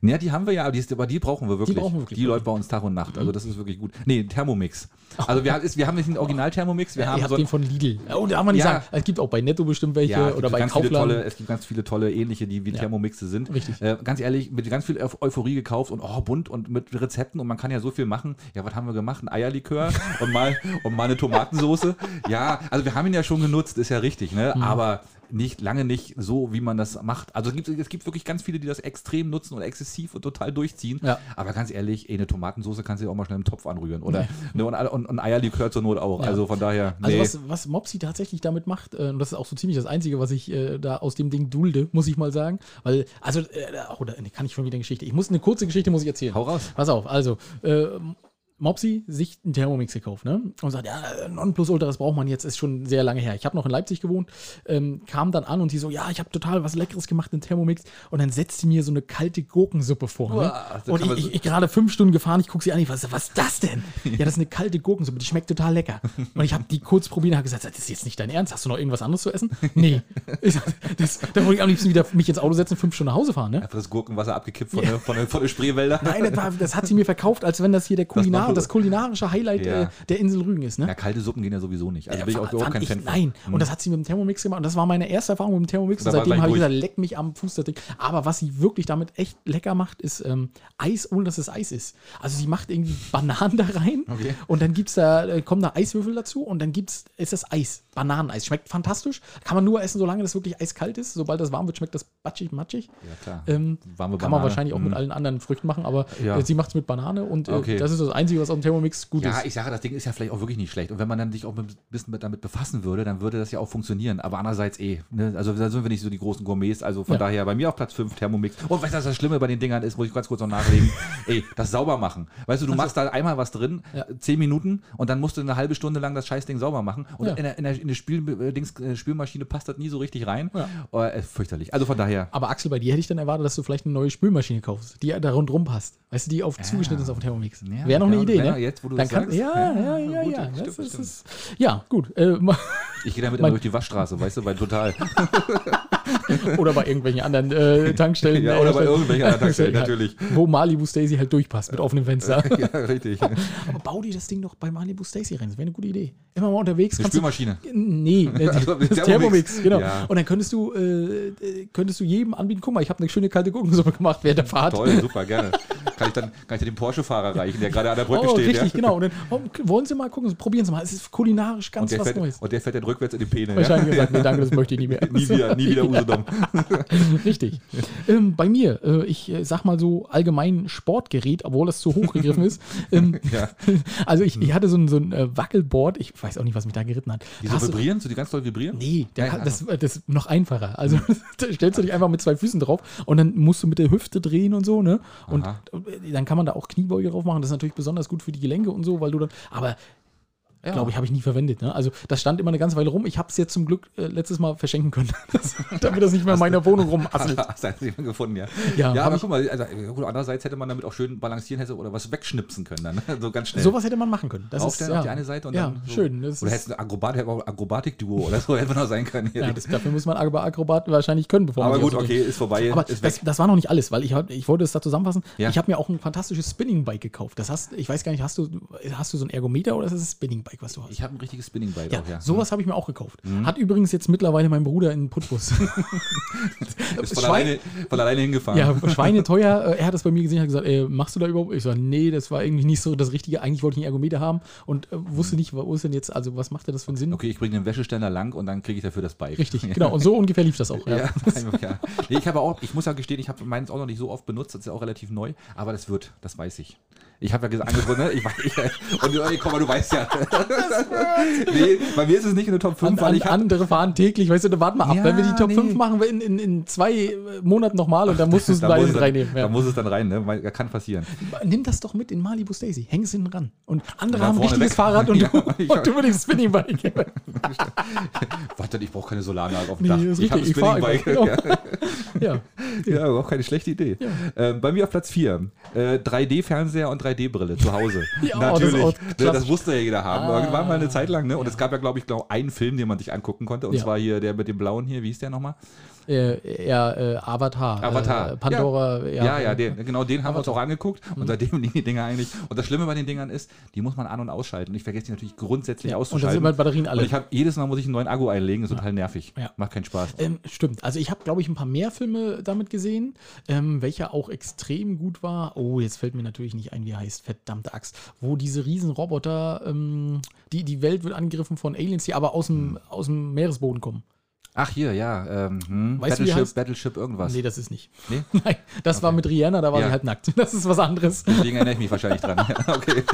Speaker 2: Ja, die haben wir ja, aber die, ist, aber die brauchen wir wirklich.
Speaker 1: brauchen wir wirklich. Mhm.
Speaker 2: Die läuft bei uns Tag und Nacht. Also das ist wirklich gut. Nee, Thermomix. Also wir, haben- ist, wir haben nicht den Original-Thermomix, wir
Speaker 1: Ihr
Speaker 2: haben
Speaker 1: habt
Speaker 2: so
Speaker 1: den von Lidl. Oh, da kann man nicht
Speaker 2: Ja.
Speaker 1: sagen. Es gibt auch bei Netto bestimmt welche
Speaker 2: Ja, es gibt
Speaker 1: oder bei
Speaker 2: ganz viele tolle,
Speaker 1: Kaufland.
Speaker 2: es gibt ganz viele tolle ähnliche, die wie Thermomixe sind.
Speaker 1: Richtig.
Speaker 2: Äh, ganz ehrlich, mit ganz viel Eu- Euphorie gekauft und oh, bunt und mit Rezepten und man kann ja so viel machen. Ja, was haben wir gemacht?
Speaker 1: (laughs)
Speaker 2: Ein Eierlikör und mal und mal eine Tomatensoße. Ja, also wir haben ihn ja schon genutzt, ist ja richtig, ne?
Speaker 1: Mhm.
Speaker 2: Aber nicht lange nicht so, wie man das macht. Also es gibt, es gibt wirklich ganz viele, die das extrem nutzen und exzessiv und total durchziehen.
Speaker 1: Ja.
Speaker 2: Aber ganz ehrlich, eh, eine Tomatensoße kannst du ja auch mal schnell im Topf anrühren, oder? Ne, und, und, und Eierlikör zur Not auch.
Speaker 1: Ja.
Speaker 2: Also von daher.
Speaker 1: Also
Speaker 2: nee.
Speaker 1: was, was Mopsy tatsächlich damit macht, äh, und das ist auch so ziemlich das Einzige, was ich äh, da aus dem Ding dulde, muss ich mal sagen. Weil, also, äh, oh, da nee, kann ich schon wieder eine Geschichte. Ich muss eine kurze Geschichte muss ich erzählen.
Speaker 2: Hau raus.
Speaker 1: Pass auf, also, äh, Mopsy sich einen Thermomix gekauft, ne? Und sagt, ja, Nonplusultra, das braucht man jetzt, ist schon sehr lange her. Ich habe noch in Leipzig gewohnt, ähm, kam dann an und sie so, ja, ich habe total was Leckeres gemacht in Thermomix. Und dann setzt sie mir so eine kalte Gurkensuppe vor. Ne?
Speaker 2: Uah, das
Speaker 1: und
Speaker 2: kann
Speaker 1: ich,
Speaker 2: man so-
Speaker 1: ich, ich gerade fünf Stunden gefahren, ich gucke sie an, ich weiß, was ist das denn? Ja, das ist eine kalte Gurkensuppe, die schmeckt total lecker. Und ich habe die kurz probiert und habe gesagt, das ist jetzt nicht dein Ernst, hast du noch irgendwas anderes zu essen? Nee. (laughs) Ich, sag, das, da wollte ich am liebsten wieder mich ins Auto setzen und fünf Stunden nach Hause fahren, ne?
Speaker 2: Einfach das Gurkenwasser abgekippt von, der, von, der, von der Spreewälder.
Speaker 1: Nein, das, war, das hat sie mir verkauft, als wenn das hier der Kulinar,
Speaker 2: macht-
Speaker 1: das, kulinarische Highlight
Speaker 2: Ja.
Speaker 1: äh, der Insel Rügen ist, ne?
Speaker 2: Ja, kalte Suppen gehen ja sowieso nicht. Also bin ich auch
Speaker 1: Fand-
Speaker 2: überhaupt
Speaker 1: fand
Speaker 2: kein
Speaker 1: ich-
Speaker 2: Fan von. Mhm.
Speaker 1: Nein, und das hat sie mit dem Thermomix gemacht. Und das war meine erste Erfahrung mit dem Thermomix. Und
Speaker 2: Da war
Speaker 1: seitdem
Speaker 2: gleich
Speaker 1: habe ich
Speaker 2: durch.
Speaker 1: gesagt, leck mich am Fuß. das Ding. Aber was sie wirklich damit echt lecker macht, ist ähm, Eis, ohne dass es Eis ist. Also sie macht irgendwie Bananen da rein.
Speaker 2: Okay.
Speaker 1: Und dann gibt's da, äh, kommen da Eiswürfel dazu. Und dann gibt's, ist das Eis. Bananeneis. Schmeckt fantastisch. Kann man nur essen, solange das wirklich eiskalt ist. Sobald das warm wird, schmeckt das batschig, matschig.
Speaker 2: Ja, klar.
Speaker 1: Ähm,
Speaker 2: Warme
Speaker 1: kann man
Speaker 2: Banane.
Speaker 1: wahrscheinlich auch mit
Speaker 2: Mhm.
Speaker 1: allen anderen Früchten machen, aber
Speaker 2: Ja.
Speaker 1: äh, sie macht es mit Banane und äh,
Speaker 2: Okay.
Speaker 1: das ist das Einzige, was auf dem Thermomix gut
Speaker 2: Ja,
Speaker 1: ist.
Speaker 2: ich sage, das Ding ist ja vielleicht auch wirklich nicht schlecht. Und wenn man dann sich auch ein bisschen mit- damit befassen würde, dann würde das ja auch funktionieren. Aber andererseits eh. Ne? Also da sind wir nicht so die großen Gourmets. Also von
Speaker 1: Ja.
Speaker 2: daher bei mir auf Platz 5 Thermomix. Und weißt du, was das Schlimme bei den Dingern ist, muss ich ganz kurz
Speaker 1: (laughs)
Speaker 2: noch nachlegen. Ey, das sauber machen. Weißt du, du machst da einmal was drin,
Speaker 1: Ja.
Speaker 2: zehn Minuten und dann musst du eine halbe Stunde lang das Scheißding sauber machen. Und
Speaker 1: Ja.
Speaker 2: in der, in der, in der Spiel, äh, Dings, äh, Spülmaschine passt das nie so richtig rein.
Speaker 1: Ja.
Speaker 2: Oh, äh, fürchterlich. Also von daher.
Speaker 1: Aber Axel, bei dir hätte ich dann erwartet, dass du vielleicht eine neue Spülmaschine kaufst, die da rundrum passt. Weißt du, die auf zugeschnitten ist auf dem Thermomix.
Speaker 2: Ja,
Speaker 1: Wäre noch eine
Speaker 2: ja,
Speaker 1: Idee,
Speaker 2: ja,
Speaker 1: ne?
Speaker 2: jetzt, wo du
Speaker 1: dann
Speaker 2: das
Speaker 1: kann,
Speaker 2: sagst.
Speaker 1: ja, ja, ja, ja.
Speaker 2: gut,
Speaker 1: das
Speaker 2: stimmt,
Speaker 1: ist,
Speaker 2: stimmt.
Speaker 1: Ist, ja, gut. Äh, (laughs) ma-
Speaker 2: Ich gehe damit
Speaker 1: Mein-
Speaker 2: immer durch die Waschstraße, weißt du,
Speaker 1: (laughs)
Speaker 2: weil total. (laughs)
Speaker 1: oder bei irgendwelchen anderen
Speaker 2: (laughs)
Speaker 1: äh, Tankstellen.
Speaker 2: Ja,
Speaker 1: äh,
Speaker 2: oder bei
Speaker 1: Stellen.
Speaker 2: irgendwelchen
Speaker 1: (laughs)
Speaker 2: anderen Tankstellen,
Speaker 1: Ja.
Speaker 2: natürlich.
Speaker 1: Wo Malibu Stacy halt durchpasst mit offenem Fenster.
Speaker 2: (laughs) ja, richtig. Eine
Speaker 1: Aber bau dir das Ding doch bei Malibu Stacy rein. Das wäre eine gute Idee. Immer mal unterwegs. kannst du-
Speaker 2: Spülmaschine.
Speaker 1: Nee,
Speaker 2: (laughs)
Speaker 1: ne,
Speaker 2: Also mit
Speaker 1: das
Speaker 2: Thermomix.
Speaker 1: Thermomix, genau.
Speaker 2: Ja.
Speaker 1: Und dann könntest du, äh, äh, könntest du jedem anbieten, guck mal, ich habe eine schöne kalte Gurkensuppe gemacht während der Fahrt.
Speaker 2: Toll, super, gerne. Kann ich dann, kann ich dann den Porsche-Fahrer reichen, der gerade an der Brücke
Speaker 1: Oh,
Speaker 2: steht.
Speaker 1: richtig,
Speaker 2: ja?
Speaker 1: genau. Und dann, oh, wollen Sie mal gucken, probieren Sie mal. Es ist kulinarisch
Speaker 2: Und
Speaker 1: ganz
Speaker 2: der,
Speaker 1: was
Speaker 2: fährt,
Speaker 1: Neues.
Speaker 2: und der fährt dann rückwärts in die Peene.
Speaker 1: Wahrscheinlich
Speaker 2: ja?
Speaker 1: gesagt, nee, danke, das möchte ich nicht mehr.
Speaker 2: (laughs) Nie wieder, nie
Speaker 1: (laughs)
Speaker 2: wieder Usedom.
Speaker 1: Richtig. Ähm, bei mir, äh, ich äh, sag mal so allgemein Sportgerät, obwohl das zu hoch gegriffen ist. Ähm, (laughs)
Speaker 2: Ja.
Speaker 1: Also ich, ich hatte so ein, so ein äh, Wackelboard, ich weiß auch nicht, was mich da geritten hat.
Speaker 2: Die
Speaker 1: Da
Speaker 2: so
Speaker 1: hast du-
Speaker 2: vibrieren, so die ganz doll vibrieren? (laughs)
Speaker 1: Nee, der
Speaker 2: Nein,
Speaker 1: kann, das, das ist noch einfacher.
Speaker 2: Mhm.
Speaker 1: Also (laughs) da stellst du dich einfach mit zwei Füßen drauf und dann musst du mit der Hüfte drehen und so, ne? Und
Speaker 2: Aha.
Speaker 1: dann kann man da auch Kniebeuge drauf machen. Das ist natürlich besonders gut für die Gelenke und so, weil du dann. Aber
Speaker 2: Ja.
Speaker 1: glaube ich, habe ich nie verwendet. Ne? Also das stand immer eine ganze Weile rum. Ich habe es jetzt zum Glück äh, letztes Mal verschenken können, (laughs) das, damit das nicht mehr in meiner Wohnung
Speaker 2: (laughs)
Speaker 1: rumasselt.
Speaker 2: Hast du jemanden gefunden, ja.
Speaker 1: Ja, hab
Speaker 2: aber
Speaker 1: ich-
Speaker 2: guck mal, also, äh, gut, andererseits hätte man damit auch schön balancieren hätte oder was wegschnipsen können dann, ne? so ganz schnell.
Speaker 1: Sowas hätte man machen können. Das
Speaker 2: auf,
Speaker 1: ist,
Speaker 2: der,
Speaker 1: ja,
Speaker 2: auf die eine Seite und
Speaker 1: ja,
Speaker 2: dann. so-
Speaker 1: schön. Das
Speaker 2: oder
Speaker 1: ist-
Speaker 2: hättest du ein Akrobat, Akrobatik-Duo oder so, hätte man auch sein können.
Speaker 1: ja, das, dafür muss man Agro- Akrobat wahrscheinlich können, bevor
Speaker 2: aber
Speaker 1: man
Speaker 2: gut,
Speaker 1: sowas
Speaker 2: okay, ist vorbei,
Speaker 1: Aber
Speaker 2: ist
Speaker 1: das, das war noch nicht alles, weil ich, hab- ich wollte es da zusammenfassen.
Speaker 2: Ja.
Speaker 1: Ich habe mir auch ein fantastisches Spinning-Bike gekauft. Das hast, ich weiß gar nicht, hast du, hast du so ein Ergometer oder ist das ein Spinning-Bike, was du hast?
Speaker 2: Ich habe ein richtiges Spinning-Bike
Speaker 1: ja,
Speaker 2: auch, ja. Mhm.
Speaker 1: sowas habe ich mir auch gekauft. Hat übrigens jetzt mittlerweile mein Bruder in Putbus.
Speaker 2: (laughs) Ist von
Speaker 1: Äh, Schwein-
Speaker 2: alleine, von alleine hingefahren.
Speaker 1: ja, Schweine teuer. Äh, Er hat das bei mir gesehen, hat gesagt, ey, machst du da überhaupt? Ich sage, nee, das war irgendwie nicht so das Richtige. Eigentlich wollte ich einen Ergometer haben und äh, wusste nicht, wo ist denn jetzt, also was macht denn das für einen Sinn?
Speaker 2: Mhm. Okay, ich bringe den Wäscheständer lang und dann kriege ich dafür das Bike. (laughs)
Speaker 1: Richtig, genau. Und so ungefähr lief das auch.
Speaker 2: Ja, (laughs) einfach, ja. Nee, ich habe auch, ich muss ja gestehen, ich habe meins auch noch nicht so oft benutzt, das ist ja auch relativ neu, aber das wird, das weiß ich. Ich habe ja gesagt, angeboten, ne? Ich weiß, ich, und ey, komm mal, du
Speaker 1: (laughs)
Speaker 2: weißt ja. nee, bei mir ist es nicht in der Top 5,
Speaker 1: An,
Speaker 2: weil
Speaker 1: an,
Speaker 2: ich hab,
Speaker 1: andere fahren täglich, weißt du, dann warten wir ab.
Speaker 2: Ja,
Speaker 1: Wenn wir die Top
Speaker 2: nee.
Speaker 1: 5 machen, wir in, in, in zwei äh, Monaten nochmal und dann musst du es
Speaker 2: (laughs) da
Speaker 1: bei
Speaker 2: muss es
Speaker 1: den drei
Speaker 2: dann,
Speaker 1: nehmen.
Speaker 2: da
Speaker 1: Ja.
Speaker 2: muss es dann rein, ne? Weil, kann passieren.
Speaker 1: Nimm das doch mit in Malibu Stacy. Häng es hinten ran. Und andere
Speaker 2: Ja,
Speaker 1: haben ein
Speaker 2: vorne
Speaker 1: richtiges
Speaker 2: weg.
Speaker 1: Fahrrad und,
Speaker 2: (laughs) Ja,
Speaker 1: du,
Speaker 2: ich-
Speaker 1: und du mit dem
Speaker 2: (laughs)
Speaker 1: Spinningbike.
Speaker 2: Warte, ich brauche keine Solaranlage auf dem
Speaker 1: Nee,
Speaker 2: Dach.
Speaker 1: das ist
Speaker 2: ich habe ein
Speaker 1: richtig, ich fahr
Speaker 2: Spinningbike.
Speaker 1: einfach, genau.
Speaker 2: (laughs) Ja.
Speaker 1: (laughs) ja.
Speaker 2: Ja, aber auch keine schlechte Idee. Ähm, bei mir auf Platz 4. Äh, 3D-Fernseher und 3D-Brille zu Hause.
Speaker 1: (laughs) Ja, oh, das ist
Speaker 2: Natürlich.
Speaker 1: auch
Speaker 2: Ne, das,
Speaker 1: klassisch.
Speaker 2: musste ja jeder haben.
Speaker 1: Ah,
Speaker 2: Irgendwann mal eine Zeit lang. Ne? Und es gab ja, glaube ich, glaub, einen Film, den man sich angucken konnte. Und
Speaker 1: Ja.
Speaker 2: zwar hier der mit dem Blauen hier. Wie hieß der nochmal?
Speaker 1: äh, eher äh, Avatar.
Speaker 2: Avatar.
Speaker 1: Äh, Pandora. Mhm.
Speaker 2: Ja, ja, den, genau den haben wir uns auch angeguckt und seitdem liegen die Dinger eigentlich. Und das Schlimme bei den Dingern ist, die muss man an- und ausschalten. Und ich vergesse die natürlich grundsätzlich
Speaker 1: Ja, und das
Speaker 2: auszuschalten.
Speaker 1: sind immer Batterien alle.
Speaker 2: Und ich hab, jedes Mal muss ich einen neuen Akku einlegen, ist total nervig.
Speaker 1: Ja.
Speaker 2: Macht keinen Spaß.
Speaker 1: Ähm, stimmt. Also ich habe, glaube ich, ein paar mehr Filme damit gesehen, ähm, welcher auch extrem gut war. Oh, jetzt fällt mir natürlich nicht ein, wie er heißt. Verdammte Axt. Wo diese Riesenroboter, ähm, die, die Welt wird angegriffen von Aliens, die aber aus
Speaker 2: Hm.
Speaker 1: dem, aus dem Meeresboden kommen.
Speaker 2: Ach hier, ja. Ähm, hm,
Speaker 1: Weißt du, wie
Speaker 2: Battleship,
Speaker 1: heißt-
Speaker 2: Battleship irgendwas.
Speaker 1: Nee, das ist nicht.
Speaker 2: Nee?
Speaker 1: (laughs) Nein, das war mit Rihanna, da war
Speaker 2: Ja.
Speaker 1: sie halt nackt. (laughs) Das ist was anderes.
Speaker 2: Deswegen erinnere ich mich wahrscheinlich dran. (laughs) Ja, okay.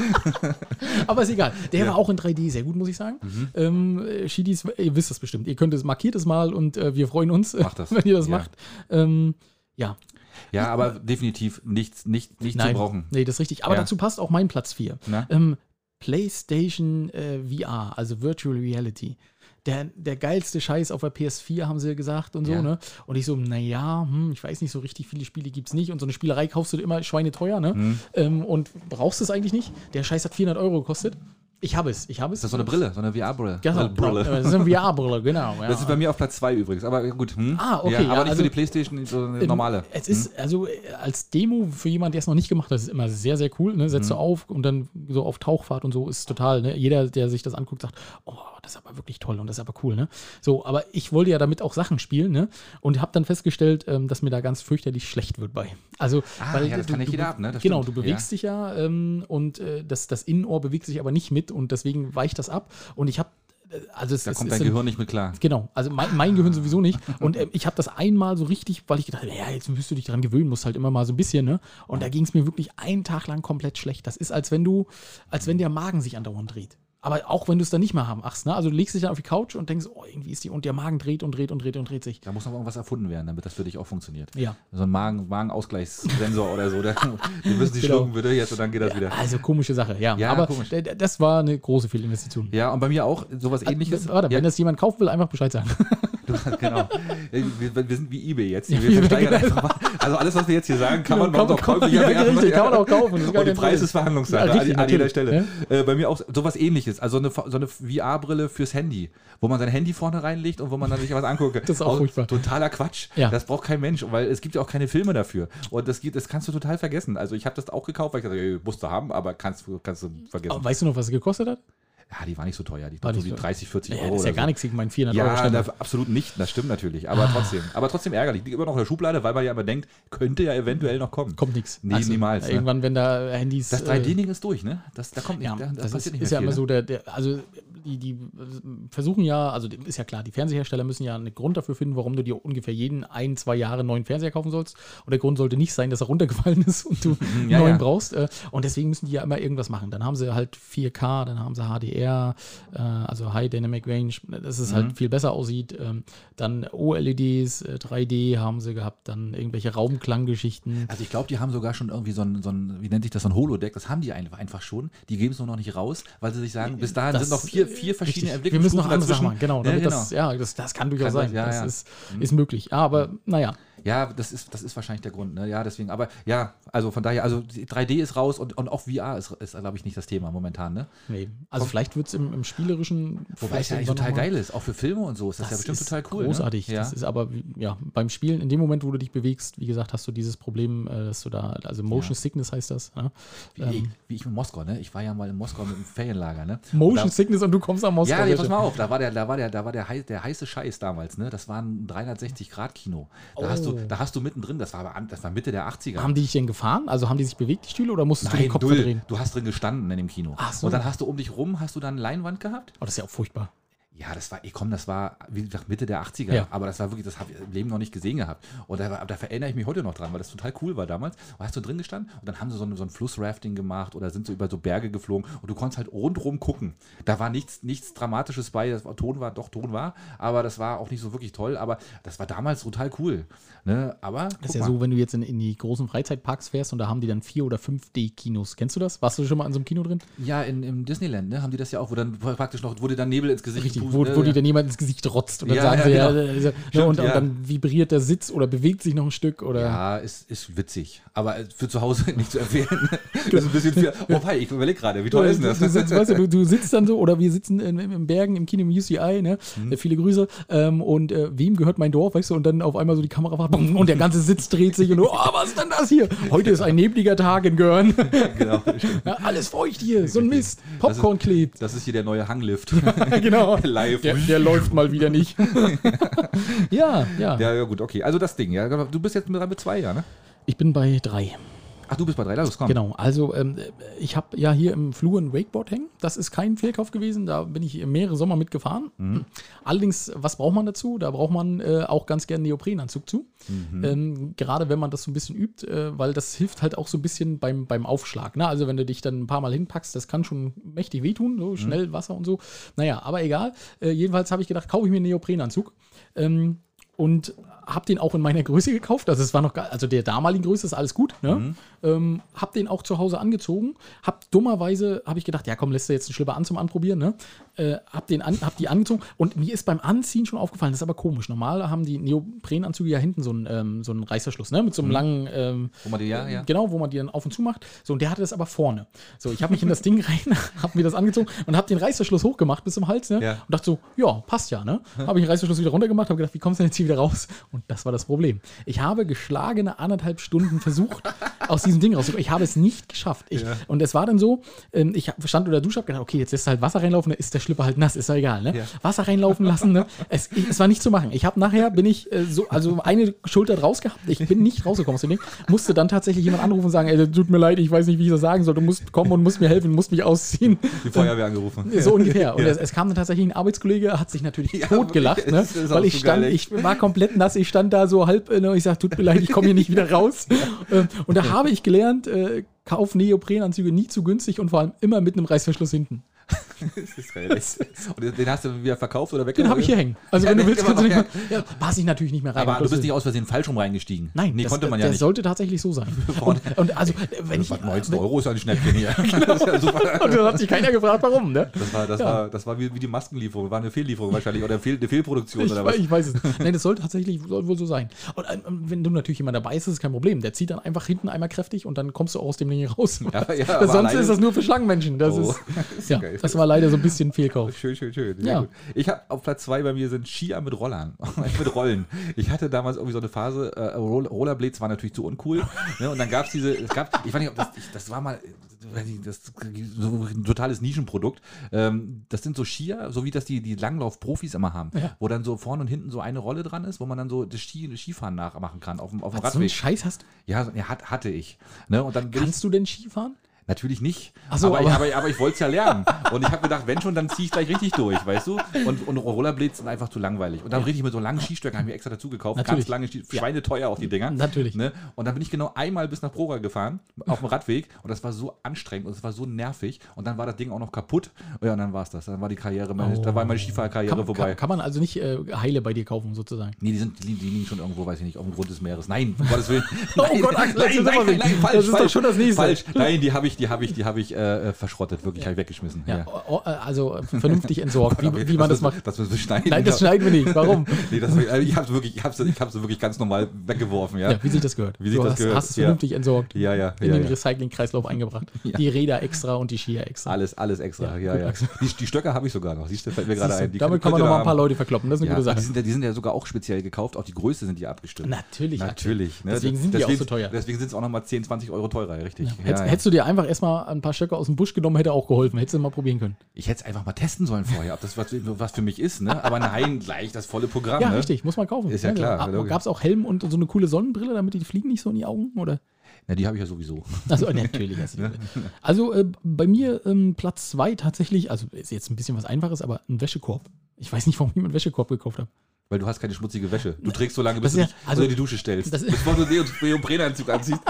Speaker 1: Aber ist egal. Der war auch in 3D sehr gut, muss ich sagen.
Speaker 2: Mhm.
Speaker 1: Ähm, äh, Shidis, ihr wisst das bestimmt. Ihr könnt es, markiert es mal und äh, wir freuen uns,
Speaker 2: Macht das.
Speaker 1: (laughs) wenn ihr das
Speaker 2: Ja.
Speaker 1: macht. Ähm, ja,
Speaker 2: ja, aber definitiv nichts, nicht, nicht zu brauchen. ne?
Speaker 1: Nee, das ist richtig. Aber
Speaker 2: Ja.
Speaker 1: dazu passt auch mein Platz 4.
Speaker 2: Na?
Speaker 1: Ähm, PlayStation äh, VR, also Virtual Reality. Der, der geilste Scheiß auf der PS4, haben sie gesagt und so,
Speaker 2: Ja.
Speaker 1: ne? Und ich so, naja, hm, ich weiß nicht so richtig, viele Spiele gibt's nicht. Und so eine Spielerei kaufst du immer schweineteuer, ne?
Speaker 2: Mhm.
Speaker 1: Ähm, und brauchst es eigentlich nicht. Der Scheiß hat 400 Euro gekostet. Ich habe es, ich habe es.
Speaker 2: Das ist so eine Brille, so eine VR-Brille.
Speaker 1: Genau.
Speaker 2: Also Brille.
Speaker 1: Das ist eine VR-Brille, genau. Ja.
Speaker 2: Das ist bei mir auf Platz 2 übrigens, aber gut. Hm?
Speaker 1: Ah, okay,
Speaker 2: Ja, aber
Speaker 1: ja,
Speaker 2: nicht
Speaker 1: also-
Speaker 2: für die Playstation, so eine normale.
Speaker 1: Ähm,
Speaker 2: Hm?
Speaker 1: Es ist, also äh, als Demo für jemanden, der es noch nicht gemacht hat, ist es immer sehr, sehr cool. Ne?
Speaker 2: Hm.
Speaker 1: Setzt du auf und dann so auf Tauchfahrt und so ist total. Ne? Jeder, der sich das anguckt, sagt, oh, das ist aber wirklich toll und das ist aber cool. Ne? So, aber ich wollte ja damit auch Sachen spielen ne? und habe dann festgestellt, ähm, dass mir da ganz fürchterlich schlecht wird bei. Also,
Speaker 2: Ah,
Speaker 1: weil
Speaker 2: ja, das
Speaker 1: du,
Speaker 2: kann nicht
Speaker 1: du,
Speaker 2: jeder ab, ne? Das
Speaker 1: genau,
Speaker 2: stimmt,
Speaker 1: du bewegst dich ja ähm, und äh, das, das Innenohr bewegt sich aber nicht mit und deswegen weicht das ab und ich habe also es,
Speaker 2: Da
Speaker 1: es
Speaker 2: kommt
Speaker 1: ist
Speaker 2: dein
Speaker 1: im-
Speaker 2: Gehirn nicht mit klar.
Speaker 1: Genau, also mein, mein Gehirn sowieso nicht. Und ähm, ich habe das einmal so richtig, weil ich gedacht habe, ja, jetzt müsst du dich dran gewöhnen, musst halt immer mal so ein bisschen, ne? Und da ging es mir wirklich einen Tag lang komplett schlecht. Das ist, als wenn du, als wenn der Magen sich andauernd dreht. Aber auch wenn du es dann nicht mehr haben machst, ne? Also du legst dich dann auf die Couch und denkst, oh, irgendwie ist die, und der Magen dreht und dreht und dreht und dreht sich.
Speaker 2: Da muss noch irgendwas erfunden werden, damit das für dich auch funktioniert.
Speaker 1: Ja.
Speaker 2: So ein Magen, Magenausgleichssensor oder so. Der, (laughs) wir müssen die
Speaker 1: Genau.
Speaker 2: schlucken, bitte, jetzt und dann geht das wieder.
Speaker 1: Also komische Sache, ja.
Speaker 2: Ja,
Speaker 1: Aber
Speaker 2: komisch.
Speaker 1: d- d- das war eine große Fehlinvestition.
Speaker 2: Ja, und bei mir auch sowas ähnliches.
Speaker 1: Ah, Warte,
Speaker 2: ja,
Speaker 1: wenn das jemand kaufen will, einfach Bescheid
Speaker 2: (laughs)
Speaker 1: sagen.
Speaker 2: du, genau. Wir, wir sind wie eBay jetzt.
Speaker 1: (laughs)
Speaker 2: Wir versteigern einfach. Also alles, was wir jetzt hier sagen, kann man bei uns auch kaufen.
Speaker 1: ja, richtig, genau. kann man auch kaufen. Das ist gar
Speaker 2: Und
Speaker 1: kein
Speaker 2: der Preis
Speaker 1: Problem.
Speaker 2: ist Verhandlungssache
Speaker 1: Ja, richtig,
Speaker 2: an, an jeder
Speaker 1: natürlich,
Speaker 2: Stelle. Äh, bei mir auch sowas ähnliches. Also eine, so eine VR-Brille fürs Handy, wo man sein Handy vorne reinlegt und wo man dann sich was anguckt.
Speaker 1: (laughs) Das ist auch furchtbar.
Speaker 2: Totaler Quatsch.
Speaker 1: Ja.
Speaker 2: Das braucht kein Mensch, weil es gibt ja auch keine Filme dafür. Und das, gibt, das kannst du total vergessen. Also ich habe das auch gekauft, weil ich dachte, ey, musst du haben, aber kannst, du- kannst du vergessen.
Speaker 1: Aber weißt du noch, was es gekostet hat?
Speaker 2: ja, die war nicht so teuer. Die,
Speaker 1: War
Speaker 2: so
Speaker 1: nicht
Speaker 2: die
Speaker 1: so-
Speaker 2: 30, 40
Speaker 1: Ja,
Speaker 2: Euro
Speaker 1: das ist ja
Speaker 2: oder
Speaker 1: gar
Speaker 2: so.
Speaker 1: nichts gegen meinen 400 euro
Speaker 2: Ja,
Speaker 1: Standard.
Speaker 2: na, absolut nicht, das stimmt natürlich.
Speaker 1: Ah.
Speaker 2: Aber trotzdem. Aber trotzdem ärgerlich. Liegt immer noch in der Schublade, weil man ja immer denkt, könnte ja eventuell noch kommen.
Speaker 1: Kommt nichts.
Speaker 2: Nee, niemals, ne?
Speaker 1: Irgendwann, wenn da Handys.
Speaker 2: Das
Speaker 1: äh,
Speaker 2: 3D-Ding ist durch, ne? Das, da kommt nicht,
Speaker 1: ja,
Speaker 2: da, da
Speaker 1: das ist,
Speaker 2: passiert nicht mehr
Speaker 1: ist ja
Speaker 2: viel,
Speaker 1: immer
Speaker 2: ne?
Speaker 1: so, der, der, also die, die äh, versuchen ja, also die- ist ja klar, die Fernsehersteller müssen ja einen Grund dafür finden, warum du dir ungefähr jeden ein, zwei Jahre einen neuen Fernseher kaufen sollst. Und der Grund sollte nicht sein, dass er runtergefallen ist und
Speaker 2: (laughs)
Speaker 1: du einen
Speaker 2: ja,
Speaker 1: neuen
Speaker 2: ja.
Speaker 1: brauchst. Äh, Und deswegen müssen die ja immer irgendwas machen. Dann haben sie halt 4K, dann haben sie HDR, äh, also High Dynamic Range, dass es
Speaker 2: Mhm.
Speaker 1: halt viel besser aussieht. Ähm, Dann OLEDs, äh, 3D haben sie gehabt, dann irgendwelche Raumklanggeschichten.
Speaker 2: Also ich glaube, die haben sogar schon irgendwie so ein, so ein, wie nennt sich das, so ein Holodeck, das haben die einfach, einfach schon. Die geben es nur noch nicht raus, weil sie sich sagen, bis dahin
Speaker 1: Das-
Speaker 2: Ah, sind noch vier, vier verschiedene
Speaker 1: Richtig. Wir müssen noch andere Sachen machen,
Speaker 2: dazwischen.
Speaker 1: genau.
Speaker 2: Ja,
Speaker 1: Damit
Speaker 2: genau.
Speaker 1: Das, ja, das, das kann durchaus sein.
Speaker 2: Kann sein, ja, Mhm.
Speaker 1: das
Speaker 2: ja.
Speaker 1: Ist, ist möglich. Ja, aber naja,
Speaker 2: Ja, das ist, das ist wahrscheinlich der Grund. Ne? Ja, deswegen. Aber ja, also von daher, also die 3D ist raus und, und auch VR ist, ist glaube ich, nicht das Thema momentan. Ne?
Speaker 1: nee. Also vielleicht wird es im, im spielerischen.
Speaker 2: Wobei es
Speaker 1: vielleicht
Speaker 2: ja eigentlich
Speaker 1: irgendwann
Speaker 2: total
Speaker 1: noch mal-
Speaker 2: geil ist, auch für Filme und so. Ist das,
Speaker 1: Das
Speaker 2: ja bestimmt
Speaker 1: ist
Speaker 2: total cool.
Speaker 1: Großartig.
Speaker 2: Ne? Ja.
Speaker 1: Das ist aber wie- ja, beim Spielen, in dem Moment, wo du dich bewegst, wie gesagt, hast du dieses Problem, äh, dass du da, also Motion Sickness heißt das. Ne?
Speaker 2: wie, wie ich in Moskau, ne? Ich war ja mal in Moskau mit einem Ferienlager, ne? Und da-
Speaker 1: Motion Sickness und du kommst am Moskau.
Speaker 2: Ja, nee, pass
Speaker 1: bitte.
Speaker 2: mal auf, da war der, da war der, da war der, hei der heiße Scheiß damals, ne? Das war ein 360-Grad-Kino. Da, hast du,
Speaker 1: Oh.
Speaker 2: da hast du mittendrin, das war, aber an- das war Mitte der 80er.
Speaker 1: Haben die dich denn gefahren? Also haben die sich bewegt, die Stühle, oder musstest du
Speaker 2: Nein,
Speaker 1: den Kopf
Speaker 2: null.
Speaker 1: verdrehen?
Speaker 2: Du hast drin gestanden in dem Kino.
Speaker 1: Ach so.
Speaker 2: Und dann hast du um dich rum, hast du dann Leinwand gehabt?
Speaker 1: Oh, das ist ja auch furchtbar.
Speaker 2: Ja, das war, ey, komm, das war, wie gesagt, Mitte der 80er.
Speaker 1: Ja.
Speaker 2: Aber das war wirklich, das habe ich im Leben noch nicht gesehen gehabt. Und da, war- da erinnere ich mich heute noch dran, weil das total cool war damals. Da hast du drin gestanden und dann haben sie so, ein- so ein Flussrafting gemacht oder sind so über so Berge geflogen und du konntest halt rundrum gucken. Da war nichts, nichts Dramatisches bei. Das war, Ton war, doch, Ton war, aber das war auch nicht so wirklich toll. Aber das war damals total cool. Ne? Aber, guck
Speaker 1: Das ist ja
Speaker 2: mal.
Speaker 1: so, wenn du jetzt in, in die großen Freizeitparks fährst und da haben die dann 4 oder 5D-Kinos. Kennst du das? Warst du schon mal in so einem Kino drin?
Speaker 2: Ja, in, im Disneyland, ne, haben die das ja auch, wo dann praktisch noch, wo dir dann Nebel ins Gesicht
Speaker 1: Richtig, wo, wo
Speaker 2: ja.
Speaker 1: die dann jemand ins Gesicht rotzt und dann
Speaker 2: Ja,
Speaker 1: sagen
Speaker 2: ja,
Speaker 1: sie ja,
Speaker 2: genau.
Speaker 1: äh, äh, ne,
Speaker 2: Stimmt,
Speaker 1: und,
Speaker 2: ja.
Speaker 1: und dann vibriert der Sitz oder bewegt sich noch ein Stück oder
Speaker 2: Ja, ist, ist witzig. Aber äh, für zu Hause (laughs) nicht zu empfehlen. das ist ein bisschen viel. Wobei, ich überlege gerade, wie toll ist denn das?
Speaker 1: äh, Du, sitzt, weißt du, du, du sitzt dann so, oder wir sitzen in, in, in Bergen im Kino im UCI, ne?
Speaker 2: Mhm.
Speaker 1: Äh, Viele Grüße. Ähm, und äh, wem gehört mein Dorf, weißt du? Und dann auf einmal so die Kamera macht, bumm, und der ganze Sitz dreht sich und du, oh, was ist denn das hier? Heute ist ein nebliger Tag in Görn.
Speaker 2: (laughs) genau, stimmt.
Speaker 1: (laughs) Ja, alles feucht hier, so ein Mist.
Speaker 2: Das ist-
Speaker 1: Popcorn klebt.
Speaker 2: Das ist hier der neue
Speaker 1: (laughs)
Speaker 2: Hanglift.
Speaker 1: genau.
Speaker 2: (laughs) Live.
Speaker 1: Der, der läuft mal wieder nicht. (laughs) ja, ja,
Speaker 2: Ja, ja, gut, okay. Also das Ding, ja. Du bist jetzt mit, mit zwei, ja, ne?
Speaker 1: Ich bin bei drei.
Speaker 2: Ach, du bist bei drei, los, komm.
Speaker 1: Genau, also ähm, ich habe ja hier im Flur ein Wakeboard hängen. Das ist kein Fehlkauf gewesen, da bin ich mehrere Sommer mitgefahren. Allerdings, was braucht man dazu? Da braucht man äh, auch ganz gerne einen Neoprenanzug zu. Ähm, gerade wenn man das so ein bisschen übt, äh, weil das hilft halt auch so ein bisschen beim, beim Aufschlag. Ne? Also wenn du dich dann ein paar Mal hinpackst, das kann schon mächtig wehtun, so schnell Wasser und so. Naja, aber egal. Äh, jedenfalls habe ich gedacht, kaufe ich mir einen Neoprenanzug. Ähm, und habe den auch in meiner Größe gekauft. Also es war noch, gar- also der damaligen Größe ist alles gut. Ne?
Speaker 2: Mhm.
Speaker 1: Ähm, habe den auch zu Hause angezogen. Hab dummerweise habe ich gedacht, ja komm, lässt du jetzt einen Schlipper an zum Anprobieren. Ne? Äh, hab den an, hab die angezogen und mir ist beim Anziehen schon aufgefallen. Das ist aber komisch. Normal haben die Neoprenanzüge ja hinten so einen, ähm, so einen Reißverschluss, ne? mit so einem langen ähm,
Speaker 2: Mhm. Wo man die- ja, ja.
Speaker 1: genau, wo man die dann auf und zu macht. So, und der hatte das aber vorne. So, ich habe mich in das Ding (laughs) rein, habe mir das angezogen und habe den Reißverschluss hochgemacht bis zum Hals, ne?
Speaker 2: Ja.
Speaker 1: Und dachte so, ja, passt ja, ne? Habe ich den Reißverschluss wieder runtergemacht, habe gedacht, wie kommst du denn jetzt hier wieder raus? Und das war das Problem. Ich habe geschlagene anderthalb Stunden versucht, aus diesem Ding rauszukommen. Ich habe es nicht geschafft. Ich, Und es war dann so, ähm, ich hab- stand unter der Dusche, habe gedacht, okay, jetzt lässt du halt Wasser reinlaufen, dann ist der Schlipper halt nass, ist ja egal, ne?
Speaker 2: Ja.
Speaker 1: Wasser reinlaufen lassen, ne? Es, ich, es war nicht zu machen. Ich habe nachher, bin ich äh, so, also eine Schulter draus gehabt, ich bin nicht rausgekommen aus dem Ding, musste dann tatsächlich jemand anrufen und sagen, ey, tut mir leid, ich weiß nicht, wie ich das sagen soll, du musst kommen und musst mir helfen, musst mich ausziehen.
Speaker 2: Die Feuerwehr angerufen.
Speaker 1: (laughs) So ungefähr. Und
Speaker 2: Ja.
Speaker 1: es, es kam dann tatsächlich ein Arbeitskollege, hat sich natürlich
Speaker 2: (laughs) Ja,
Speaker 1: totgelacht, ne?
Speaker 2: das ist auch
Speaker 1: weil ich
Speaker 2: so
Speaker 1: stand,
Speaker 2: geil,
Speaker 1: ich war komplett nass, ich stand da so halb äh, ne, und ich sag, tut mir leid, ich komme hier nicht wieder
Speaker 2: (laughs)
Speaker 1: raus. Ähm, Und da habe ich gelernt, äh, kauf Neoprenanzüge nie zu günstig und vor allem immer mit einem Reißverschluss hinten.
Speaker 2: (laughs) Das ist geil, echt. Und den hast du wieder verkauft oder weg?
Speaker 1: Den habe ich hier hängen. Also
Speaker 2: Ja,
Speaker 1: wenn du
Speaker 2: den
Speaker 1: willst,
Speaker 2: kann
Speaker 1: kannst du
Speaker 2: man
Speaker 1: nicht mehr.
Speaker 2: auch,
Speaker 1: Ja, pass ich natürlich nicht mehr rein.
Speaker 2: Aber
Speaker 1: um
Speaker 2: du
Speaker 1: Gottes
Speaker 2: bist
Speaker 1: Willen.
Speaker 2: nicht aus Versehen falsch rum reingestiegen.
Speaker 1: Nein,
Speaker 2: nee,
Speaker 1: das,
Speaker 2: konnte man ja
Speaker 1: der
Speaker 2: nicht.
Speaker 1: sollte tatsächlich so sein.
Speaker 2: (laughs) Vorne.
Speaker 1: Und, und also, äh, wenn ich. (laughs)
Speaker 2: Was, 19
Speaker 1: Und
Speaker 2: Euro ist ja ein Schnäppchen hier. (laughs) Das, ist ja
Speaker 1: genau.
Speaker 2: super.
Speaker 1: dann hat sich keiner gefragt, warum, ne?
Speaker 2: das war, das war, das war wie, wie die Maskenlieferung. War eine Fehllieferung wahrscheinlich oder Fehl, eine Fehlproduktion
Speaker 1: Ich,
Speaker 2: oder
Speaker 1: wei-
Speaker 2: was.
Speaker 1: ich weiß es
Speaker 2: (laughs)
Speaker 1: nicht. Nein, das soll tatsächlich soll wohl so sein. Und ähm, wenn du natürlich jemand dabei ist, ist es kein Problem. Der zieht dann einfach hinten einmal kräftig und dann kommst du auch aus dem Ding raus.
Speaker 2: Ja,
Speaker 1: (laughs)
Speaker 2: ja,
Speaker 1: das,
Speaker 2: aber
Speaker 1: sonst
Speaker 2: alleine-
Speaker 1: ist das nur für Schlangenmenschen. Das,
Speaker 2: Oh, (laughs)
Speaker 1: ist,
Speaker 2: ist
Speaker 1: ja,
Speaker 2: geil.
Speaker 1: das war leider so ein bisschen Fehlkauf.
Speaker 2: Schön, schön, schön. Sehr
Speaker 1: Ja.
Speaker 2: gut. Ich habe auf Platz zwei bei mir sind Skier mit Rollern. (laughs) mit Rollen. Ich hatte damals irgendwie so eine Phase, äh, Roll- Rollerblades war natürlich zu uncool. ne? Und dann gab es diese, es gab, ich weiß nicht, ob das, ich, das war mal, äh, weiß nicht, das, so ein totales Nischenprodukt. Ähm, das sind so Skier, so wie das die, die Langlauf-Profis immer haben, wo dann so vorne und hinten so eine Rolle dran ist, wo man dann so das Ski, Skifahren nachmachen kann auf dem, auf dem
Speaker 1: So einen
Speaker 2: Radweg.
Speaker 1: Scheiß hast
Speaker 2: Ja, so- ja, hat, hatte ich. Ne? Und dann bin ich-
Speaker 1: Kannst du denn Skifahren?
Speaker 2: Natürlich nicht.
Speaker 1: Ach so,
Speaker 2: aber, ich-
Speaker 1: aber-
Speaker 2: aber, aber ich wollte es ja lernen. Und ich habe gedacht, wenn schon, dann ziehe ich gleich richtig durch, weißt du? Und, und Rollerblades sind einfach zu langweilig. Und dann richtig mit so langen Skistöcken habe ich mir extra dazu gekauft.
Speaker 1: Natürlich.
Speaker 2: Ganz lange Stie
Speaker 1: Ja.
Speaker 2: Schweineteuer auch die Dinger.
Speaker 1: Natürlich.
Speaker 2: Ne? Und dann bin ich genau einmal bis nach Prora gefahren, auf dem Radweg. Und das war so anstrengend und es war so nervig. Und dann war das Ding auch noch kaputt. Ja, und dann war es das. Dann war die Karriere,
Speaker 1: Oh.
Speaker 2: meine, da war meine Skifahrkarriere
Speaker 1: Kann,
Speaker 2: vorbei.
Speaker 1: kann, kann man also nicht äh, Heile bei dir kaufen, sozusagen.
Speaker 2: Nee, die, sind, die, die liegen schon irgendwo, weiß ich nicht, auf dem Grund des Meeres. Nein, um Gottes Willen.
Speaker 1: (laughs) Oh Gott, Axel, jetzt sind wir weg.
Speaker 2: falsch,
Speaker 1: Das ist doch
Speaker 2: falsch,
Speaker 1: schon das Nächste. (laughs)
Speaker 2: Falsch. Nein, die habe ich, die habe ich, die habe ich äh, äh, verschrottet, wirklich, habe ich weggeschmissen.
Speaker 1: Ja.
Speaker 2: Ja.
Speaker 1: o- o- Also äh, vernünftig entsorgt,
Speaker 2: (laughs)
Speaker 1: wie, wie man das
Speaker 2: müssen-
Speaker 1: macht.
Speaker 2: Das müssen wir schneiden. genau.
Speaker 1: Nein,
Speaker 2: (laughs)
Speaker 1: das schneiden wir um. nicht. Warum?
Speaker 2: Nee, das, also ich habe es wirklich, ich hab's, ich hab's wirklich ganz normal weggeworfen, ja.
Speaker 1: Ja, wie sich das gehört.
Speaker 2: Wie sich
Speaker 1: du
Speaker 2: das
Speaker 1: hast,
Speaker 2: gehört,
Speaker 1: hast es
Speaker 2: ja.
Speaker 1: vernünftig entsorgt.
Speaker 2: Ja, ja,
Speaker 1: In
Speaker 2: ja,
Speaker 1: den
Speaker 2: ja.
Speaker 1: Recyclingkreislauf eingebracht.
Speaker 2: Ja.
Speaker 1: Die Räder extra und die Skier extra.
Speaker 2: Alles, alles extra.
Speaker 1: Ja,
Speaker 2: Ja,
Speaker 1: gut,
Speaker 2: ja.
Speaker 1: Axel.
Speaker 2: Die, die Stöcker habe ich sogar noch. Siehst du, fällt mir gerade
Speaker 1: Siehst du,
Speaker 2: ein. Die
Speaker 1: damit kann man
Speaker 2: könnt ihr
Speaker 1: nochmal
Speaker 2: da
Speaker 1: ein paar
Speaker 2: haben.
Speaker 1: Leute verkloppen. Das ist eine
Speaker 2: Ja,
Speaker 1: gute
Speaker 2: die
Speaker 1: Sache.
Speaker 2: sind, ja- die sind ja sogar auch speziell gekauft, auf die Größe sind die abgestimmt.
Speaker 1: Natürlich,
Speaker 2: Natürlich. ne?
Speaker 1: Deswegen sind die auch so teuer.
Speaker 2: Deswegen sind es auch nochmal 10, 20 Euro teurer, richtig. Ja,
Speaker 1: Hättest,
Speaker 2: ja.
Speaker 1: hättest du dir einfach erstmal ein paar Stöcke aus dem Busch genommen, hätte auch geholfen. Hättest du mal probieren können.
Speaker 2: Ich hätte es einfach mal testen sollen vorher, ob das was, was für mich ist, ne?
Speaker 1: (laughs)
Speaker 2: Aber nein, gleich das volle Programm.
Speaker 1: Ja,
Speaker 2: ne?
Speaker 1: richtig, muss man kaufen.
Speaker 2: Ist ja klar, logisch.
Speaker 1: Gab es auch Helm und so eine coole Sonnenbrille, damit die Fliegen nicht so in die Augen? Oder?
Speaker 2: Na, die habe ich ja sowieso.
Speaker 1: Also natürlich. hast du die Brille. Also äh, bei mir ähm, Platz zwei tatsächlich, also ist jetzt ein bisschen was Einfaches, aber ein Wäschekorb. Ich weiß nicht, warum ich mir einen Wäschekorb gekauft habe.
Speaker 2: Weil du hast keine schmutzige Wäsche. Du trägst so lange,
Speaker 1: Das
Speaker 2: bis du
Speaker 1: ist
Speaker 2: dich
Speaker 1: ja- also-
Speaker 2: unter die Dusche stellst.
Speaker 1: das-
Speaker 2: bevor du Neo-
Speaker 1: (laughs)
Speaker 2: Neoprenanzug anziehst.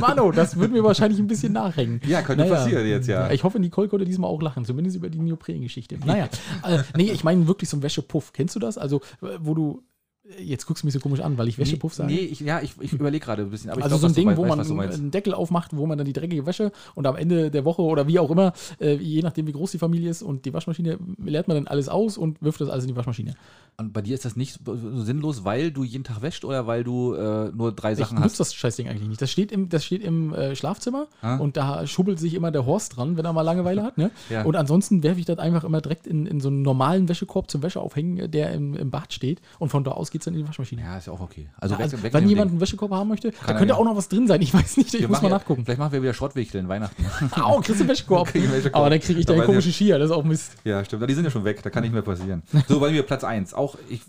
Speaker 1: Mano, das wird mir wahrscheinlich ein bisschen nachhängen.
Speaker 2: Ja, könnte passieren jetzt, ja.
Speaker 1: Ich hoffe, Nicole konnte diesmal auch lachen, zumindest über die Neopren-Geschichte. Naja, äh, nee, ich meine wirklich so ein Wäschepuff. Kennst du das? Also, äh, wo du Jetzt guckst du mich so komisch an, weil ich Wäschepuff sage.
Speaker 2: Nee, ich, ja, ich, ich überlege gerade ein bisschen. Aber ich
Speaker 1: also
Speaker 2: glaub,
Speaker 1: so ein
Speaker 2: dass du
Speaker 1: Ding,
Speaker 2: wei-
Speaker 1: wo
Speaker 2: weißt,
Speaker 1: man äh,
Speaker 2: was du meinst.
Speaker 1: einen Deckel aufmacht, wo man dann die dreckige Wäsche und am Ende der Woche oder wie auch immer, äh, je nachdem wie groß die Familie ist und die Waschmaschine, leert man dann alles aus und wirft das alles in die Waschmaschine.
Speaker 2: Und bei dir ist das nicht so sinnlos, weil du jeden Tag wäscht oder weil du äh, nur drei
Speaker 1: Ich
Speaker 2: Sachen
Speaker 1: nutze
Speaker 2: hast.
Speaker 1: das Scheißding eigentlich nicht. Das steht im, das steht im äh, Schlafzimmer
Speaker 2: Ah.
Speaker 1: und da schubbelt sich immer der Horst dran, wenn er mal Langeweile hat. Ne?
Speaker 2: Ja.
Speaker 1: Und ansonsten werfe ich das einfach immer direkt in, in so einen normalen Wäschekorb zum Wäscheaufhängen, äh, der im, im Bad steht. Und von da aus geht es dann in die Waschmaschine.
Speaker 2: Ja, ist ja auch okay. Also,
Speaker 1: also,
Speaker 2: weg, weg
Speaker 1: wenn
Speaker 2: mit dem
Speaker 1: jemand
Speaker 2: Ding.
Speaker 1: einen Wäschekorb haben möchte, da
Speaker 2: er
Speaker 1: könnte
Speaker 2: ja.
Speaker 1: auch noch was drin sein. Ich weiß nicht, ich
Speaker 2: Wir
Speaker 1: muss
Speaker 2: machen
Speaker 1: mal
Speaker 2: ja-
Speaker 1: nachgucken. (laughs)
Speaker 2: Vielleicht machen wir wieder Schrottwichteln Weihnachten.
Speaker 1: Au, kriegst du einen Wäschekorb.
Speaker 2: (laughs) Krieg ich einen Wäschekorb.
Speaker 1: Aber dann kriege ich
Speaker 2: Da
Speaker 1: deinen
Speaker 2: weiß ich-
Speaker 1: komischen Skier, das ist auch Mist.
Speaker 2: Ja, stimmt. Na, Die sind ja schon weg, da kann nicht
Speaker 1: (laughs)
Speaker 2: mehr passieren. So, bei mir Platz 1. Auch, ich,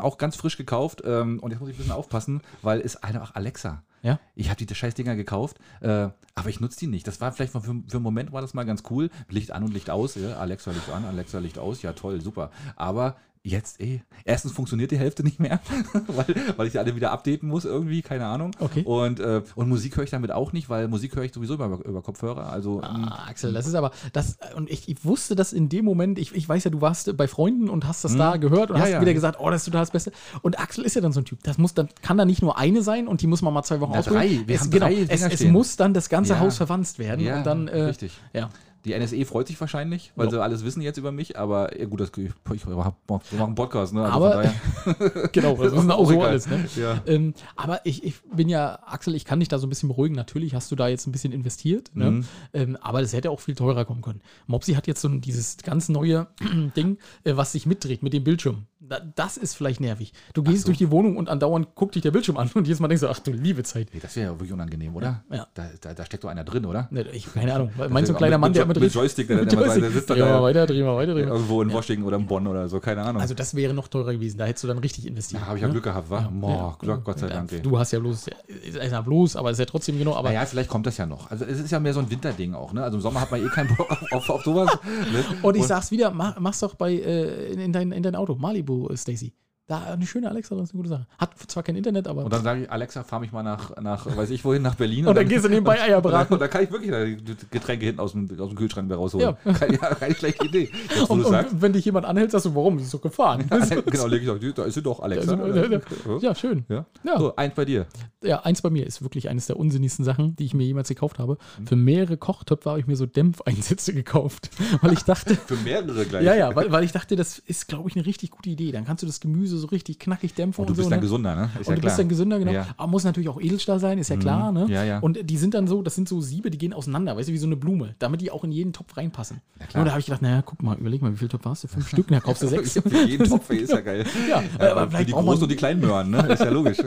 Speaker 2: auch ganz frisch gekauft. Ähm, und jetzt muss ich ein bisschen aufpassen, weil es einfach Alexa.
Speaker 1: Ja.
Speaker 2: Ich habe die Scheißdinger gekauft, äh, aber ich nutze die nicht. Das war vielleicht mal für, für einen Moment war das mal ganz cool. Licht an und Licht aus. Ja. Alexa Licht an, Alexa Licht aus. Ja, toll, super. Aber jetzt, eh. Erstens funktioniert die Hälfte nicht mehr, (laughs) weil, weil ich die alle wieder updaten muss irgendwie, keine Ahnung.
Speaker 1: Okay.
Speaker 2: Und, äh, und Musik höre ich damit auch nicht, weil Musik höre ich sowieso über, über Kopfhörer. Also, mh,
Speaker 1: Ah, Axel, das ist aber das und ich, ich wusste das in dem Moment. Ich, ich weiß ja, du warst bei Freunden und hast das da gehört und
Speaker 2: Hm. Ja,
Speaker 1: hast
Speaker 2: ja.
Speaker 1: wieder gesagt, oh, das ist total das Beste. Und Axel ist ja dann so ein Typ. Das muss dann kann da nicht nur eine sein und die muss man mal zwei Wochen
Speaker 2: Na, drei. Wir
Speaker 1: es,
Speaker 2: haben
Speaker 1: genau,
Speaker 2: drei
Speaker 1: es,
Speaker 2: Dinger
Speaker 1: es
Speaker 2: stehen.
Speaker 1: muss dann das ganze
Speaker 2: Ja.
Speaker 1: Haus verwanzt werden
Speaker 2: Ja,
Speaker 1: und dann äh,
Speaker 2: richtig.
Speaker 1: Ja.
Speaker 2: Die NSE freut sich wahrscheinlich, weil sie alles wissen jetzt über mich, aber ja, gut, das, ich, ich mache einen Podcast, ne? Also
Speaker 1: Aber-
Speaker 2: von daher-
Speaker 1: Genau,
Speaker 2: (laughs)
Speaker 1: das ist auch so
Speaker 2: egal.
Speaker 1: alles. Ne?
Speaker 2: Ja.
Speaker 1: Ähm, aber ich, ich bin ja, Axel, ich kann dich da so ein bisschen beruhigen. Natürlich hast du da jetzt ein bisschen investiert, ne?
Speaker 2: Mhm.
Speaker 1: ähm, aber das hätte auch viel teurer kommen können. Mopsi hat jetzt so ein, dieses ganz neue (clears throat) Ding, äh, was sich mitdreht mit dem Bildschirm. Da, das ist vielleicht nervig. Du gehst durch die Wohnung und andauernd guckt dich der Bildschirm an (laughs) und jedes Mal denkst du, ach du liebe Zeit.
Speaker 2: (laughs) Nee, das wäre ja wirklich unangenehm, oder?
Speaker 1: Ja.
Speaker 2: Da, da, da steckt doch einer drin, oder?
Speaker 1: Ne, Ich, keine Ahnung. Meinst du, ein
Speaker 2: mit-
Speaker 1: kleiner
Speaker 2: mit
Speaker 1: Mann, der
Speaker 2: Jo-
Speaker 1: immer
Speaker 2: mit
Speaker 1: (laughs)
Speaker 2: Joystick, der dann
Speaker 1: Mit
Speaker 2: immer sagt,
Speaker 1: Joystick.
Speaker 2: der sitzt da
Speaker 1: Dreh
Speaker 2: ja.
Speaker 1: mal weiter, dreh mal weiter, dreh mal.
Speaker 2: Irgendwo in Washington oder in Bonn oder so, keine Ahnung.
Speaker 1: Also das wäre noch teurer gewesen. Da hättest du dann richtig investiert.
Speaker 2: da habe ich ja
Speaker 1: ne?
Speaker 2: Glück gehabt, wa? Boah, Gott, Gott sei Dank. ey.
Speaker 1: Du hast ja bloß, ist ja bloß, aber ist ja trotzdem genau. Aber
Speaker 2: Naja, vielleicht kommt das ja noch. Also es ist ja mehr so ein Winterding auch, ne? Also im Sommer hat man eh keinen Bock auf, auf, auf (laughs) sowas. Ne?
Speaker 1: Und ich sag's wieder, mach, mach's doch bei äh, in, in, dein, in dein Auto, Malibu, äh, Stacy. Da eine schöne Alexa, das ist eine gute Sache. Hat zwar kein Internet, aber.
Speaker 2: Und dann sage ich, Alexa, fahr mich mal nach, nach, weiß ich wohin, nach
Speaker 1: (laughs)
Speaker 2: Berlin.
Speaker 1: Und dann gehst du
Speaker 2: (laughs)
Speaker 1: nebenbei Eier braten.
Speaker 2: Und dann kann ich wirklich da die Getränke hinten aus dem, aus dem Kühlschrank mehr rausholen.
Speaker 1: Ja.
Speaker 2: Ja. Keine, (laughs) ja, keine schlechte Idee. Jetzt, wo
Speaker 1: Und-
Speaker 2: du sagst,
Speaker 1: und wenn dich jemand anhält, sagst du, warum? Sie ist doch
Speaker 2: (laughs)
Speaker 1: gefahren.
Speaker 2: Ale- genau, leg ich doch, die- da ist sie doch, Alexa. ne? Hm?
Speaker 1: Also, ja, schön.
Speaker 2: Ja.
Speaker 1: Ja.
Speaker 2: So, eins bei dir.
Speaker 1: Ja, eins bei mir ist wirklich eines der unsinnigsten Sachen, die ich mir jemals gekauft habe.
Speaker 2: Mhm.
Speaker 1: Für mehrere Kochtöpfe habe ich mir so Dämpfeinsätze (laughs) gekauft, weil ich
Speaker 2: (laughs)
Speaker 1: dachte,
Speaker 2: Für mehrere gleich.
Speaker 1: ja, ja, weil, weil ich dachte, das ist, glaube ich, eine richtig gute Idee. Dann kannst du das Gemüse so richtig knackig dämpfen
Speaker 2: Und du
Speaker 1: so.
Speaker 2: bist dann
Speaker 1: ne?
Speaker 2: gesunder, ne? Ist
Speaker 1: und du bist dann gesünder, genau.
Speaker 2: Ja. Mhm.
Speaker 1: Aber muss natürlich auch Edelstahl sein, ist ja klar, ne?
Speaker 2: Ja, ja.
Speaker 1: Und die sind dann so, das sind so Siebe, die gehen auseinander, weißt du, wie so eine Blume, damit die auch in jeden Topf reinpassen.
Speaker 2: klar.
Speaker 1: Und da habe ich gedacht, naja, guck mal, überleg mal, wie viele Töpfe hast du?
Speaker 2: (laughs)
Speaker 1: Fünf Stück, na, kaufst du sechs.
Speaker 2: Für jeden Topf ey, ist ja geil.
Speaker 1: (laughs) Ja,
Speaker 2: Ja,
Speaker 1: aber
Speaker 2: aber für
Speaker 1: vielleicht
Speaker 2: die
Speaker 1: braucht man-
Speaker 2: großen und die kleinen Möhren, ne? Ist
Speaker 1: (laughs)
Speaker 2: ja logisch.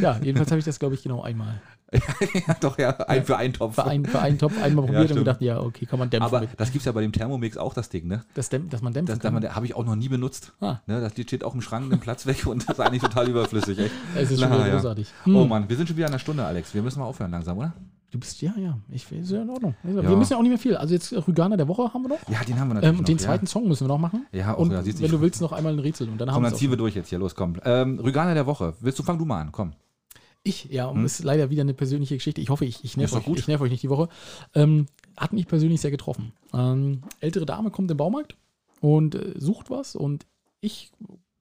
Speaker 1: ja, jedenfalls habe ich das, glaube ich, genau einmal.
Speaker 2: ja, doch, ja, ein für einen Topf.
Speaker 1: Für einen, für einen Topf einmal probiert und
Speaker 2: stimmt.
Speaker 1: gedacht, ja, okay, kann man dämpfen.
Speaker 2: aber
Speaker 1: mit.
Speaker 2: das gibt es ja bei dem Thermomix auch, das Ding, ne?
Speaker 1: das dämpf, dass man dämpfen
Speaker 2: Das,
Speaker 1: kann.
Speaker 2: das habe ich auch noch nie benutzt.
Speaker 1: Genau. Ah.
Speaker 2: Ne, das steht auch im Schrank, nimmt Platz weg und (laughs) ist eigentlich total überflüssig. Echt.
Speaker 1: Es ist schon
Speaker 2: Na
Speaker 1: wieder
Speaker 2: ja.
Speaker 1: großartig.
Speaker 2: Oh
Speaker 1: Hm.
Speaker 2: Mann, wir sind schon wieder an der Stunde, Alex. Wir müssen mal aufhören langsam, oder?
Speaker 1: Du bist, ja, ja, ich, ist ja in Ordnung. Wir
Speaker 2: Ja.
Speaker 1: müssen ja auch nicht mehr viel. Also jetzt äh, Rüganer der Woche haben wir noch.
Speaker 2: Ja, den haben wir natürlich
Speaker 1: Ähm,
Speaker 2: noch,
Speaker 1: den
Speaker 2: ja.
Speaker 1: zweiten Song müssen wir noch machen.
Speaker 2: Ja, auch,
Speaker 1: und
Speaker 2: ja, siehst du,
Speaker 1: wenn
Speaker 2: ich-
Speaker 1: du willst, noch einmal ein Rätsel. Und dann haben
Speaker 2: Komm,
Speaker 1: wir
Speaker 2: dann
Speaker 1: es.
Speaker 2: ziehen wir durch jetzt hier. Los, komm. Ähm, Rüganer der Woche. Willst du, fang du mal an. Komm.
Speaker 1: Ich, ja, und ist leider wieder eine persönliche Geschichte. Ich hoffe, ich, ich nerv
Speaker 2: Hm? Ist doch
Speaker 1: euch,
Speaker 2: gut.
Speaker 1: ich nerv euch nicht die Woche. Ähm, hat mich persönlich sehr getroffen. Ähm, ältere Dame kommt im Baumarkt und äh, sucht was und ich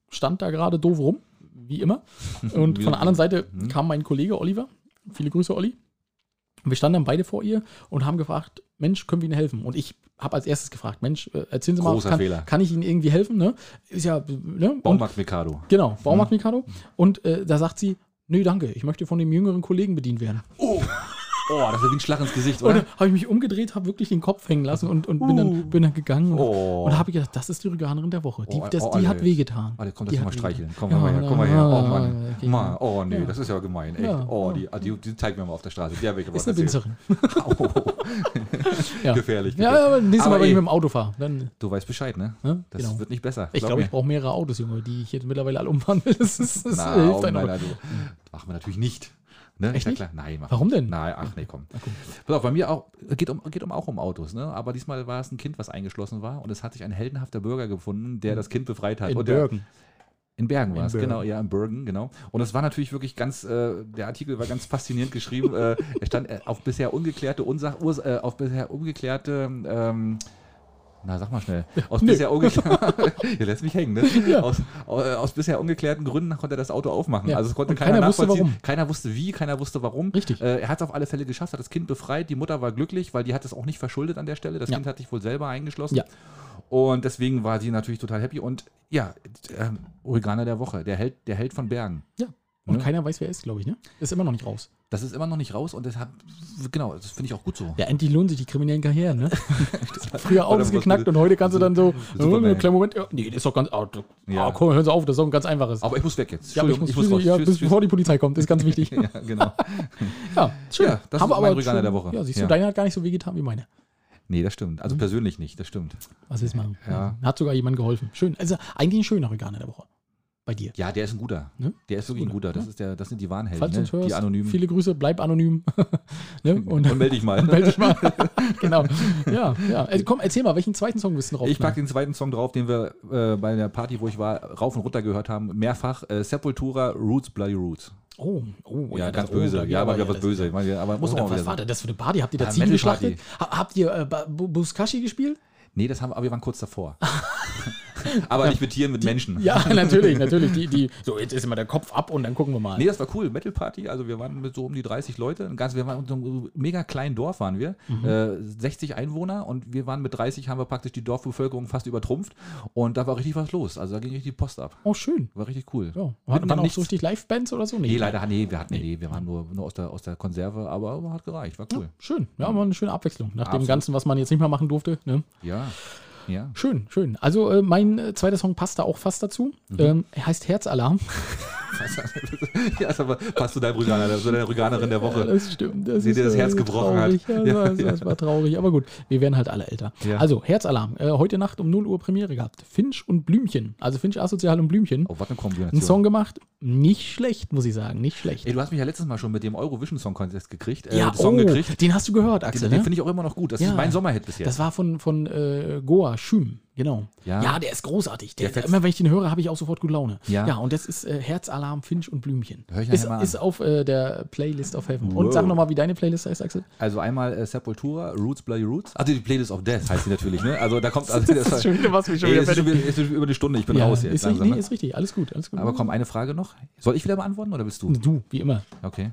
Speaker 1: stand da gerade doof rum, wie
Speaker 2: (laughs)
Speaker 1: immer. Und
Speaker 2: Wie
Speaker 1: von der anderen Seite
Speaker 2: Mhm.
Speaker 1: kam mein Kollege Oliver. Viele Grüße, Olli. Und wir standen dann beide vor ihr und haben gefragt, Mensch, können wir Ihnen helfen? Und ich habe als erstes gefragt, Mensch, äh, erzählen Sie mal,
Speaker 2: Großer
Speaker 1: kann,
Speaker 2: Fehler.
Speaker 1: kann ich Ihnen irgendwie helfen? Ne? Ist ja, ne? Und-
Speaker 2: Baumarkt Mikado.
Speaker 1: Genau,
Speaker 2: Mhm.
Speaker 1: Baumarkt Mikado. Und äh, da sagt sie, nö, danke, ich möchte von dem jüngeren Kollegen bedient werden.
Speaker 2: Oh, das ist wie ein Schlag ins Gesicht,
Speaker 1: (laughs) Und
Speaker 2: oder?
Speaker 1: dann habe ich mich umgedreht, habe wirklich den Kopf hängen lassen und, und bin, dann, bin dann gegangen. Und,
Speaker 2: Oh.
Speaker 1: und habe gedacht, das ist die Rüganerin der Woche. Die,
Speaker 2: Oh,
Speaker 1: das,
Speaker 2: oh,
Speaker 1: die hat
Speaker 2: Alex.
Speaker 1: wehgetan.
Speaker 2: Alter, komm,
Speaker 1: Die
Speaker 2: das mal
Speaker 1: hat
Speaker 2: streicheln.
Speaker 1: wehgetan.
Speaker 2: Komm mal her, komm mal her. Oh Mann.
Speaker 1: okay.
Speaker 2: Mann. Oh nee, das ist ja gemein, echt.
Speaker 1: Ja,
Speaker 2: oh,
Speaker 1: ja.
Speaker 2: die, ah, die, die zeigt mir mal auf der Straße. Die habe ich aber
Speaker 1: Ist eine
Speaker 2: erzählt. (laughs)
Speaker 1: Winzerin.
Speaker 2: Oh,
Speaker 1: Ja.
Speaker 2: gefährlich.
Speaker 1: Ja, ja, aber nächstes Mal,
Speaker 2: Aber
Speaker 1: wenn ich
Speaker 2: ey.
Speaker 1: mit dem Auto fahre, dann.
Speaker 2: Du weißt Bescheid, ne?
Speaker 1: Ja,
Speaker 2: Das
Speaker 1: genau.
Speaker 2: wird nicht besser.
Speaker 1: Ich
Speaker 2: glaub
Speaker 1: glaube,
Speaker 2: mir.
Speaker 1: ich brauche mehrere Autos, Junge, die ich jetzt mittlerweile alle umwandle. (laughs) Das, ist, das
Speaker 2: Na,
Speaker 1: hilft
Speaker 2: oh,
Speaker 1: einem.
Speaker 2: nein,
Speaker 1: aber-
Speaker 2: nein, du, machen wir natürlich nicht. Ne?
Speaker 1: Echt
Speaker 2: ja
Speaker 1: nicht?
Speaker 2: klar. Nein, machen
Speaker 1: Warum
Speaker 2: wir
Speaker 1: denn?
Speaker 2: nicht. Nein, ach nee, komm. Pass auf, bei mir auch, geht, um, geht um auch um Autos, ne? Aber diesmal war es ein Kind, was eingeschlossen war und es hat sich ein heldenhafter Bürger gefunden, der das Kind befreit hat.
Speaker 1: In
Speaker 2: und der-
Speaker 1: Bergen.
Speaker 2: In Bergen war es,
Speaker 1: Bergen.
Speaker 2: genau, ja, in Bergen, genau. Und es war natürlich wirklich ganz, äh, der Artikel war ganz faszinierend geschrieben. äh, er stand äh, auf bisher ungeklärte Unsach, Urs, äh, auf bisher ungeklärte ähm, Na, sag mal schnell. Aus
Speaker 1: Nö.
Speaker 2: bisher,
Speaker 1: (laughs)
Speaker 2: ungeklär Ihr lässt mich hängen, ne?
Speaker 1: Ja.
Speaker 2: aus, au- aus bisher ungeklärten Gründen konnte er das Auto aufmachen.
Speaker 1: Ja.
Speaker 2: Also es konnte
Speaker 1: Und
Speaker 2: keiner,
Speaker 1: keiner wusste,
Speaker 2: nachvollziehen.
Speaker 1: warum.
Speaker 2: Keiner wusste wie, keiner wusste warum.
Speaker 1: Richtig.
Speaker 2: Äh, er hat es auf alle Fälle geschafft, hat das Kind befreit. Die Mutter war glücklich, weil die hat es auch nicht verschuldet an der Stelle. Das
Speaker 1: Ja.
Speaker 2: Kind hat sich wohl selber eingeschlossen.
Speaker 1: Ja.
Speaker 2: Und deswegen war sie natürlich total happy. Und ja, ähm, Oreganer der Woche, der Held, der Held von Bergen.
Speaker 1: Und
Speaker 2: Ne?
Speaker 1: keiner weiß, wer er ist, glaube ich, ne? Ist immer noch nicht raus.
Speaker 2: Das ist immer noch nicht raus und deshalb, genau, das finde ich auch gut so.
Speaker 1: Ja, endlich lohnen sich die kriminellen Karrieren,
Speaker 2: (laughs)
Speaker 1: ne? Früher
Speaker 2: Oder
Speaker 1: Autos
Speaker 2: was
Speaker 1: geknackt
Speaker 2: bitte?
Speaker 1: und heute kannst du dann so,
Speaker 2: Superman.
Speaker 1: äh, kleinen Moment, ja, nee, das ist doch ganz, ah,
Speaker 2: Ja.
Speaker 1: ah, komm, hören Sie auf, das ist doch ein ganz einfaches.
Speaker 2: Aber ich muss weg jetzt.
Speaker 1: ja, aber ich muss, tschüss, ja, bis, bevor die Polizei kommt, ist ganz wichtig.
Speaker 2: (laughs) ja, genau.
Speaker 1: Ja, schön.
Speaker 2: Ja, das
Speaker 1: Haben
Speaker 2: ist
Speaker 1: wir
Speaker 2: mein
Speaker 1: aber
Speaker 2: Rüganer
Speaker 1: schon-
Speaker 2: der Woche.
Speaker 1: Ja, siehst
Speaker 2: Ja.
Speaker 1: du, deine hat gar nicht so wehgetan wie meine.
Speaker 2: Nee, das stimmt.
Speaker 1: Mhm.
Speaker 2: Also persönlich nicht, das stimmt.
Speaker 1: Was ist mal?
Speaker 2: Ja.
Speaker 1: Hat sogar jemand geholfen. Schön. Also eigentlich ein schöner Rüganer der Woche. Bei dir.
Speaker 2: Ja, der ist ein guter.
Speaker 1: Ne?
Speaker 2: Der ist wirklich ein guter. Das, ist der, das sind die Warnhelden,
Speaker 1: Falls du uns
Speaker 2: ne?
Speaker 1: hörst,
Speaker 2: die anonymen.
Speaker 1: viele Grüße, bleib anonym. (laughs) ne? (laughs) Und,
Speaker 2: Und melde dich mal.
Speaker 1: melde dich
Speaker 2: (laughs)
Speaker 1: mal. genau. Ja, ja. Äh, Komm, erzähl mal, welchen zweiten Song bist du drauf?
Speaker 2: Ich pack den zweiten Song drauf, den wir äh, bei der Party, wo ich war, rauf und runter gehört haben. Mehrfach. Äh, Sepultura, Roots, Bloody Roots.
Speaker 1: Oh, oh.
Speaker 2: Ja,
Speaker 1: das-
Speaker 2: ganz
Speaker 1: oh,
Speaker 2: böse.
Speaker 1: da-
Speaker 2: ja, aber ja,
Speaker 1: das-
Speaker 2: was böse. Ich meine, aber muss
Speaker 1: Oh,
Speaker 2: man auch wieder
Speaker 1: was war
Speaker 2: sagen.
Speaker 1: denn das für eine Party? Habt ihr da
Speaker 2: Ja,
Speaker 1: Ziegen
Speaker 2: Metal-Party.
Speaker 1: geschlachtet? Ha- Habt ihr äh, Ba- Bu- Buskashi gespielt?
Speaker 2: Nee, das haben wir, aber wir waren kurz davor. aber nicht mit Tieren, mit
Speaker 1: (laughs)
Speaker 2: Menschen.
Speaker 1: Ja, (laughs) natürlich, natürlich. Die, die, so, jetzt ist immer der Kopf ab und dann gucken wir mal.
Speaker 2: Nee, das war cool. Metal Party. Also wir waren mit so um die 30 Leute. Ein Ganz, wir waren in so einem mega kleinen Dorf waren wir.
Speaker 1: Mhm.
Speaker 2: Äh, 60 Einwohner und wir waren mit 30 haben wir praktisch die Dorfbevölkerung fast übertrumpft. Und da war richtig was los. Also da ging richtig die Post ab.
Speaker 1: Oh, schön.
Speaker 2: War richtig cool.
Speaker 1: Ja.
Speaker 2: Mitten
Speaker 1: Hatten dann
Speaker 2: im
Speaker 1: auch
Speaker 2: Nichts.
Speaker 1: so richtig Live-Bands oder so?
Speaker 2: Nee, leider, nee, wir hatten, nee, wir waren nur, nur aus, der, aus der Konserve, aber hat gereicht, war cool.
Speaker 1: Schön, ja, mal eine schöne Abwechslung nach dem
Speaker 2: Absolut.
Speaker 1: Ganzen, was man jetzt nicht mehr machen durfte. Ne?
Speaker 2: Ja. Ja.
Speaker 1: Schön, schön. Also äh, mein äh, zweiter Song passt da auch fast dazu. Ähm, er heißt Herzalarm.
Speaker 2: (laughs) ja ist aber passt zu deinem Rüganer, zu deiner Rüganerin der Woche.
Speaker 1: Das stimmt. Das
Speaker 2: Sie dir das
Speaker 1: äh,
Speaker 2: Herz gebrochen hat.
Speaker 1: traurig. Ja, das, war, das war traurig, aber gut, wir werden halt alle älter.
Speaker 2: Ja.
Speaker 1: Also, Herzalarm. Äh, heute Nacht um 0 Uhr Premiere gehabt. Finch und Blümchen. Also Finch asozial und Blümchen.
Speaker 2: Oh, was eine Kombination.
Speaker 1: Einen Song gemacht. Nicht schlecht, muss ich sagen. Nicht schlecht.
Speaker 2: Ey, du hast mich ja letztes Mal schon mit dem Eurovision Song Contest gekriegt, äh,
Speaker 1: ja,
Speaker 2: den Song
Speaker 1: oh,
Speaker 2: gekriegt.
Speaker 1: den hast du gehört,
Speaker 2: Den,
Speaker 1: Axel.
Speaker 2: den
Speaker 1: ne?
Speaker 2: finde ich auch immer noch gut. Das
Speaker 1: Ja.
Speaker 2: ist mein Sommerhit bis
Speaker 1: Das
Speaker 2: jetzt.
Speaker 1: war von, von äh, Goa, Schüm, genau.
Speaker 2: Ja.
Speaker 1: der ist großartig. Der,
Speaker 2: Der fetzt.
Speaker 1: immer wenn ich den höre, habe ich auch sofort gute Laune.
Speaker 2: Ja.
Speaker 1: ja und das ist äh, Herzalarm, Finch und Blümchen.
Speaker 2: Hör ich
Speaker 1: ist,
Speaker 2: nachher mal an.
Speaker 1: ist auf äh, der Playlist auf Heaven. Und
Speaker 2: Wow.
Speaker 1: sag nochmal, wie deine Playlist heißt, Axel.
Speaker 2: Also einmal äh, Sepultura, Roots, Bloody Roots. Also die Playlist of Death heißt sie natürlich, ne? Also da kommt also (laughs) das
Speaker 1: schon wieder was, wie schon
Speaker 2: Ey,
Speaker 1: wieder
Speaker 2: es ist schon
Speaker 1: fertig.
Speaker 2: wieder, es ist schon über eine Stunde, ich bin
Speaker 1: ja,
Speaker 2: raus jetzt
Speaker 1: ist,
Speaker 2: langsam.
Speaker 1: richtig, nee,
Speaker 2: ne?
Speaker 1: ist richtig. Alles gut, alles gut.
Speaker 2: Aber komm, eine Frage noch. Soll ich wieder beantworten oder bist du?
Speaker 1: Du, wie immer.
Speaker 2: Okay.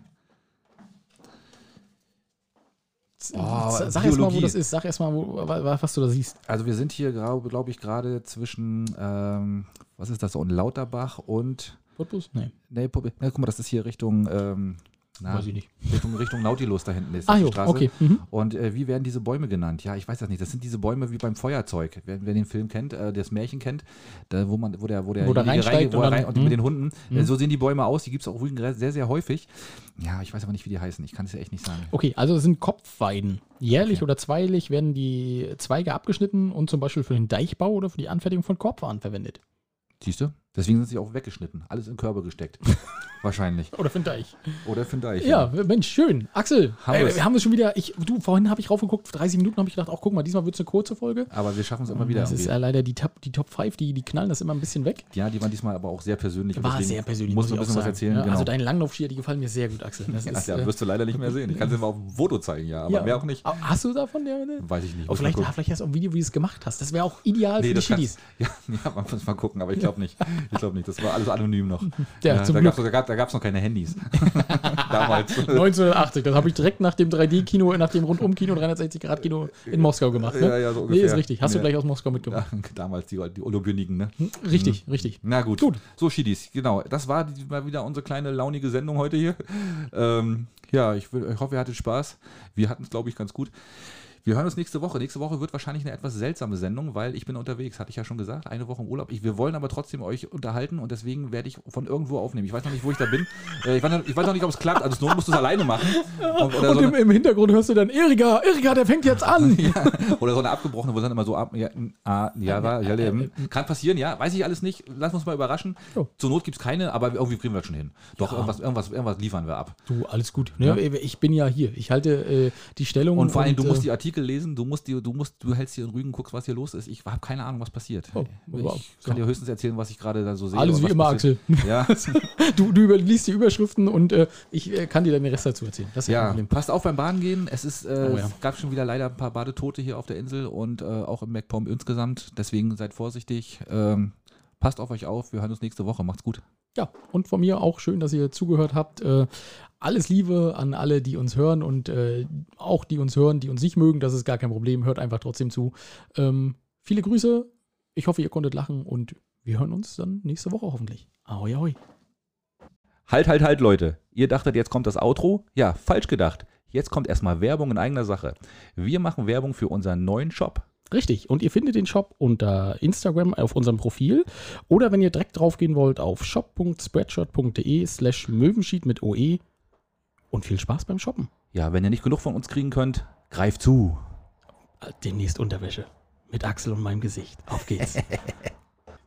Speaker 1: Z-
Speaker 2: Oh,
Speaker 1: z- sag erstmal, wo
Speaker 2: Biologie.
Speaker 1: das ist. Sag erstmal, was du da siehst.
Speaker 2: Also wir sind hier, glaube ich, gerade zwischen, ähm, was ist das, und Lauterbach und,
Speaker 1: Cottbus? Nein,
Speaker 2: ne, Pub- ne, guck mal, das ist hier Richtung, ähm, na,
Speaker 1: weiß ich nicht.
Speaker 2: Richtung, Richtung Nautilus da hinten ist
Speaker 1: Ah
Speaker 2: die
Speaker 1: jo, okay. Mhm.
Speaker 2: Und äh, wie werden diese Bäume genannt? Ja, ich weiß das nicht. Das sind diese Bäume wie beim Feuerzeug. Wer, wer den Film kennt, äh, das Märchen kennt, da, wo man, wo der, wo der,
Speaker 1: Wo der
Speaker 2: derjenige
Speaker 1: reinsteigt
Speaker 2: reinge- wo
Speaker 1: und
Speaker 2: er
Speaker 1: dann-
Speaker 2: rein, und
Speaker 1: hm.
Speaker 2: mit den Hunden. Äh, so sehen die Bäume aus. Die gibt es auch übrigens sehr, sehr, sehr häufig. Ja, ich weiß aber nicht, wie die heißen. Ich kann es ja echt nicht sagen.
Speaker 1: Okay, also das sind Kopfweiden. Jährlich oder zweijährlich werden die Zweige abgeschnitten und zum Beispiel für den Deichbau oder für die Anfertigung von Korbwaren verwendet.
Speaker 2: Siehst du? Deswegen sind sie auch weggeschnitten. Alles in Körbe
Speaker 1: (laughs)
Speaker 2: gesteckt. Wahrscheinlich.
Speaker 1: Oder für den Deich.
Speaker 2: Oder für den Deich.
Speaker 1: Ja, Mensch, schön. Axel,
Speaker 2: Haben
Speaker 1: äh,
Speaker 2: wir's.
Speaker 1: wir haben es schon wieder. Ich, du, vorhin habe ich raufgeguckt, 30 Minuten habe ich gedacht, auch guck mal, diesmal wird es eine kurze Folge.
Speaker 2: Aber wir schaffen es immer wieder.
Speaker 1: Das ist
Speaker 2: irgendwie.
Speaker 1: ja leider die Top, die Top 5, die, die knallen das immer ein bisschen weg.
Speaker 2: ja, die waren diesmal aber auch sehr persönlich. und
Speaker 1: War
Speaker 2: deswegen
Speaker 1: sehr persönlich.
Speaker 2: Muss
Speaker 1: ich
Speaker 2: man ein
Speaker 1: auch
Speaker 2: bisschen was
Speaker 1: sagen.
Speaker 2: erzählen.
Speaker 1: Ja,
Speaker 2: genau.
Speaker 1: Also dein Langlaufskier, die gefallen mir sehr gut, Axel. Das
Speaker 2: Ach
Speaker 1: ist,
Speaker 2: ja,
Speaker 1: äh,
Speaker 2: wirst du leider nicht mehr sehen. Kannst du mal auf dem Foto zeigen, ja. Aber
Speaker 1: ja.
Speaker 2: mehr auch nicht.
Speaker 1: Ah, Hast du davon? Ja, ne?
Speaker 2: Weiß ich nicht.
Speaker 1: Oh,
Speaker 2: Muss mal
Speaker 1: vielleicht,
Speaker 2: gucken.
Speaker 1: ah, vielleicht hast du auch ein Video, wie du es gemacht hast. Das wäre auch ideal für
Speaker 2: Nee,
Speaker 1: die
Speaker 2: das
Speaker 1: Schiedis.
Speaker 2: kannst, (laughs) ja, ja, man muss mal gucken, aber ich glaube nicht. Ich glaube nicht. Das war alles anonym noch. Äh,
Speaker 1: Ja, zum
Speaker 2: da
Speaker 1: Glück.
Speaker 2: gab's- da gab es noch keine Handys. (laughs) Damals. (laughs)
Speaker 1: 1980, das habe ich direkt nach dem 3D-Kino, nach dem Rundum-Kino, 360-Grad-Kino in Moskau gemacht. Ne?
Speaker 2: Ja, ja, so ungefähr.
Speaker 1: Nee, ist richtig. Hast du
Speaker 2: Ja.
Speaker 1: gleich aus Moskau mitgebracht.
Speaker 2: Damals die, die Olympioniken, ne?
Speaker 1: Hm? Richtig, richtig.
Speaker 2: Na gut.
Speaker 1: Gut.
Speaker 2: So, Schiedis, genau. Das war die, mal wieder unsere kleine launige Sendung heute hier. Ähm, ja, ich, will, ich hoffe, ihr hattet Spaß. Wir hatten es, glaube ich, ganz gut. Wir hören uns nächste Woche. Nächste Woche wird wahrscheinlich eine etwas seltsame Sendung, weil ich bin unterwegs, hatte ich ja schon gesagt, eine Woche im Urlaub. Ich, wir wollen aber trotzdem euch unterhalten und deswegen werde ich von irgendwo aufnehmen. Ich weiß noch nicht, wo ich da bin. Äh, ich, weiß noch, ich weiß noch nicht, ob es klappt. Also, Snow musst du es alleine machen. Und,
Speaker 1: (laughs)
Speaker 2: oder,
Speaker 1: Und
Speaker 2: so
Speaker 1: im,
Speaker 2: eine,
Speaker 1: im Hintergrund hörst du dann, Erika, Erika, der fängt jetzt an.
Speaker 2: (laughs) oder so eine abgebrochene, wo dann immer so ab. Ja, n- ah, ja, war, ja, ja, kann passieren, ja. Weiß ich alles nicht. Lass uns mal überraschen.
Speaker 1: Jo.
Speaker 2: Zur Not gibt es keine, aber irgendwie kriegen wir das schon hin. Doch, irgendwas, irgendwas, irgendwas liefern wir ab.
Speaker 1: Du, alles gut. Ne? Ich bin ja hier. Ich halte äh, die Stellung.
Speaker 2: Und vor allem, du musst
Speaker 1: äh,
Speaker 2: die Artikel Artikel lesen, du musst dir, du musst, du hältst hier in Rügen, guckst, was hier los ist. Ich habe keine Ahnung, was passiert.
Speaker 1: Oh, wow.
Speaker 2: ich kann dir höchstens erzählen, was ich gerade da so sehe.
Speaker 1: Alles
Speaker 2: und
Speaker 1: wie
Speaker 2: was
Speaker 1: immer,
Speaker 2: passiert.
Speaker 1: (laughs)
Speaker 2: Ja.
Speaker 1: Du, du überliest die Überschriften und äh, ich äh, kann dir dann den Rest dazu erzählen. Das ist kein
Speaker 2: Ja,
Speaker 1: Problem.
Speaker 2: passt auf beim Baden gehen. Es ist, äh,
Speaker 1: Oh ja.
Speaker 2: es gab schon wieder leider ein paar Badetote hier auf der Insel und äh, auch im MacPom insgesamt. Deswegen seid vorsichtig. Ähm, passt auf euch auf. Wir hören uns nächste Woche. Macht's gut.
Speaker 1: Ja, und von mir auch schön, dass ihr zugehört habt. Äh, alles Liebe an alle, die uns hören und äh, auch die uns hören, die uns nicht mögen. Das ist gar kein Problem. Hört einfach trotzdem zu. Ähm, viele Grüße. Ich hoffe, ihr konntet lachen und wir hören uns dann nächste Woche hoffentlich. Ahoi, ahoi.
Speaker 2: Halt, halt, halt, Leute. Ihr dachtet, jetzt kommt das Outro? Ja, falsch gedacht. Jetzt kommt erstmal Werbung in eigener Sache. Wir machen Werbung für unseren neuen Shop.
Speaker 1: Richtig. Und ihr findet den Shop unter Instagram auf unserem Profil. Oder wenn ihr direkt draufgehen wollt, auf shop.spreadshirt.de slash Möwenschied mit OE. Und viel Spaß beim Shoppen.
Speaker 2: Ja, wenn ihr nicht genug von uns kriegen könnt, greift zu.
Speaker 1: Demnächst Unterwäsche. Mit Axel und meinem Gesicht. Auf geht's.